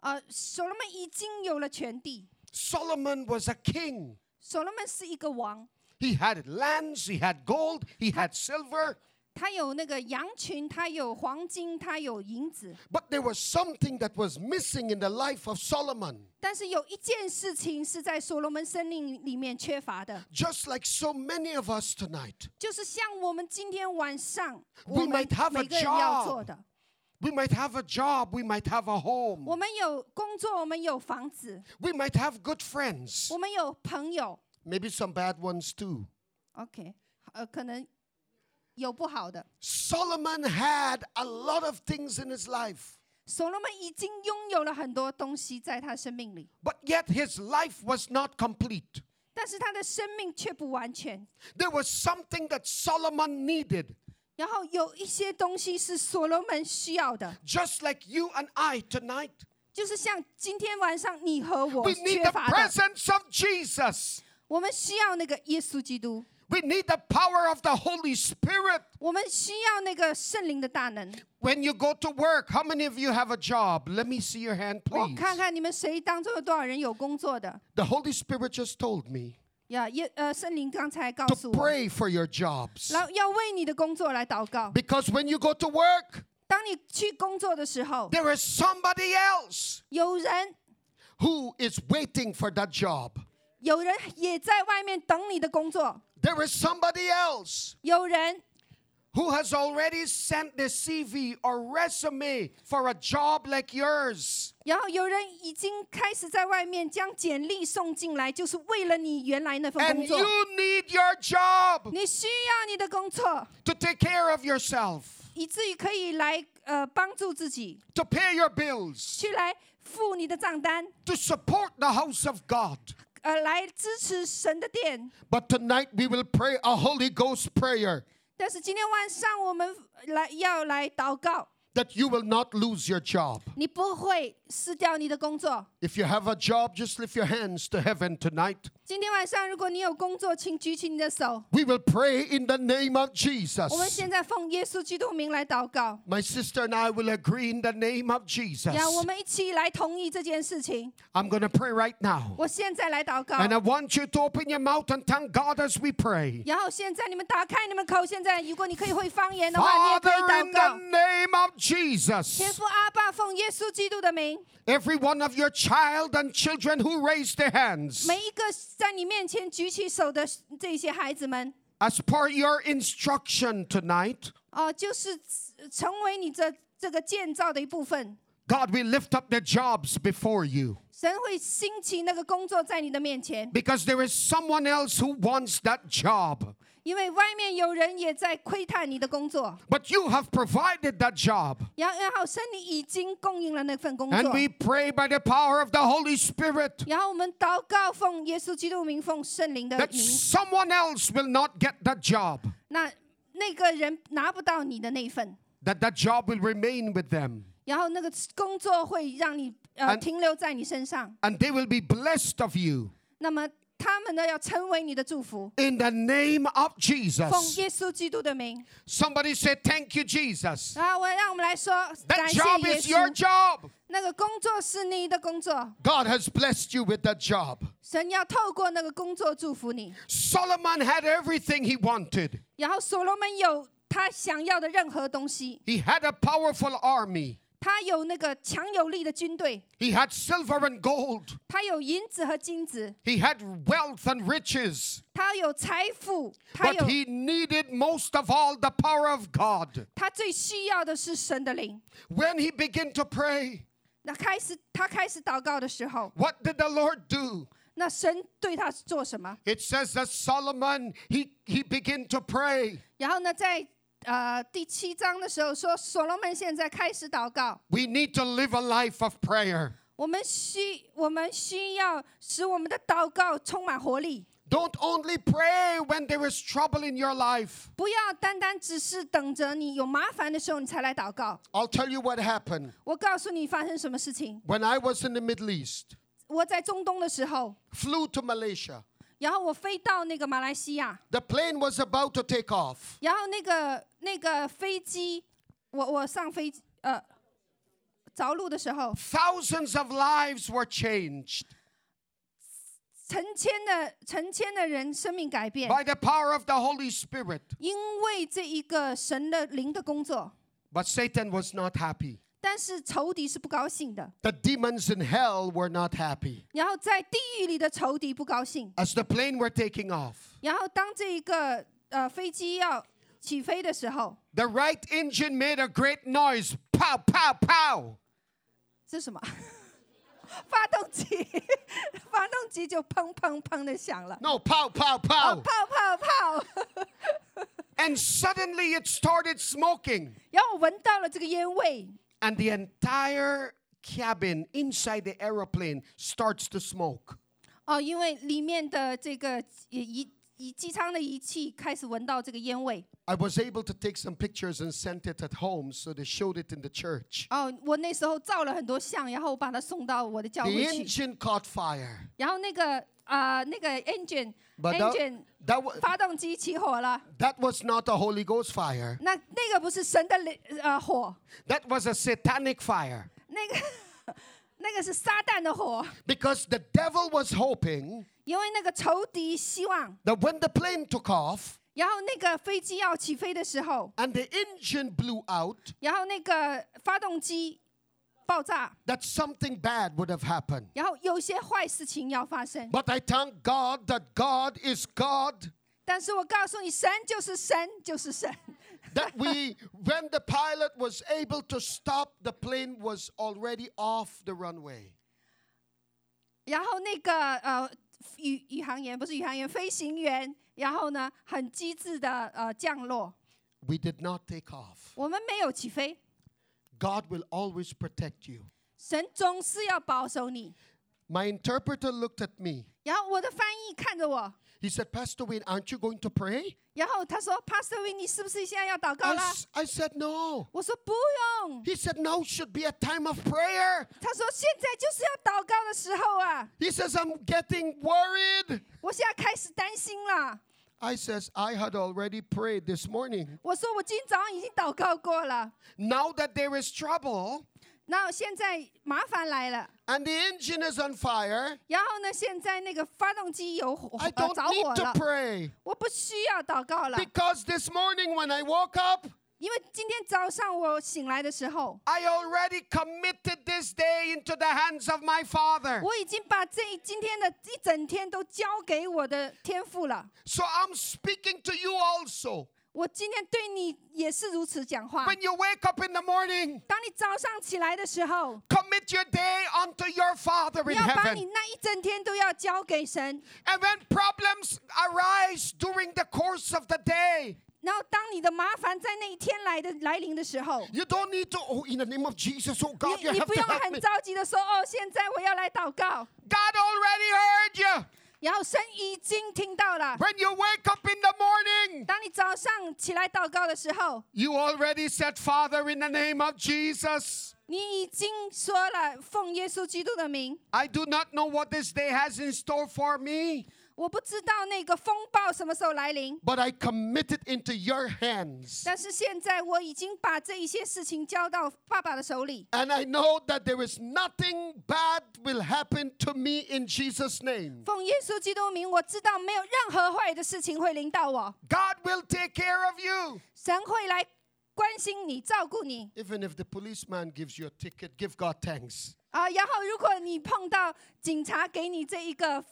Speaker 1: 呃，所罗门已经有了权地，
Speaker 5: Solomon was a king.
Speaker 1: 所罗门是一个王，
Speaker 5: He had lands, he had gold, he had silver,
Speaker 1: 他有那个羊群，他有黄金，他有银子，
Speaker 5: but there was something that was missing in the life of Solomon.
Speaker 1: 但是有一件事情是在所罗门森林里面缺乏的，
Speaker 5: Just like so many of us tonight,
Speaker 1: 就是像我们今天晚上
Speaker 5: We
Speaker 1: 我们
Speaker 5: might have a
Speaker 1: 每个人要
Speaker 5: job.
Speaker 1: 做的，
Speaker 5: we might have a job, we might have a
Speaker 1: 我
Speaker 5: home,
Speaker 1: 们有工作，我们有房子，
Speaker 5: we might have good friends,
Speaker 1: 我们有朋友
Speaker 5: maybe some bad ones too.
Speaker 1: ，OK，呃，可能有不好的。
Speaker 5: Solomon had a lot of things in his life,
Speaker 1: 所罗门已经拥有了很多东西在他生命里，
Speaker 5: but yet his life was not complete.
Speaker 1: 但是他的生命却不完全。
Speaker 5: There was something that Solomon needed,
Speaker 1: 然后有一些东西是所罗门需要的，
Speaker 5: just like you and I tonight.
Speaker 1: 就是像今天晚上你和我
Speaker 5: We need
Speaker 1: 缺
Speaker 5: the
Speaker 1: 乏的，
Speaker 5: presence of Jesus.
Speaker 1: 我们需要那个耶稣基督，
Speaker 5: We need the power of the Holy Spirit.
Speaker 1: 我们需要那个圣灵的大能。
Speaker 5: When you go to work, how many of you have a job? Let me see your hand,
Speaker 1: 我
Speaker 5: please.
Speaker 1: 看看你们谁当中有多少人有工作的
Speaker 5: The Holy Spirit just told me
Speaker 1: 呀？耶呃，圣灵刚才告诉
Speaker 5: to
Speaker 1: 我，
Speaker 5: pray for your jobs.
Speaker 1: 然后要为你的工作来祷告。
Speaker 5: Because when you go to work,
Speaker 1: 当你去工作的时候，
Speaker 5: there is somebody else
Speaker 1: 有人
Speaker 5: who is waiting for that job.
Speaker 1: 有人也在外面等你的工作，
Speaker 5: There is somebody else
Speaker 1: 有人
Speaker 5: who has already sent their CV or resume for a job like yours.
Speaker 1: 然后有人已经开始在外面将简历送进来，就是为了你原来那份
Speaker 5: And
Speaker 1: 工作。
Speaker 5: you need your job
Speaker 1: 你需要你的工作，
Speaker 5: to take care of yourself,
Speaker 1: 以至于可以来呃帮助自己，
Speaker 5: to pay your bills.
Speaker 1: 去来付你的账单，
Speaker 5: to support the house of God.
Speaker 1: 呃来支持神的殿。
Speaker 5: But tonight we will pray a Holy Ghost prayer
Speaker 1: 但是今天晚上我们呃来要来祷告，
Speaker 5: that you will not lose your job.
Speaker 1: 你不会失掉你的工作。
Speaker 5: If you have a job, just lift your hands to heaven tonight.
Speaker 1: 今天晚上如果你有工作，请举起你的手。
Speaker 5: We will pray in the name
Speaker 1: 我们
Speaker 5: of Jesus.
Speaker 1: 现在奉耶稣基督名来祷告，
Speaker 5: My sister and I will agree in the name of Jesus.
Speaker 1: 让我们一起来同意这件事情。
Speaker 5: I'm going to pray right now.
Speaker 1: 我现在来祷告。
Speaker 5: And I want you to open your mouth and thank God as we pray.
Speaker 1: 然后现在你们打开你们口，现在如果你可以会方言的话，你也可以
Speaker 5: Father, in
Speaker 1: 祷告
Speaker 5: the。name of
Speaker 1: 天
Speaker 5: Jesus,
Speaker 1: 父阿爸，奉耶稣基督的名，
Speaker 5: every one of your child and children who raised their hands,
Speaker 1: 每一个在你面前举起手的这些孩子们，
Speaker 5: as per your instruction tonight,
Speaker 1: 哦、就是成为你这这个建造的一部分。
Speaker 5: God, we lift up the jobs before you
Speaker 1: 神会兴起那个工作在你的面前，
Speaker 5: because there is someone else who wants that job.
Speaker 1: 因为外面有人也在窥探你的工作。
Speaker 5: But you have provided that job.
Speaker 1: 然然后神，你已经供应了那份工作。
Speaker 5: And we pray by the power of the Holy Spirit
Speaker 1: 然后我们祷告，奉耶稣基督名，奉圣灵的
Speaker 5: that
Speaker 1: 名，
Speaker 5: someone else will not get that job,
Speaker 1: 那那个人拿不到你的那份。
Speaker 5: that that job will remain with them.
Speaker 1: 然后那个工作会让你呃
Speaker 5: And-
Speaker 1: 停留在你身上，
Speaker 5: And they will be blessed of you.
Speaker 1: 那么他们呢要成为你的祝福。
Speaker 5: In the name of
Speaker 1: 奉
Speaker 5: Jesus.
Speaker 1: 耶稣基督的名，
Speaker 5: Somebody say, Thank you, Jesus.
Speaker 1: 然后我让我们来说，感
Speaker 5: That
Speaker 1: 谢
Speaker 5: job
Speaker 1: 耶
Speaker 5: is your
Speaker 1: 稣。
Speaker 5: job.
Speaker 1: 那个工作是你的工作，
Speaker 5: God has blessed you with that job.
Speaker 1: 神要透过那个工作祝福你。
Speaker 5: Solomon had everything he wanted.
Speaker 1: 然后所罗门有他想要的任何东西，
Speaker 5: He had a powerful army.
Speaker 1: 他有那个强有力的军队，
Speaker 5: He had silver and gold.
Speaker 1: 他有银子和金子，
Speaker 5: He had wealth and riches.
Speaker 1: 他有财富，他有
Speaker 5: But he needed most of all the power of God.
Speaker 1: 他最需要的是神的灵。
Speaker 5: When he began to pray,
Speaker 1: 那开始他开始祷告的时候，
Speaker 5: what did the Lord do?
Speaker 1: 那神对他做什么？
Speaker 5: It says that Solomon, he, he began to pray.
Speaker 1: 然后呢，在呃第七章的时候说，所罗门现在开始祷告。
Speaker 5: We need to live a life of prayer.
Speaker 1: 我们需我们需要使我们的祷告充满活力，
Speaker 5: Don't only pray when there is trouble in your life.
Speaker 1: 不要单单只是等着你有麻烦的时候你才来祷告。
Speaker 5: I'll tell you what happened.
Speaker 1: 我告诉你发生什么事情。
Speaker 5: When I was in the Middle East,
Speaker 1: 我在中东的时候，
Speaker 5: flew to Malaysia.
Speaker 1: 然后我飞到那个马来西亚，
Speaker 5: The plane was about to take off.
Speaker 1: 然后那个那个飞机，我我上飞机呃着陆的时候，
Speaker 5: Thousands of lives were changed
Speaker 1: 成千的成千的人生命改变，
Speaker 5: by the power of the Holy Spirit.
Speaker 1: 因为这一个神的灵的工作。
Speaker 5: But Satan was not happy.
Speaker 1: 但是仇敌是不高兴的，
Speaker 5: The demons in hell were not happy.
Speaker 1: 然后在地狱里的仇敌不高兴，
Speaker 5: As the plane were taking off,
Speaker 1: 然后当这一个呃飞机要起飞的时候，
Speaker 5: the right engine made a great noise. Pow, pow, pow.
Speaker 1: 这是什么？ 发动机， 发动机就砰砰砰的响了。
Speaker 5: No, pow, pow,
Speaker 1: 哦，泡
Speaker 5: pow.
Speaker 1: 泡泡！
Speaker 5: And suddenly it started smoking.
Speaker 1: 然后我闻到了这个烟味，
Speaker 5: And the entire cabin inside the aeroplane starts to smoke.
Speaker 1: 哦，因为里面的这个仪仪机舱的仪器开始闻到这个烟味。
Speaker 5: I was able to take some pictures and sent it at home, so they showed it in the church.
Speaker 1: 哦，我那时候照了很多相，然后我把它送到我的教
Speaker 5: The
Speaker 1: 会去。
Speaker 5: engine caught fire.
Speaker 1: 然后那个啊、那个 engine
Speaker 5: But that-
Speaker 1: engine
Speaker 5: that wa-
Speaker 1: 发动机起火了，
Speaker 5: That was not a Holy Ghost fire,
Speaker 1: 那那个不是神的雷呃火，
Speaker 5: that was a satanic fire.
Speaker 1: 那个 那个是撒旦的火，
Speaker 5: Because the devil was hoping
Speaker 1: 因为那个仇敌希望。
Speaker 5: that when the plane took off
Speaker 1: 然后那个飞机要起飞的时候，
Speaker 5: and the engine blew out,
Speaker 1: 然后那个发动机爆炸，
Speaker 5: that something bad would have happened.
Speaker 1: 然后有些坏事情要发生。
Speaker 5: But I thank God that God is God.
Speaker 1: 但是我告诉你，神就是神，就是神。
Speaker 5: That we, when the pilot was able to stop, the plane was already off the runway.
Speaker 1: 然后那个呃，宇宇航员不是宇航员，飞行员，然后呢，很机智的呃降落。
Speaker 5: We did not take off.
Speaker 1: 我们没有起飞，
Speaker 5: God will always protect you.
Speaker 1: 神总是要保守你。
Speaker 5: My interpreter looked at me.
Speaker 1: 然后我的翻译看着我，
Speaker 5: He said, Pastor Wayne, aren't you going to pray?
Speaker 1: 然后他说：“Pastor Wei，你是不是现在要祷告
Speaker 5: I,
Speaker 1: 了
Speaker 5: s- I said, No.？”
Speaker 1: 我说：“不用。
Speaker 5: He said, No, should be a time of prayer. ”
Speaker 1: 他说：“现在就是要祷告的时候啊！
Speaker 5: He says, I'm getting worried.
Speaker 1: 我现在开始担心了。
Speaker 5: I says, I had already prayed this morning. ”
Speaker 1: 我说：“我今早上已经祷告过了。
Speaker 5: Now that there is trouble
Speaker 1: 那现在麻烦来了。”
Speaker 5: and the engine is on fire,
Speaker 1: 然后呢，现在那个发动机有火，
Speaker 5: I
Speaker 1: 呃
Speaker 5: don't
Speaker 1: 着
Speaker 5: need
Speaker 1: 火
Speaker 5: to
Speaker 1: 了，
Speaker 5: pray.
Speaker 1: 我不需要祷告了，
Speaker 5: Because this morning when I woke up,
Speaker 1: 因为今天早上我醒来的时候，
Speaker 5: I already committed this day into the hands of my Father.
Speaker 1: 我已经把这一今天的一整天都交给我的天赋了。
Speaker 5: So I'm speaking to you also.
Speaker 1: 我今天对你也是如此讲话。
Speaker 5: When you wake up in the morning,
Speaker 1: 当你早上起来的时候，
Speaker 5: commit your day unto your Father in
Speaker 1: 要把你
Speaker 5: heaven.
Speaker 1: 那一整天都要交给神。
Speaker 5: And when problems arise during the course of the day,
Speaker 1: 然后，当你的麻烦在那一天来的来临的时候，
Speaker 5: you don't need to, oh, in the name of Jesus, oh God,
Speaker 1: 你
Speaker 5: you
Speaker 1: 你
Speaker 5: have
Speaker 1: 不
Speaker 5: to
Speaker 1: 用
Speaker 5: help
Speaker 1: 很
Speaker 5: me.
Speaker 1: 着急的说哦，现在我要来祷告。
Speaker 5: God already heard you.
Speaker 1: 然后神已经听到了。
Speaker 5: When you wake up in the morning,
Speaker 1: 当你早上起来祷告的时候，
Speaker 5: you already said, Father, in the name of Jesus.
Speaker 1: 你已经说了奉耶稣基督的名。
Speaker 5: I do not know what this day has in store for me,
Speaker 1: 我不知道那个风暴什么时候来临，
Speaker 5: but I commit it into your hands.
Speaker 1: 但是现在我已经把这一些事情交到爸爸的手里。
Speaker 5: And I know that there is nothing bad will happen to me in Jesus' name.
Speaker 1: 奉耶稣基督名，我知道没有任何坏的事情会临到我，
Speaker 5: God will take care of you.
Speaker 1: 神会来关心你、照顾你
Speaker 5: Even if the policeman gives you a ticket, give God thanks.
Speaker 1: 啊。然后，如果你碰到警察给你这一个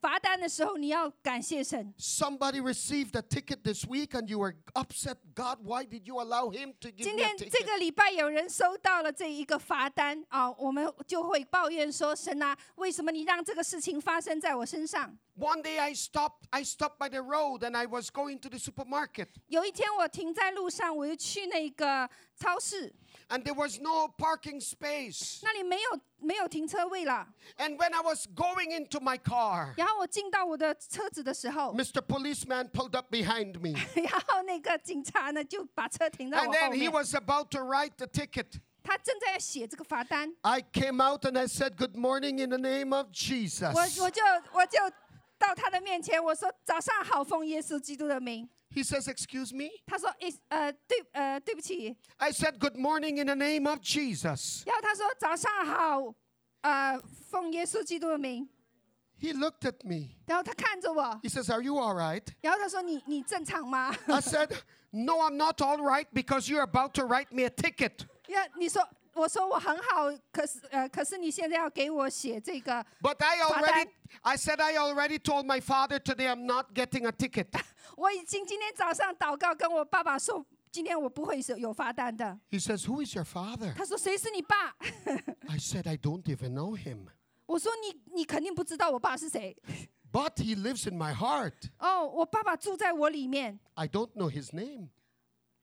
Speaker 1: 罚单的时候，你要感谢神。
Speaker 5: Somebody received a ticket this week and you were upset. God, why did you allow him to give
Speaker 1: 今
Speaker 5: me a
Speaker 1: 天
Speaker 5: ticket?
Speaker 1: 这个礼拜有人收到了这一个罚单啊，我们就会抱怨说：“神啊，为什么你让这个事情发生在我身上
Speaker 5: One day I stopped. I stopped by the road and I was going to the supermarket.？”
Speaker 1: 有一天我停在路上，我就去那个超市，
Speaker 5: and there was no parking space.
Speaker 1: 那里没有没有停车位了。
Speaker 5: And when I was going into my car,
Speaker 1: 然后我进到我的车子的时候，
Speaker 5: Mr. Policeman pulled up behind me.
Speaker 1: 然后那个警察呢就把车停到我
Speaker 5: And
Speaker 1: 后
Speaker 5: then he
Speaker 1: 面，
Speaker 5: was about to write the ticket.
Speaker 1: 他正在写这个罚单，
Speaker 5: I came out and I said, Good morning in the name of Jesus.
Speaker 1: 我我就我就到他的面前，我说：“早上好，奉耶稣基督的名。
Speaker 5: He says, Excuse me? ”
Speaker 1: 他说：“诶，呃，对，呃，对不起。”
Speaker 5: I said, Good morning in the name of Jesus.
Speaker 1: 然后他说：“早上好，呃，奉耶稣基督的名。
Speaker 5: He looked at me. ”
Speaker 1: 然后他看着我，
Speaker 5: He says, Are you all right?
Speaker 1: 然后他说：“你你正常吗
Speaker 5: I said, No, I'm not all right because you're about to write me a ticket.？”
Speaker 1: 然后你说：“我说我很好，可是呃，可是你现在要给我写这个。
Speaker 5: But I
Speaker 1: Father.
Speaker 5: already, I said, I already told my father today I'm not getting a ticket.
Speaker 1: 我已经今天早上祷告跟我爸爸说，今天我不会是有罚单的。
Speaker 5: He says, Who is your father?
Speaker 1: 他说：“谁是你爸
Speaker 5: I said, I don't even know him.？”
Speaker 1: 我说你：“你肯定不知道我爸是谁
Speaker 5: But he lives in my heart.
Speaker 1: 哦，我爸爸住在我里面
Speaker 5: I don't know his name.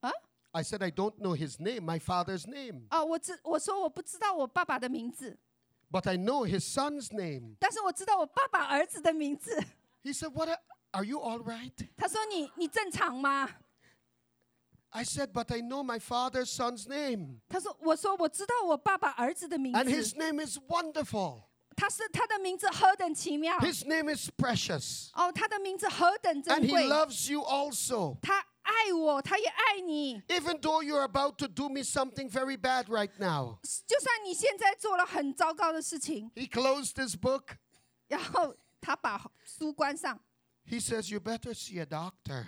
Speaker 1: 啊。”
Speaker 5: I said, I don't know his name, my father's name.
Speaker 1: 哦，我知我说我不知道我爸爸的名字，
Speaker 5: But I know his son's name.
Speaker 1: 但是我知道我爸爸儿子的名字。
Speaker 5: He said, What? a- are you all right?
Speaker 1: 他说你你正常吗？
Speaker 5: I said, But I know my father's son's name.
Speaker 1: 他说：“我说我知道我爸爸儿子的名
Speaker 5: And his
Speaker 1: 字，
Speaker 5: name is wonderful.
Speaker 1: 他是他的名字何等奇妙
Speaker 5: His name is precious.
Speaker 1: 哦，他的名字何等珍
Speaker 5: And he
Speaker 1: 贵，
Speaker 5: loves you also.
Speaker 1: 他爱我，他也爱你。
Speaker 5: Even though you're about to do me something very bad right now.
Speaker 1: 就算你现在做了很糟糕的事情，
Speaker 5: He closed his book.
Speaker 1: 然后他把书关上，
Speaker 5: He says, You better see a doctor.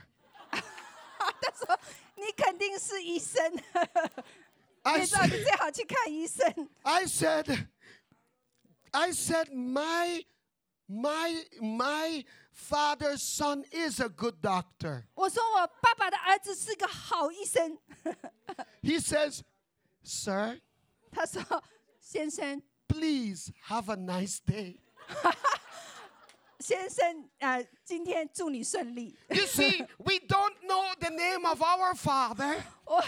Speaker 1: 他说你肯定是医生，
Speaker 5: I
Speaker 1: 你知道
Speaker 5: said,
Speaker 1: 你最好去看医生。
Speaker 5: I said, I said, my, my, my father's son is a good doctor. ”
Speaker 1: 我说：“我爸爸的儿子是个好医生。
Speaker 5: He says, sir, ”
Speaker 1: 他说：“先生，
Speaker 5: please have a nice day.
Speaker 1: 先生，呃，今天祝你顺利。”
Speaker 5: You see, we don't know the name of our father,
Speaker 1: 我，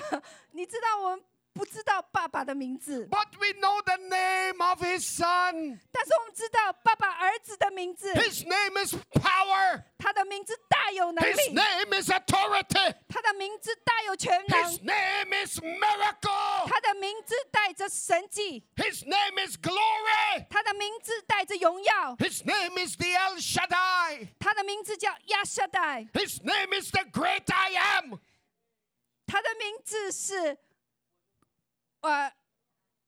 Speaker 1: 你知道我们不知道爸爸的名字，
Speaker 5: but we know the name of his son.
Speaker 1: 但是我们知道爸爸儿子的名字，
Speaker 5: His name is power.
Speaker 1: 他的名字大有能
Speaker 5: His
Speaker 1: 力，
Speaker 5: name is authority.
Speaker 1: 他的名字大有全能
Speaker 5: His，name is miracle.
Speaker 1: 他的名字带着神迹，
Speaker 5: His name is glory.
Speaker 1: 他的名字带着荣耀，
Speaker 5: His name is the El Shaddai.
Speaker 1: 他的名字叫亚沙代，
Speaker 5: His name is the great I am.
Speaker 1: 他的名字是，呃，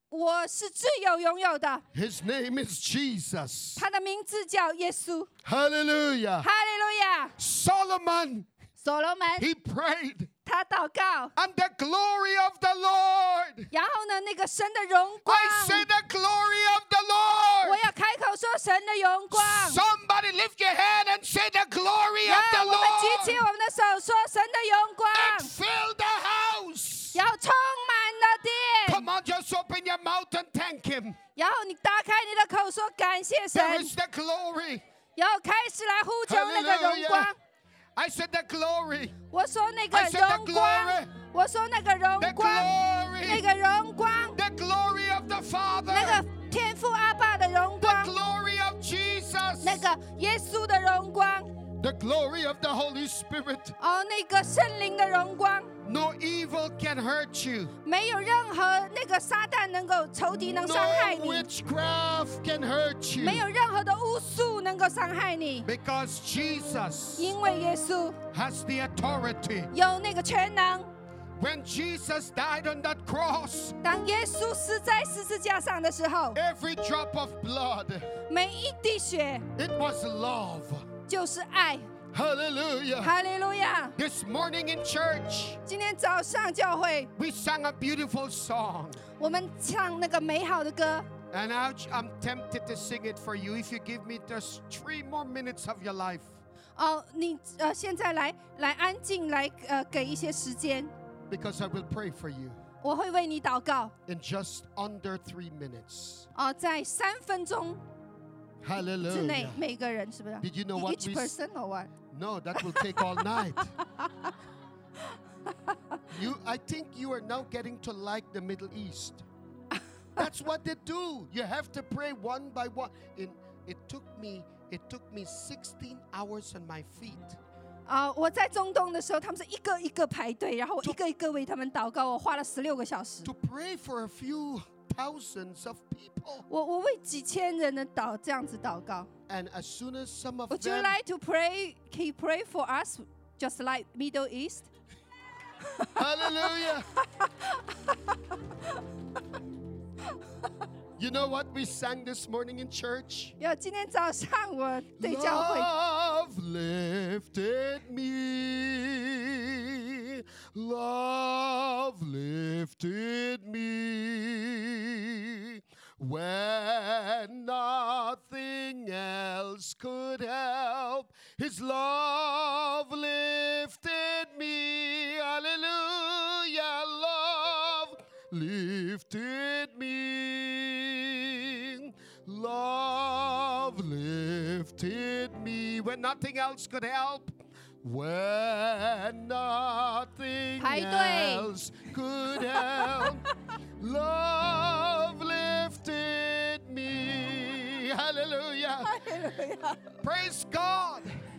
Speaker 1: 我是自由拥有的，
Speaker 5: His name is Jesus.
Speaker 1: 他的名字叫耶稣，
Speaker 5: Hallelujah.
Speaker 1: 哈利路亚。
Speaker 5: Solomon,
Speaker 1: 所罗门
Speaker 5: he prayed,
Speaker 1: 他祷告，
Speaker 5: and the glory of the Lord.
Speaker 1: 然后呢，那个神的荣光。
Speaker 5: I say the glory of the
Speaker 1: 我
Speaker 5: Lord.
Speaker 1: 要开口说神的荣光。
Speaker 5: Somebody lift your hand and say the glory
Speaker 1: 让
Speaker 5: of the
Speaker 1: 我们举起
Speaker 5: Lord.
Speaker 1: 我们的手说神的荣光，
Speaker 5: And fill the house.
Speaker 1: 然后充满了
Speaker 5: Come
Speaker 1: 电，
Speaker 5: on, just open your mouth and thank him.
Speaker 1: 然后你打开你的口说感谢神，
Speaker 5: There is the glory.
Speaker 1: 然后开始来呼求那个荣
Speaker 5: Hallelujah.
Speaker 1: 光。
Speaker 5: I said the glory.
Speaker 1: 我说那个
Speaker 5: I said the
Speaker 1: 荣光
Speaker 5: glory.，
Speaker 1: 我说那个荣
Speaker 5: The
Speaker 1: 光，
Speaker 5: glory.
Speaker 1: 那个荣光，
Speaker 5: The glory of the Father.
Speaker 1: 那个天父阿爸的荣
Speaker 5: The
Speaker 1: 光，
Speaker 5: glory of Jesus.
Speaker 1: 那个耶稣的荣光，
Speaker 5: The glory of the Holy Spirit.
Speaker 1: 哦，那个圣灵的荣光，
Speaker 5: No evil can hurt you.
Speaker 1: 没有任何那个撒旦能够仇敌能伤害
Speaker 5: No
Speaker 1: 你。
Speaker 5: witchcraft can hurt
Speaker 1: 没有
Speaker 5: you.
Speaker 1: 任何的巫术能够伤害你，
Speaker 5: Because Jesus
Speaker 1: 因为耶稣
Speaker 5: has the authority.
Speaker 1: 有那个全能。
Speaker 5: When Jesus died on that cross,
Speaker 1: 当耶稣死在十字架上的时候，
Speaker 5: every drop of blood,
Speaker 1: 每一滴血
Speaker 5: it was love.
Speaker 1: 就是爱，
Speaker 5: Hallelujah.
Speaker 1: 哈利路亚！
Speaker 5: This morning in church,
Speaker 1: 今天早上教会，
Speaker 5: we sang a beautiful song.
Speaker 1: 我们唱那个美好的歌，
Speaker 5: And I- I'm tempted to sing it for you if you give me just three more minutes of your life.
Speaker 1: 哦，你呃现在来来安静，来呃给一些时间，
Speaker 5: Because I will pray for you
Speaker 1: 我会为你祷告。
Speaker 5: in just under three minutes.
Speaker 1: 哦、在三分钟之内
Speaker 5: Hallelujah.
Speaker 1: 每个人是不是
Speaker 5: Did you know what
Speaker 1: Each
Speaker 5: we s-
Speaker 1: person or what?
Speaker 5: No, that will take all night. You, I think you are now getting to like the Middle East. That's what they do. You have to pray one by one. In, it took me, it took me 16 hours on my feet.
Speaker 1: 啊、我在中东的时候，他们是一个一个排队，然后我一个一个为他们祷告，我花了十六个小时。
Speaker 5: to pray for a few thousands of people.
Speaker 1: 我我为几千人的祷这样子祷告。
Speaker 5: And as soon as some of
Speaker 1: Would you
Speaker 5: them,
Speaker 1: like to pray? Can you pray for us, just like Middle East?
Speaker 5: hallelujah. you know what we sang this morning in church?
Speaker 1: 要今天早上我对教会
Speaker 5: Love lifted me. Love lifted me. When nothing else could help, His love lifted me. Hallelujah. Love lifted me. Love lifted me when nothing else could help. When nothing
Speaker 1: 排队。
Speaker 5: else could help. Love lifted me. Hallelujah. Praise God.